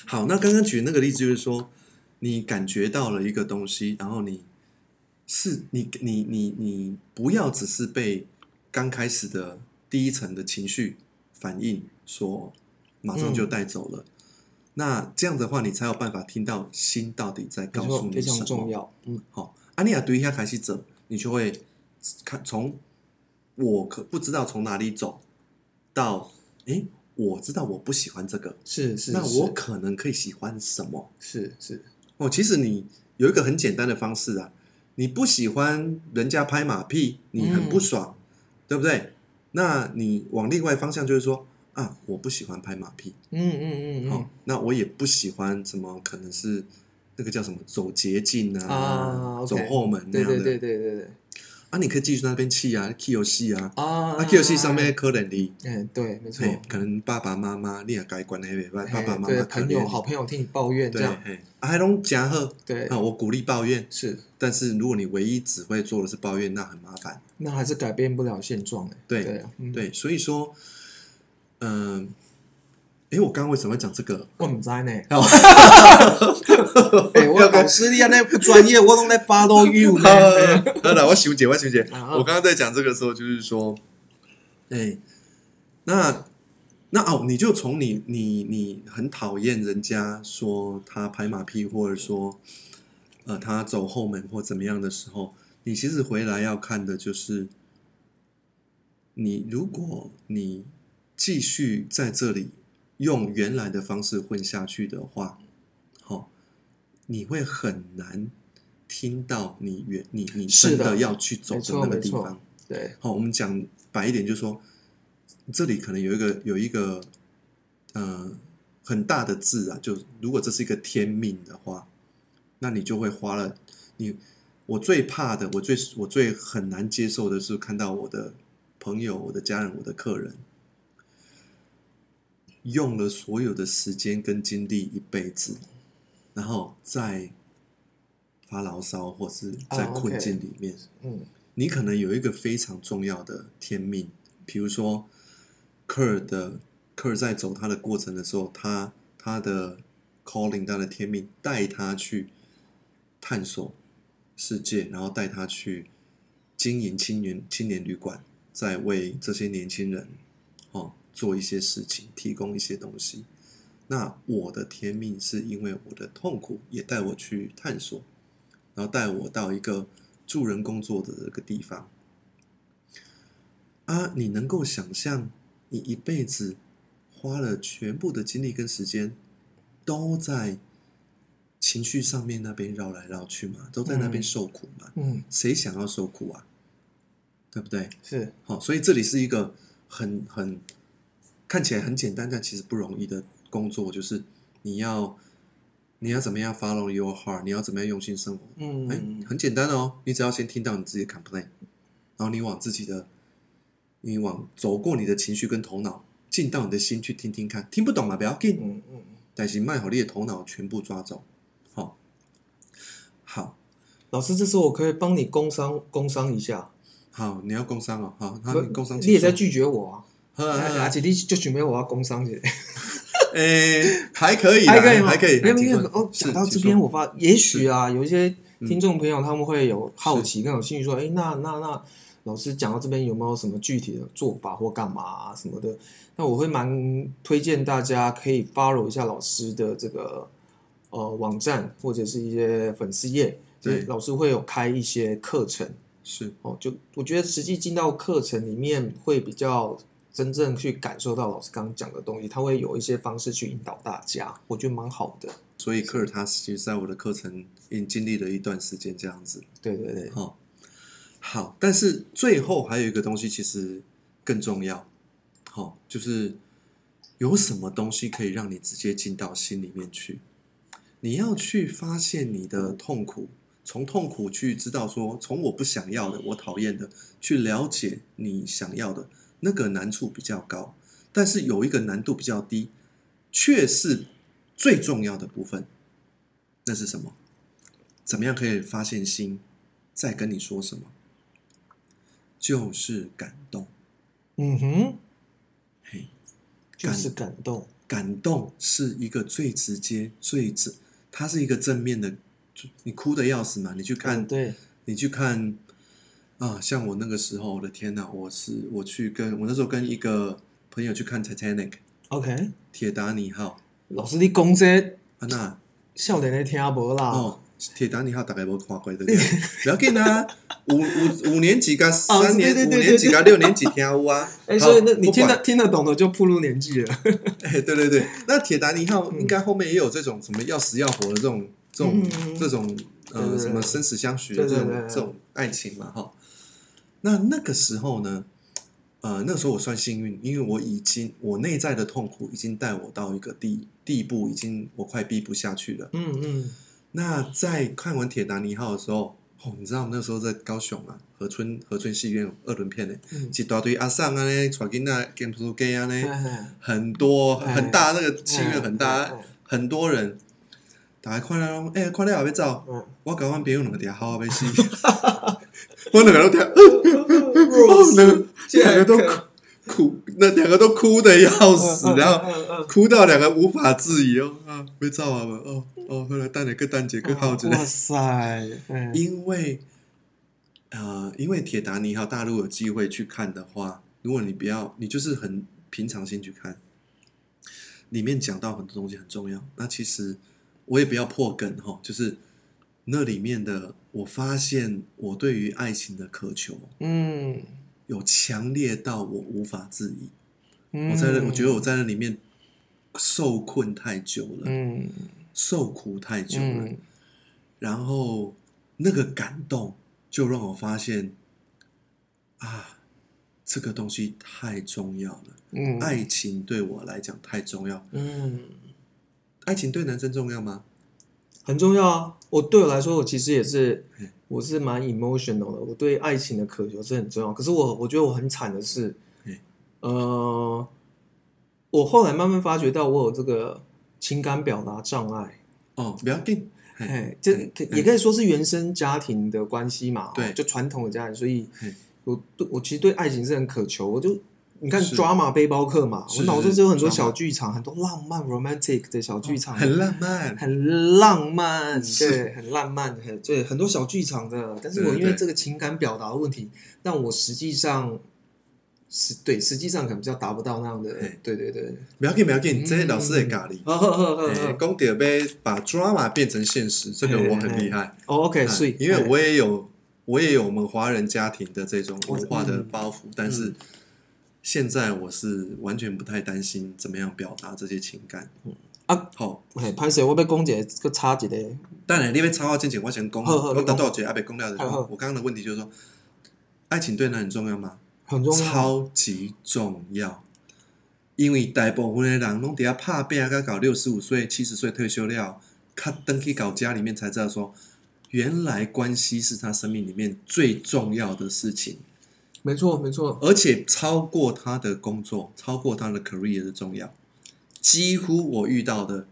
[SPEAKER 2] 好，那刚刚举那个例子就是说，你感觉到了一个东西，然后你是你你你你不要只是被刚开始的第一层的情绪反应所马上
[SPEAKER 1] 嗯
[SPEAKER 2] 就带走了。那这样的话，你才有办法听到心到底在告
[SPEAKER 1] 没
[SPEAKER 2] 诉
[SPEAKER 1] 错，
[SPEAKER 2] 你
[SPEAKER 1] 非
[SPEAKER 2] 什
[SPEAKER 1] 常
[SPEAKER 2] 么。
[SPEAKER 1] 重要。嗯，
[SPEAKER 2] 好，阿尼亚对一下开始走，你就会看从我可不知道从哪里走到，诶，我知道我不喜欢这个，
[SPEAKER 1] 是是，
[SPEAKER 2] 那
[SPEAKER 1] 是
[SPEAKER 2] 我可能可以喜欢什么？
[SPEAKER 1] 是是
[SPEAKER 2] 哦，其实你有一个很简单的方式啊，你不喜欢人家拍马屁，你很
[SPEAKER 1] 嗯
[SPEAKER 2] 不爽，对不对？那你往另外方向就是说啊，我不喜欢拍马屁，
[SPEAKER 1] 嗯嗯嗯
[SPEAKER 2] 哦，那我也不喜欢什么，可能是那个叫什么走捷径啊，
[SPEAKER 1] 啊
[SPEAKER 2] 走
[SPEAKER 1] ，OK
[SPEAKER 2] 后门
[SPEAKER 1] 嗯，
[SPEAKER 2] 那
[SPEAKER 1] 对
[SPEAKER 2] 样的。
[SPEAKER 1] 对对对对对
[SPEAKER 2] 啊，你可以继续在那边气啊，气游戏啊，
[SPEAKER 1] 啊
[SPEAKER 2] 啊，气游戏上面，可能你，
[SPEAKER 1] 哎，对，没错，
[SPEAKER 2] 嘿，可能爸爸妈妈你也该管那边，爸
[SPEAKER 1] 哎
[SPEAKER 2] 爸妈
[SPEAKER 1] 对
[SPEAKER 2] 妈可
[SPEAKER 1] 朋
[SPEAKER 2] 怜
[SPEAKER 1] 友
[SPEAKER 2] 你
[SPEAKER 1] 好，朋友替你抱怨这
[SPEAKER 2] 对，
[SPEAKER 1] 样，
[SPEAKER 2] 嘿，啊，还拢加好。
[SPEAKER 1] 对，
[SPEAKER 2] 啊，我鼓励抱怨，
[SPEAKER 1] 是，
[SPEAKER 2] 但是如果你唯一只会做的是抱怨，那很麻烦。
[SPEAKER 1] 那还是改变不了现状哎，
[SPEAKER 2] 对
[SPEAKER 1] 对啊，嗯，
[SPEAKER 2] 对，所以说，嗯、诶，我刚刚为什么要讲这个？ [LAUGHS]
[SPEAKER 1] 我唔知呢。 [LAUGHS]
[SPEAKER 2] 哦
[SPEAKER 1] 哎、我老师你安尼不专业，我拢在 follow you
[SPEAKER 2] [LAUGHS]
[SPEAKER 1] 呢。哎
[SPEAKER 2] 好了，我修姐，我修姐，
[SPEAKER 1] 啊啊
[SPEAKER 2] 我刚刚在讲这个时候，就是说，哎、那那哦，你就从你你你很讨厌人家说他拍马屁，或者说呃他走后门或怎么样的时候，你其实回来要看的就是，你如果你继续在这里用原来的方式混下去的话，好、你会很难听到你原你你
[SPEAKER 1] 是
[SPEAKER 2] 真
[SPEAKER 1] 的
[SPEAKER 2] 的要去走
[SPEAKER 1] 没
[SPEAKER 2] 的
[SPEAKER 1] 错
[SPEAKER 2] 那个
[SPEAKER 1] 没
[SPEAKER 2] 地
[SPEAKER 1] 错
[SPEAKER 2] 方。
[SPEAKER 1] 对，
[SPEAKER 2] 好、我们讲白一点，就是说，这里可能有一个有一个呃很大的字啊，就如果这是一个天命的话，那你就会花了你。我最怕的，我最我最很难接受的是看到我的朋友、我的家人、我的客人，用了所有的时间跟精力一辈子，然后再发牢骚或是在
[SPEAKER 1] 哦，OK
[SPEAKER 2] 困境里面。
[SPEAKER 1] 嗯，
[SPEAKER 2] 你可能有一个非常重要的天命，比如说科尔的科尔在走他的过程的时候，他他的 calling 他的天命带他去探索世界，然后带他去经营青年青年旅馆，在为这些年轻人哦做一些事情，提供一些东西。那我的天命是因为我的痛苦也带我去探索，然后带我到一个助人工作的这个地方。啊，你能够想象你一辈子花了全部的精力跟时间都在情绪上面那边绕来绕去嘛，都在那边
[SPEAKER 1] 嗯
[SPEAKER 2] 受苦嘛？
[SPEAKER 1] 嗯，
[SPEAKER 2] 谁想要受苦啊？对不对？
[SPEAKER 1] 是，
[SPEAKER 2] 好、哦所以这里是一个很很看起来很简单，但其实不容易的工作，就是你要你要怎么样 follow your heart，你要怎么样用心生活。哎、
[SPEAKER 1] 嗯，
[SPEAKER 2] 很简单哦，你只要先听到你自己的 complain，然后你往自己的，你往走过你的情绪跟头脑，进到你的心去听听看，听不懂嘛，不要紧，
[SPEAKER 1] 嗯嗯，
[SPEAKER 2] 但是卖好你的头脑全部抓走。好、好，
[SPEAKER 1] 老师，这时候我可以帮你工商工商一下，
[SPEAKER 2] 好，你要工伤哦，好，那你工伤，
[SPEAKER 1] 你也在拒绝我啊，
[SPEAKER 2] 呵，呵呵
[SPEAKER 1] 而且你就准备我要工商去。
[SPEAKER 2] 诶、呃还可以啦，
[SPEAKER 1] 还可以吗
[SPEAKER 2] 还可以。
[SPEAKER 1] 没有没有
[SPEAKER 2] 请说
[SPEAKER 1] 哦，
[SPEAKER 2] 是
[SPEAKER 1] 讲到这
[SPEAKER 2] 请
[SPEAKER 1] 边，
[SPEAKER 2] 说
[SPEAKER 1] 我发也许啊，有一些听众朋友他们会有好奇，更有兴趣说，哎，那那那老师讲到这边有没有什么具体的做法或干嘛啊什么的？那我会蛮推荐大家可以 follow 一下老师的这个呃网站或者是一些粉丝页，
[SPEAKER 2] 对
[SPEAKER 1] 就是老师会有开一些课程
[SPEAKER 2] 是
[SPEAKER 1] 哦，就我觉得实际进到课程里面会比较。真正去感受到老师刚刚讲的东西，他会有一些方式去引导大家，我觉得蛮好的。
[SPEAKER 2] 所以科尔他其实在我的课程已经经历了一段时间这样子。
[SPEAKER 1] 对对对，
[SPEAKER 2] 哦，好，但是最后还有一个东西其实更重要，好、就是有什么东西可以让你直接进到心里面去？你要去发现你的痛苦，从痛苦去知道说，从我不想要的、我讨厌的，去了解你想要的那个难处比较高，但是有一个难度比较低，却是最重要的部分，那是什么？怎么样可以发现心在跟你说什么？就是感动，
[SPEAKER 1] 嗯哼，
[SPEAKER 2] 嘿，
[SPEAKER 1] 就是感动，
[SPEAKER 2] 感动是一个最直接、最正，它是一个正面的。就你哭的要死嘛，你去看，
[SPEAKER 1] 对，
[SPEAKER 2] 你去看啊，像我那个时候，我的天哪，我是我去跟我那时候跟一个朋友去看 Titanic
[SPEAKER 1] ，OK，
[SPEAKER 2] 铁达尼号
[SPEAKER 1] 老师你讲这
[SPEAKER 2] 啊，那
[SPEAKER 1] 笑点你听无啦，
[SPEAKER 2] 哦，铁达尼号大概无看过对不对？不要紧啊，五五五年级跟三年、
[SPEAKER 1] 哦对对对
[SPEAKER 2] 五
[SPEAKER 1] 对
[SPEAKER 2] 年级跟六年级听有啊。
[SPEAKER 1] [LAUGHS] 哎、所以那
[SPEAKER 2] 好
[SPEAKER 1] 你听，
[SPEAKER 2] 不
[SPEAKER 1] 得听得懂的就步入年纪
[SPEAKER 2] [LAUGHS]
[SPEAKER 1] 了，
[SPEAKER 2] 管哎，对
[SPEAKER 1] [LAUGHS]
[SPEAKER 2] 对对，那铁达尼号应该后面也有这种什么要死要活的这种这种
[SPEAKER 1] 嗯嗯嗯
[SPEAKER 2] 这种
[SPEAKER 1] 对对
[SPEAKER 2] 呃
[SPEAKER 1] 对
[SPEAKER 2] 什么生死相许的这
[SPEAKER 1] 对对
[SPEAKER 2] 种
[SPEAKER 1] 对对
[SPEAKER 2] 这种爱情嘛哈。那那个时候呢，呃，那时候我算幸运，因为我已经我内在的痛苦已经带我到一个地地步，已经我快逼不下去了。
[SPEAKER 1] 嗯嗯，
[SPEAKER 2] 那在看完《铁达尼号》的时候，哦，你知道我们那时候在高雄啊，河村河村戏院二轮片呢，
[SPEAKER 1] 嗯
[SPEAKER 2] 一大堆阿上啊呢，传囡仔 game to gay 啊
[SPEAKER 1] 嘿
[SPEAKER 2] 呢，
[SPEAKER 1] 嘿
[SPEAKER 2] 很多
[SPEAKER 1] 哎
[SPEAKER 2] 很大那个戏院很
[SPEAKER 1] 哎
[SPEAKER 2] 大
[SPEAKER 1] 哎，
[SPEAKER 2] 很多人。大家看了拢，哎、看了后要走，
[SPEAKER 1] 嗯
[SPEAKER 2] 我甲阮朋友两个伫遐好好要死，
[SPEAKER 1] [LAUGHS]
[SPEAKER 2] 我两个都听， [LAUGHS] 哦，
[SPEAKER 1] 嗯
[SPEAKER 2] 两个两个都哭哭，那两个都哭的要死，然后
[SPEAKER 1] 嗯嗯
[SPEAKER 2] 哭到两个无法自已哦啊，被造啊嘛哦哦，后来蛋了个蛋姐
[SPEAKER 1] 嗯
[SPEAKER 2] 更好之类
[SPEAKER 1] 哇，塞，嗯
[SPEAKER 2] 因为呃，因为铁达尼号大陆有机会去看的话，如果你不要，你就是很平常心去看，里面讲到很多东西很重要。那其实我也不要破梗哈，就是那里面的，我发现我对于爱情的渴求
[SPEAKER 1] 嗯
[SPEAKER 2] 有强烈到我无法自已。
[SPEAKER 1] 嗯，
[SPEAKER 2] 我在那，我觉得我在那里面受困太久了，
[SPEAKER 1] 嗯
[SPEAKER 2] 受苦太久了。
[SPEAKER 1] 嗯
[SPEAKER 2] 然后那个感动就让我发现，啊，这个东西太重要了。
[SPEAKER 1] 嗯，
[SPEAKER 2] 爱情对我来讲太重要。
[SPEAKER 1] 嗯。
[SPEAKER 2] 爱情对男生重要吗？
[SPEAKER 1] 很重要啊。我对我来说，我其实也是
[SPEAKER 2] 嗯，
[SPEAKER 1] 我是蛮 emotional 的。我对爱情的渴求是很重要。可是我，我觉得我很惨的是
[SPEAKER 2] 嗯，
[SPEAKER 1] 呃，我后来慢慢发觉到我有这个情感表达障碍。
[SPEAKER 2] 哦，不要紧。嘿
[SPEAKER 1] 哎，这
[SPEAKER 2] 嗯
[SPEAKER 1] 可也可以说是原生家庭的关系嘛，哦
[SPEAKER 2] 对
[SPEAKER 1] 就传统的家庭。所以
[SPEAKER 2] 嗯
[SPEAKER 1] 我对我其实对爱情是很渴求。我就你看
[SPEAKER 2] 是
[SPEAKER 1] ，drama 背包客嘛，
[SPEAKER 2] 是
[SPEAKER 1] 我脑中就有很多
[SPEAKER 2] drama 哦
[SPEAKER 1] 小剧场，很多浪漫 romantic 的小剧场，
[SPEAKER 2] 很浪漫。
[SPEAKER 1] 很浪漫，
[SPEAKER 2] 是
[SPEAKER 1] 对，很浪漫，很对，很多小剧场的。但是
[SPEAKER 2] 对
[SPEAKER 1] 我
[SPEAKER 2] 对
[SPEAKER 1] 因为
[SPEAKER 2] 对
[SPEAKER 1] 这个情感表达的问题，让我实际上是对，实际上可能比较达不到那样的
[SPEAKER 2] 嘿。
[SPEAKER 1] 对对 [LAUGHS] 对，
[SPEAKER 2] 不要紧，不要紧，
[SPEAKER 1] 嗯
[SPEAKER 2] 这些老师的咖喱。
[SPEAKER 1] 呵呵呵呵
[SPEAKER 2] 哎
[SPEAKER 1] 呵。
[SPEAKER 2] 公爹呗，把 drama 变成现实，这个我很厉害。
[SPEAKER 1] 哦，OK，
[SPEAKER 2] 哎
[SPEAKER 1] 所以
[SPEAKER 2] 因为我也有，我也有我们华人家庭的这种文化
[SPEAKER 1] 嗯
[SPEAKER 2] 的包袱，但是现在我是完全不太担心怎么样表达这些情感。
[SPEAKER 1] 啊，
[SPEAKER 2] 好，
[SPEAKER 1] 嘿，潘 Sir，我被公姐个插一个，
[SPEAKER 2] 当然你被插话进前，我先讲，
[SPEAKER 1] 好好
[SPEAKER 2] 我
[SPEAKER 1] 你
[SPEAKER 2] 达
[SPEAKER 1] 讲
[SPEAKER 2] 到觉阿北公料的时
[SPEAKER 1] 好
[SPEAKER 2] 候
[SPEAKER 1] 好，
[SPEAKER 2] 我刚刚的问题就是说，爱情对男人重要吗？
[SPEAKER 1] 很重要。
[SPEAKER 2] 超级重要，因为大部分的人拢底下怕被人家搞六十五岁、七十岁退休了，他登去搞家里面才知道说，原来关系是他生命里面最重要的事情，
[SPEAKER 1] 没错，没错。
[SPEAKER 2] 而且超过他的工作、超过他的 career 的重要。几乎我遇到的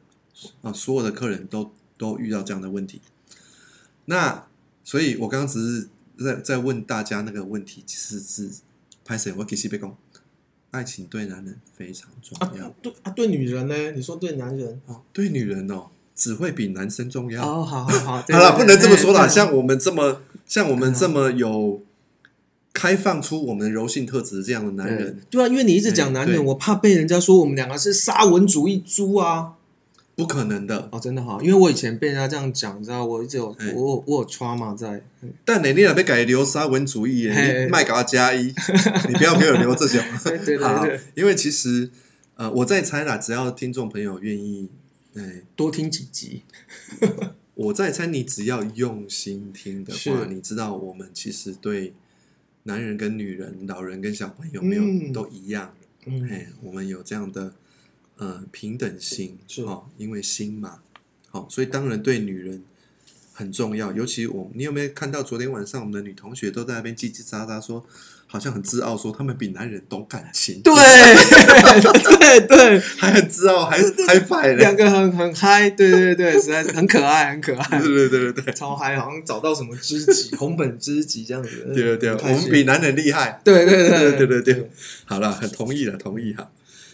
[SPEAKER 2] 啊，所有的客人都都遇到这样的问题。那所以，我刚刚只是在在问大家那个问题，其实是拍谁？我给西贝公，爱情对男人非常重
[SPEAKER 1] 啊
[SPEAKER 2] 要，
[SPEAKER 1] 对啊对女人呢？你说对男人啊？
[SPEAKER 2] 对女人哦，只会比男生重要。
[SPEAKER 1] 哦，好好
[SPEAKER 2] [LAUGHS]
[SPEAKER 1] 好，对
[SPEAKER 2] 好了，
[SPEAKER 1] 对
[SPEAKER 2] 不能这么
[SPEAKER 1] 对
[SPEAKER 2] 说啦。
[SPEAKER 1] 对嗯
[SPEAKER 2] 像我们这么，像我们这么有开放出我们柔性特质这样的男人，
[SPEAKER 1] 对啊，因为你一直讲
[SPEAKER 2] 哎
[SPEAKER 1] 男
[SPEAKER 2] 对
[SPEAKER 1] 人，我怕被人家说我们两个是沙文主义猪啊！
[SPEAKER 2] 不可能的。
[SPEAKER 1] 哦，真的哈，因为我以前被人家这样讲，你知道，我一直有我
[SPEAKER 2] 哎
[SPEAKER 1] 有我有 trauma
[SPEAKER 2] [LAUGHS]
[SPEAKER 1] 在，
[SPEAKER 2] 但你你也被改留沙文主义耶，
[SPEAKER 1] 嘿
[SPEAKER 2] 你卖给他加
[SPEAKER 1] [LAUGHS]
[SPEAKER 2] 一，你不要给我留这些。
[SPEAKER 1] 对对对
[SPEAKER 2] 好
[SPEAKER 1] 对，，
[SPEAKER 2] 因为其实呃，我在猜啦，只要听众朋友愿意，哎，
[SPEAKER 1] 多听几集，
[SPEAKER 2] 我在猜你只要用心听的话，
[SPEAKER 1] 是
[SPEAKER 2] 你知道我们其实对男人跟女人、老人跟小朋友没有、
[SPEAKER 1] 嗯
[SPEAKER 2] 都一样。
[SPEAKER 1] 嗯，
[SPEAKER 2] 哎，我们有这样的呃平等心，
[SPEAKER 1] 是
[SPEAKER 2] 哦，因为心嘛，好、所以当然对女人很重要。尤其我，你有没有看到昨天晚上我们的女同学都在那边叽叽喳喳说，好像很自傲说她们比男人懂感情，
[SPEAKER 1] 对对 [LAUGHS] 对，
[SPEAKER 2] 还很自傲，还还摆
[SPEAKER 1] 两
[SPEAKER 2] 了，
[SPEAKER 1] 个很很嗨，对对对，实在是很可爱，很可爱
[SPEAKER 2] [LAUGHS] 对，对对对对
[SPEAKER 1] 超嗨，好像找到什么知己，红粉知己这样子，嗯
[SPEAKER 2] 对对对，
[SPEAKER 1] 很
[SPEAKER 2] 我
[SPEAKER 1] 开心
[SPEAKER 2] 们比男人厉害。
[SPEAKER 1] 对对对
[SPEAKER 2] 对对对对，好了，很同意了，同意哈。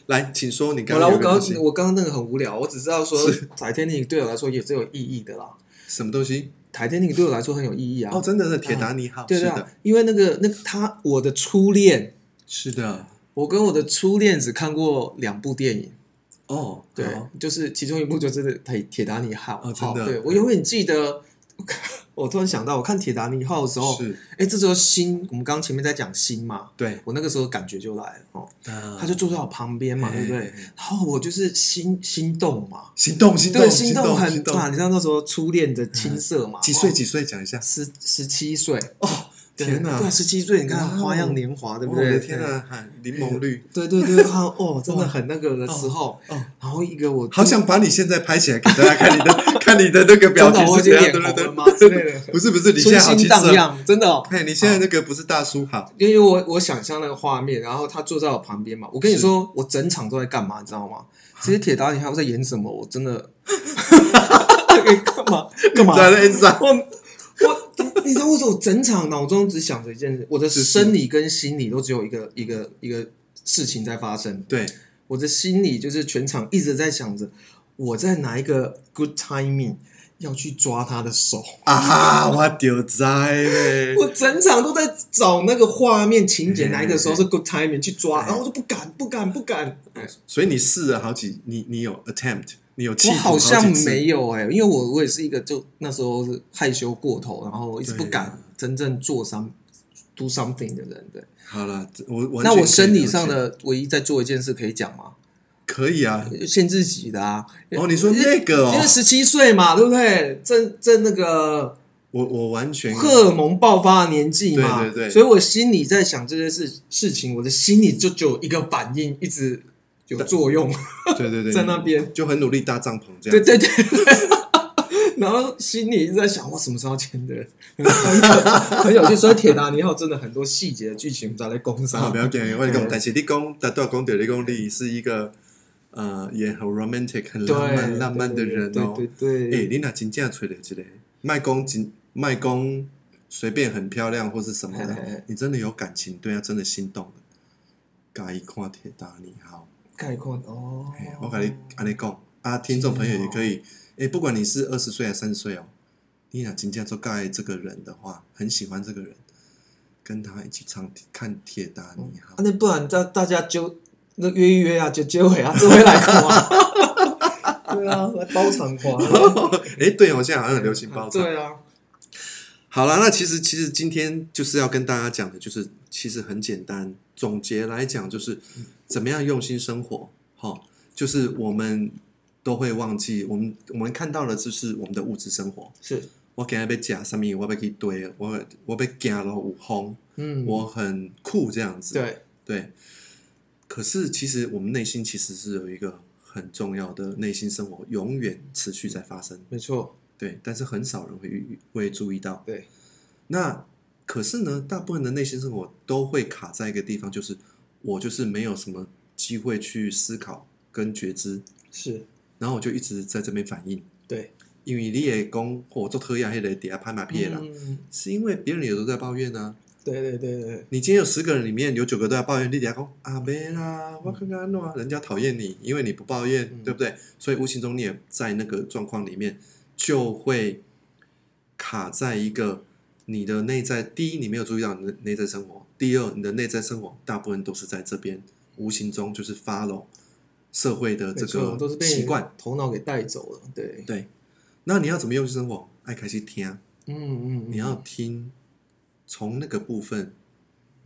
[SPEAKER 2] 来，请说你
[SPEAKER 1] 好
[SPEAKER 2] 刚
[SPEAKER 1] 了，
[SPEAKER 2] 刚
[SPEAKER 1] 我
[SPEAKER 2] 有个
[SPEAKER 1] 刚
[SPEAKER 2] 东西，
[SPEAKER 1] 我刚刚那个很无聊，我只知道说 [LAUGHS] 海天宁对我来说也是有意义的啦。
[SPEAKER 2] 什么东西？
[SPEAKER 1] 海天宁对我来说很有意义啊。
[SPEAKER 2] 哦，真的是铁达尼号，
[SPEAKER 1] 对
[SPEAKER 2] 是
[SPEAKER 1] 对啊
[SPEAKER 2] 的，，
[SPEAKER 1] 因为那个那个他我的初恋，
[SPEAKER 2] 是的，
[SPEAKER 1] 我跟我的初恋只看过两部电影，
[SPEAKER 2] 哦，
[SPEAKER 1] 对
[SPEAKER 2] 好，
[SPEAKER 1] 就是其中一部就是《铁铁达尼号》
[SPEAKER 2] 哦真
[SPEAKER 1] 好
[SPEAKER 2] 的
[SPEAKER 1] 对我永远记得。我突然想到，我看《铁达尼号》的时候，
[SPEAKER 2] 是，
[SPEAKER 1] 哎，这时候心，我们刚刚前面在讲心嘛，
[SPEAKER 2] 对，
[SPEAKER 1] 我那个时候感觉就来了哦，
[SPEAKER 2] 他
[SPEAKER 1] 他就坐在我旁边嘛，对不对？？然后我就是心心动嘛，
[SPEAKER 2] 心动，心
[SPEAKER 1] 对，
[SPEAKER 2] 动，
[SPEAKER 1] 心动很
[SPEAKER 2] 心
[SPEAKER 1] 啊！
[SPEAKER 2] 动。嗯
[SPEAKER 1] 你知道那时候初恋的青涩嘛？
[SPEAKER 2] 几岁？
[SPEAKER 1] 哦？
[SPEAKER 2] 几岁？讲一下。
[SPEAKER 1] 十十七岁。
[SPEAKER 2] 哦，
[SPEAKER 1] 对
[SPEAKER 2] 天哪！
[SPEAKER 1] 对，十七岁，你看
[SPEAKER 2] 哇哦
[SPEAKER 1] 《花样年华》，对不
[SPEAKER 2] 我
[SPEAKER 1] 对？
[SPEAKER 2] 的天哪！哈柠檬绿，
[SPEAKER 1] 对对对，他哦，真的很那个的时候
[SPEAKER 2] 哦，
[SPEAKER 1] 然后一个我
[SPEAKER 2] 好想把你现在拍起来给大家看
[SPEAKER 1] [LAUGHS]
[SPEAKER 2] 你的看你的那个表情
[SPEAKER 1] 真的我
[SPEAKER 2] 是
[SPEAKER 1] 已经
[SPEAKER 2] 怎样，
[SPEAKER 1] 脸
[SPEAKER 2] 对不
[SPEAKER 1] 红
[SPEAKER 2] 对
[SPEAKER 1] 了吗？之类的，
[SPEAKER 2] [LAUGHS] 不是不是，你现
[SPEAKER 1] 春
[SPEAKER 2] 在好青
[SPEAKER 1] 心荡
[SPEAKER 2] 涩。
[SPEAKER 1] 漾，真的哦。
[SPEAKER 2] 嘿，你现在那个不是大叔好，
[SPEAKER 1] 因为我我想象那个画面，然后他坐在我旁边嘛，我跟你
[SPEAKER 2] 是
[SPEAKER 1] 说，我整场都在干嘛，你知道吗？其实铁达尼号在演什么，我真
[SPEAKER 2] [LAUGHS]
[SPEAKER 1] 的 [LAUGHS] 干嘛干嘛？
[SPEAKER 2] 在那上
[SPEAKER 1] 我我， [LAUGHS] 你知道为什么我整场脑中只想着一件事，我的
[SPEAKER 2] 是
[SPEAKER 1] 生理跟心理都只有一个一个一个事情在发生。
[SPEAKER 2] 对，
[SPEAKER 1] 我的心里就是全场一直在想着，我在哪一个 good timing 要去抓他的手。
[SPEAKER 2] 啊，我丢在嘞，
[SPEAKER 1] 我整场都在找那个画面情节，
[SPEAKER 2] 嗯
[SPEAKER 1] 哪一个时候是 good timing 去抓，
[SPEAKER 2] 嗯
[SPEAKER 1] 然后我就不敢，不敢，不敢。
[SPEAKER 2] 所以你试了好几，你你有 attempt，你有企
[SPEAKER 1] 我
[SPEAKER 2] 图
[SPEAKER 1] 好
[SPEAKER 2] 几
[SPEAKER 1] 像
[SPEAKER 2] 次
[SPEAKER 1] 没有哎、因为我我也是一个就那时候是害羞过头，然后一直不敢真正做 some do something 的人，对。
[SPEAKER 2] 好了，我完
[SPEAKER 1] 那
[SPEAKER 2] 全
[SPEAKER 1] 我生
[SPEAKER 2] 可以
[SPEAKER 1] 理
[SPEAKER 2] 了
[SPEAKER 1] 上
[SPEAKER 2] 解
[SPEAKER 1] 的唯一在做一件事可以讲吗？
[SPEAKER 2] 可以啊，
[SPEAKER 1] 限制级的啊。
[SPEAKER 2] 哦，你说那个哦
[SPEAKER 1] 因为，十七岁嘛，对不对？正正那个
[SPEAKER 2] 我我完全
[SPEAKER 1] 荷尔蒙爆发的年纪嘛，
[SPEAKER 2] 对对对
[SPEAKER 1] 所以我心里在想这些事事情，我的心里就只有一个反应，一直有作用
[SPEAKER 2] 对对对，
[SPEAKER 1] 在那边。
[SPEAKER 2] 就很努力搭帐篷这
[SPEAKER 1] 对
[SPEAKER 2] 样。
[SPEAKER 1] 对对。 [LAUGHS] 然后心里一直在想，我什么时候签的？ [LAUGHS] 很有趣，所以《铁达尼号》真的很多细节的剧情在在攻
[SPEAKER 2] 好，
[SPEAKER 1] 上
[SPEAKER 2] 不。要紧，我跟你讲，
[SPEAKER 1] 嗯
[SPEAKER 2] 但是你讲，但对我讲，对你讲，你是一个呃，也很 romantic、很
[SPEAKER 1] 对
[SPEAKER 2] 浪漫、浪漫的人哦。
[SPEAKER 1] 对对
[SPEAKER 2] 哎，
[SPEAKER 1] 对，
[SPEAKER 2] 你哪真正吹了这个卖公仅卖公随便很漂亮或是什么
[SPEAKER 1] 嘿嘿嘿
[SPEAKER 2] 的，你真的有感情，对他真的心动了。改一看铁达尼号，
[SPEAKER 1] 概括哦
[SPEAKER 2] 嘿，我跟你跟你讲啊，听众朋友也可以，哎，不管你是二十岁还是三十岁哦，你俩真正做爱这个人的话，很喜欢这个人，跟他一起唱看铁达尼号
[SPEAKER 1] 啊，，那不然大大家揪那约一约啊，就揪尾啊，这回来
[SPEAKER 2] [LAUGHS]
[SPEAKER 1] 夸。对啊，来包场夸。
[SPEAKER 2] 哎、对哦，现在好像很流行包场。
[SPEAKER 1] 对啊，
[SPEAKER 2] 好了，那其实其实今天就是要跟大家讲的，就是其实很简单，总结来讲就是怎么样用心生活。哈、就是我们都会忘记，我们我们看到的就是我们的物质生活。
[SPEAKER 1] 是，
[SPEAKER 2] 我今日要吃什么，我要去堆，我我要行了有风，
[SPEAKER 1] 嗯，
[SPEAKER 2] 我很酷这样子。
[SPEAKER 1] 对
[SPEAKER 2] 对，可是其实我们内心其实是有一个很重要的内心生活，永远持续在发生。
[SPEAKER 1] 没错，
[SPEAKER 2] 对，但是很少人会会注意到。
[SPEAKER 1] 对，
[SPEAKER 2] 那可是呢，大部分的内心生活都会卡在一个地方，就是我就是没有什么机会去思考跟觉知。
[SPEAKER 1] 是
[SPEAKER 2] 然后我就一直在这边反应，
[SPEAKER 1] 对，
[SPEAKER 2] 因为你也讲我做特亚黑的底下拍马屁啦，
[SPEAKER 1] 嗯，
[SPEAKER 2] 是因为别人也都在抱怨啊。
[SPEAKER 1] 对对对对，
[SPEAKER 2] 你今天有十个人里面有九个都在抱怨，你底下讲啊没啦，我看看弄啊，人家讨厌你，因为你不抱怨，
[SPEAKER 1] 嗯
[SPEAKER 2] 对不对？所以无形中你也在那个状况里面就会卡在一个你的内在，第一你没有注意到你的内在生活，第二你的内在生活大部分都是在这边，无形中就是 follow 社会的这
[SPEAKER 1] 没错都是
[SPEAKER 2] 个
[SPEAKER 1] 被
[SPEAKER 2] 习惯。
[SPEAKER 1] 头脑给带走了，对，
[SPEAKER 2] 对，那你要怎么用心生活？爱开始听，啊
[SPEAKER 1] 嗯嗯，
[SPEAKER 2] 你要听，从那个部分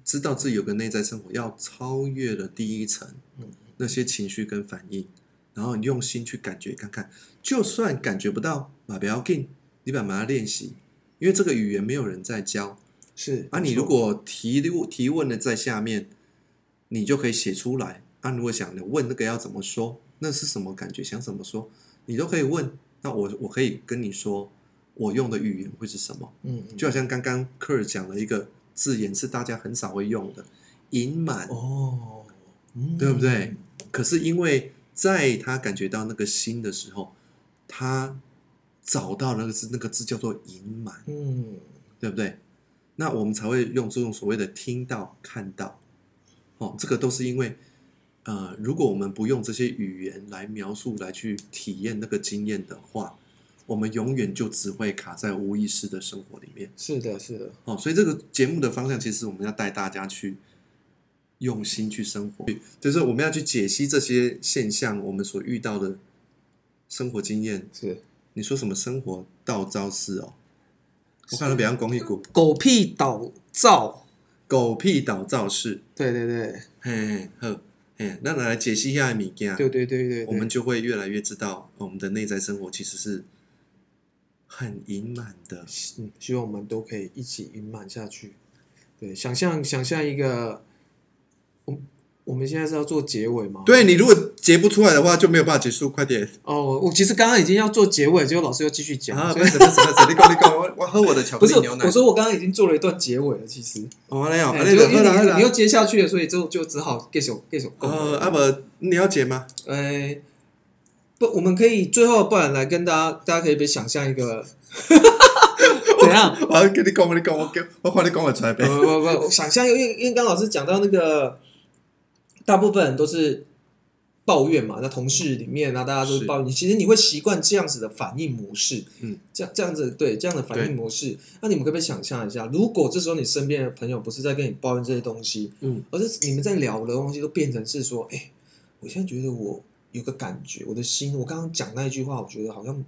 [SPEAKER 2] 知道自己有个内在生活，要超越了第一层
[SPEAKER 1] 嗯
[SPEAKER 2] 那些情绪跟反应，然后你用心去感觉看看，就算感觉不到，马不要紧，你把它练习，因为这个语言没有人在教
[SPEAKER 1] 是
[SPEAKER 2] 啊。你如果提提问的在下面，你就可以写出来啊。如果想你问那个要怎么说，那是什么感觉，想怎么说，你都可以问。那我我可以跟你说，我用的语言会是什么。
[SPEAKER 1] 嗯
[SPEAKER 2] 就好像刚刚科尔讲了一个字眼是大家很少会用的“隐瞒”，
[SPEAKER 1] 哦，嗯
[SPEAKER 2] 对不对？？可是因为在他感觉到那个心的时候，他找到了那个字，那个字叫做“隐瞒
[SPEAKER 1] 嗯，”，
[SPEAKER 2] 对不对？那我们才会用这种所谓的听到、看到，哦，这个都是因为，呃，如果我们不用这些语言来描述、来去体验那个经验的话，我们永远就只会卡在无意识的生活里面。
[SPEAKER 1] 是的，是的，
[SPEAKER 2] 哦，所以这个节目的方向，其实我们要带大家去用心去生活，就是我们要去解析这些现象，我们所遇到的生活经验。
[SPEAKER 1] 是
[SPEAKER 2] 你说什么生活道招式哦？我看到别人讲一股
[SPEAKER 1] 狗屁倒灶，
[SPEAKER 2] 狗屁倒造式，
[SPEAKER 1] 对对对，
[SPEAKER 2] 嘿，呵，嘿，那来解析一下物件，
[SPEAKER 1] 对对对对，
[SPEAKER 2] 我们就会越来越知道我们的内在生活其实是很隐满的。
[SPEAKER 1] 嗯，希望我们都可以一起隐瞒下去。对，想象想象一个，我我们现在是要做结尾吗？。
[SPEAKER 2] 对你如果结不出来的话，就没有办法结束，快点。
[SPEAKER 1] 哦，我其实刚刚已经要做结尾，结果老师又继续讲，
[SPEAKER 2] 啊，
[SPEAKER 1] 所
[SPEAKER 2] 不
[SPEAKER 1] 以
[SPEAKER 2] 是不是不是，你讲你讲，我我喝我的巧
[SPEAKER 1] 不
[SPEAKER 2] 克
[SPEAKER 1] 是
[SPEAKER 2] 力牛奶。
[SPEAKER 1] 我说我刚刚已经做了一段结尾了，其实，
[SPEAKER 2] 哦，那样，
[SPEAKER 1] 哎
[SPEAKER 2] 那
[SPEAKER 1] 结
[SPEAKER 2] 就
[SPEAKER 1] 果
[SPEAKER 2] 喝
[SPEAKER 1] 因
[SPEAKER 2] 了
[SPEAKER 1] 为
[SPEAKER 2] 喝
[SPEAKER 1] 你
[SPEAKER 2] 了
[SPEAKER 1] 你。又接下去了，所以就就只好 get 首 get 首歌。
[SPEAKER 2] 呃，阿伯，你了解吗？ [LAUGHS]
[SPEAKER 1] 呃，不，我们可以最后，不然来跟大家，大家可以别想象一
[SPEAKER 2] [LAUGHS]
[SPEAKER 1] 个， [LAUGHS] 怎样？
[SPEAKER 2] 我要跟你讲，我跟你讲，我跟我看你讲我出来
[SPEAKER 1] 不
[SPEAKER 2] 呗。
[SPEAKER 1] 不不，我想象，因为因为刚刚老师讲到那个，大部分人都是抱怨嘛，那同事里面啊，大家都
[SPEAKER 2] 是
[SPEAKER 1] 抱怨，其实你会习惯这样子的反应模式，
[SPEAKER 2] 嗯，
[SPEAKER 1] 这样这样子对这样的反应
[SPEAKER 2] 对
[SPEAKER 1] 模式，那你们可不可以想象一下，如果这时候你身边的朋友不是在跟你抱怨这些东西，
[SPEAKER 2] 嗯，
[SPEAKER 1] 而是你们在聊的东西都变成是说，哎、我现在觉得我有个感觉，我的心，我刚刚讲那一句话，我觉得好像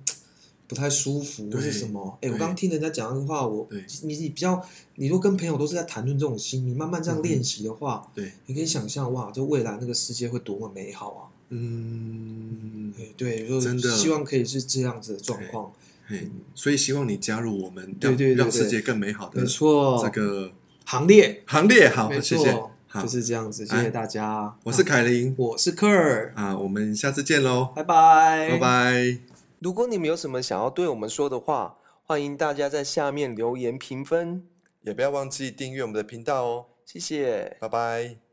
[SPEAKER 1] 不太舒服，或
[SPEAKER 2] 对
[SPEAKER 1] 是什么？哎、
[SPEAKER 2] 对
[SPEAKER 1] 我刚刚听人家讲那句话，我
[SPEAKER 2] 对
[SPEAKER 1] 你你比较，你如果跟朋友都是在谈论这种心，你慢慢这样
[SPEAKER 2] 嗯
[SPEAKER 1] 练习的话，
[SPEAKER 2] 对，
[SPEAKER 1] 你可以想象哇，就未来那个世界会多么美好啊！
[SPEAKER 2] 嗯，
[SPEAKER 1] 对对，就
[SPEAKER 2] 真的
[SPEAKER 1] 希望可以是这样子的状况，
[SPEAKER 2] 嘿，所以希望你加入我们，
[SPEAKER 1] 对
[SPEAKER 2] 让
[SPEAKER 1] 对对
[SPEAKER 2] 让
[SPEAKER 1] 对
[SPEAKER 2] 世界更美好的
[SPEAKER 1] 没错，
[SPEAKER 2] 呃这个
[SPEAKER 1] 行列，
[SPEAKER 2] 行列。好
[SPEAKER 1] 没，
[SPEAKER 2] 谢
[SPEAKER 1] 错，
[SPEAKER 2] 谢。好
[SPEAKER 1] 就，是这样子，谢
[SPEAKER 2] 哎
[SPEAKER 1] 谢大家，
[SPEAKER 2] 我是
[SPEAKER 1] 啊
[SPEAKER 2] 凯琳
[SPEAKER 1] 我是科尔，
[SPEAKER 2] 啊，我们下次见喽，
[SPEAKER 1] 拜拜，
[SPEAKER 2] 拜。拜。
[SPEAKER 4] 如果你们有什么想要对我们说的话，欢迎大家在下面留言评分，
[SPEAKER 2] 也不要忘记订阅我们的频道哦，
[SPEAKER 4] 谢谢。
[SPEAKER 2] 拜拜。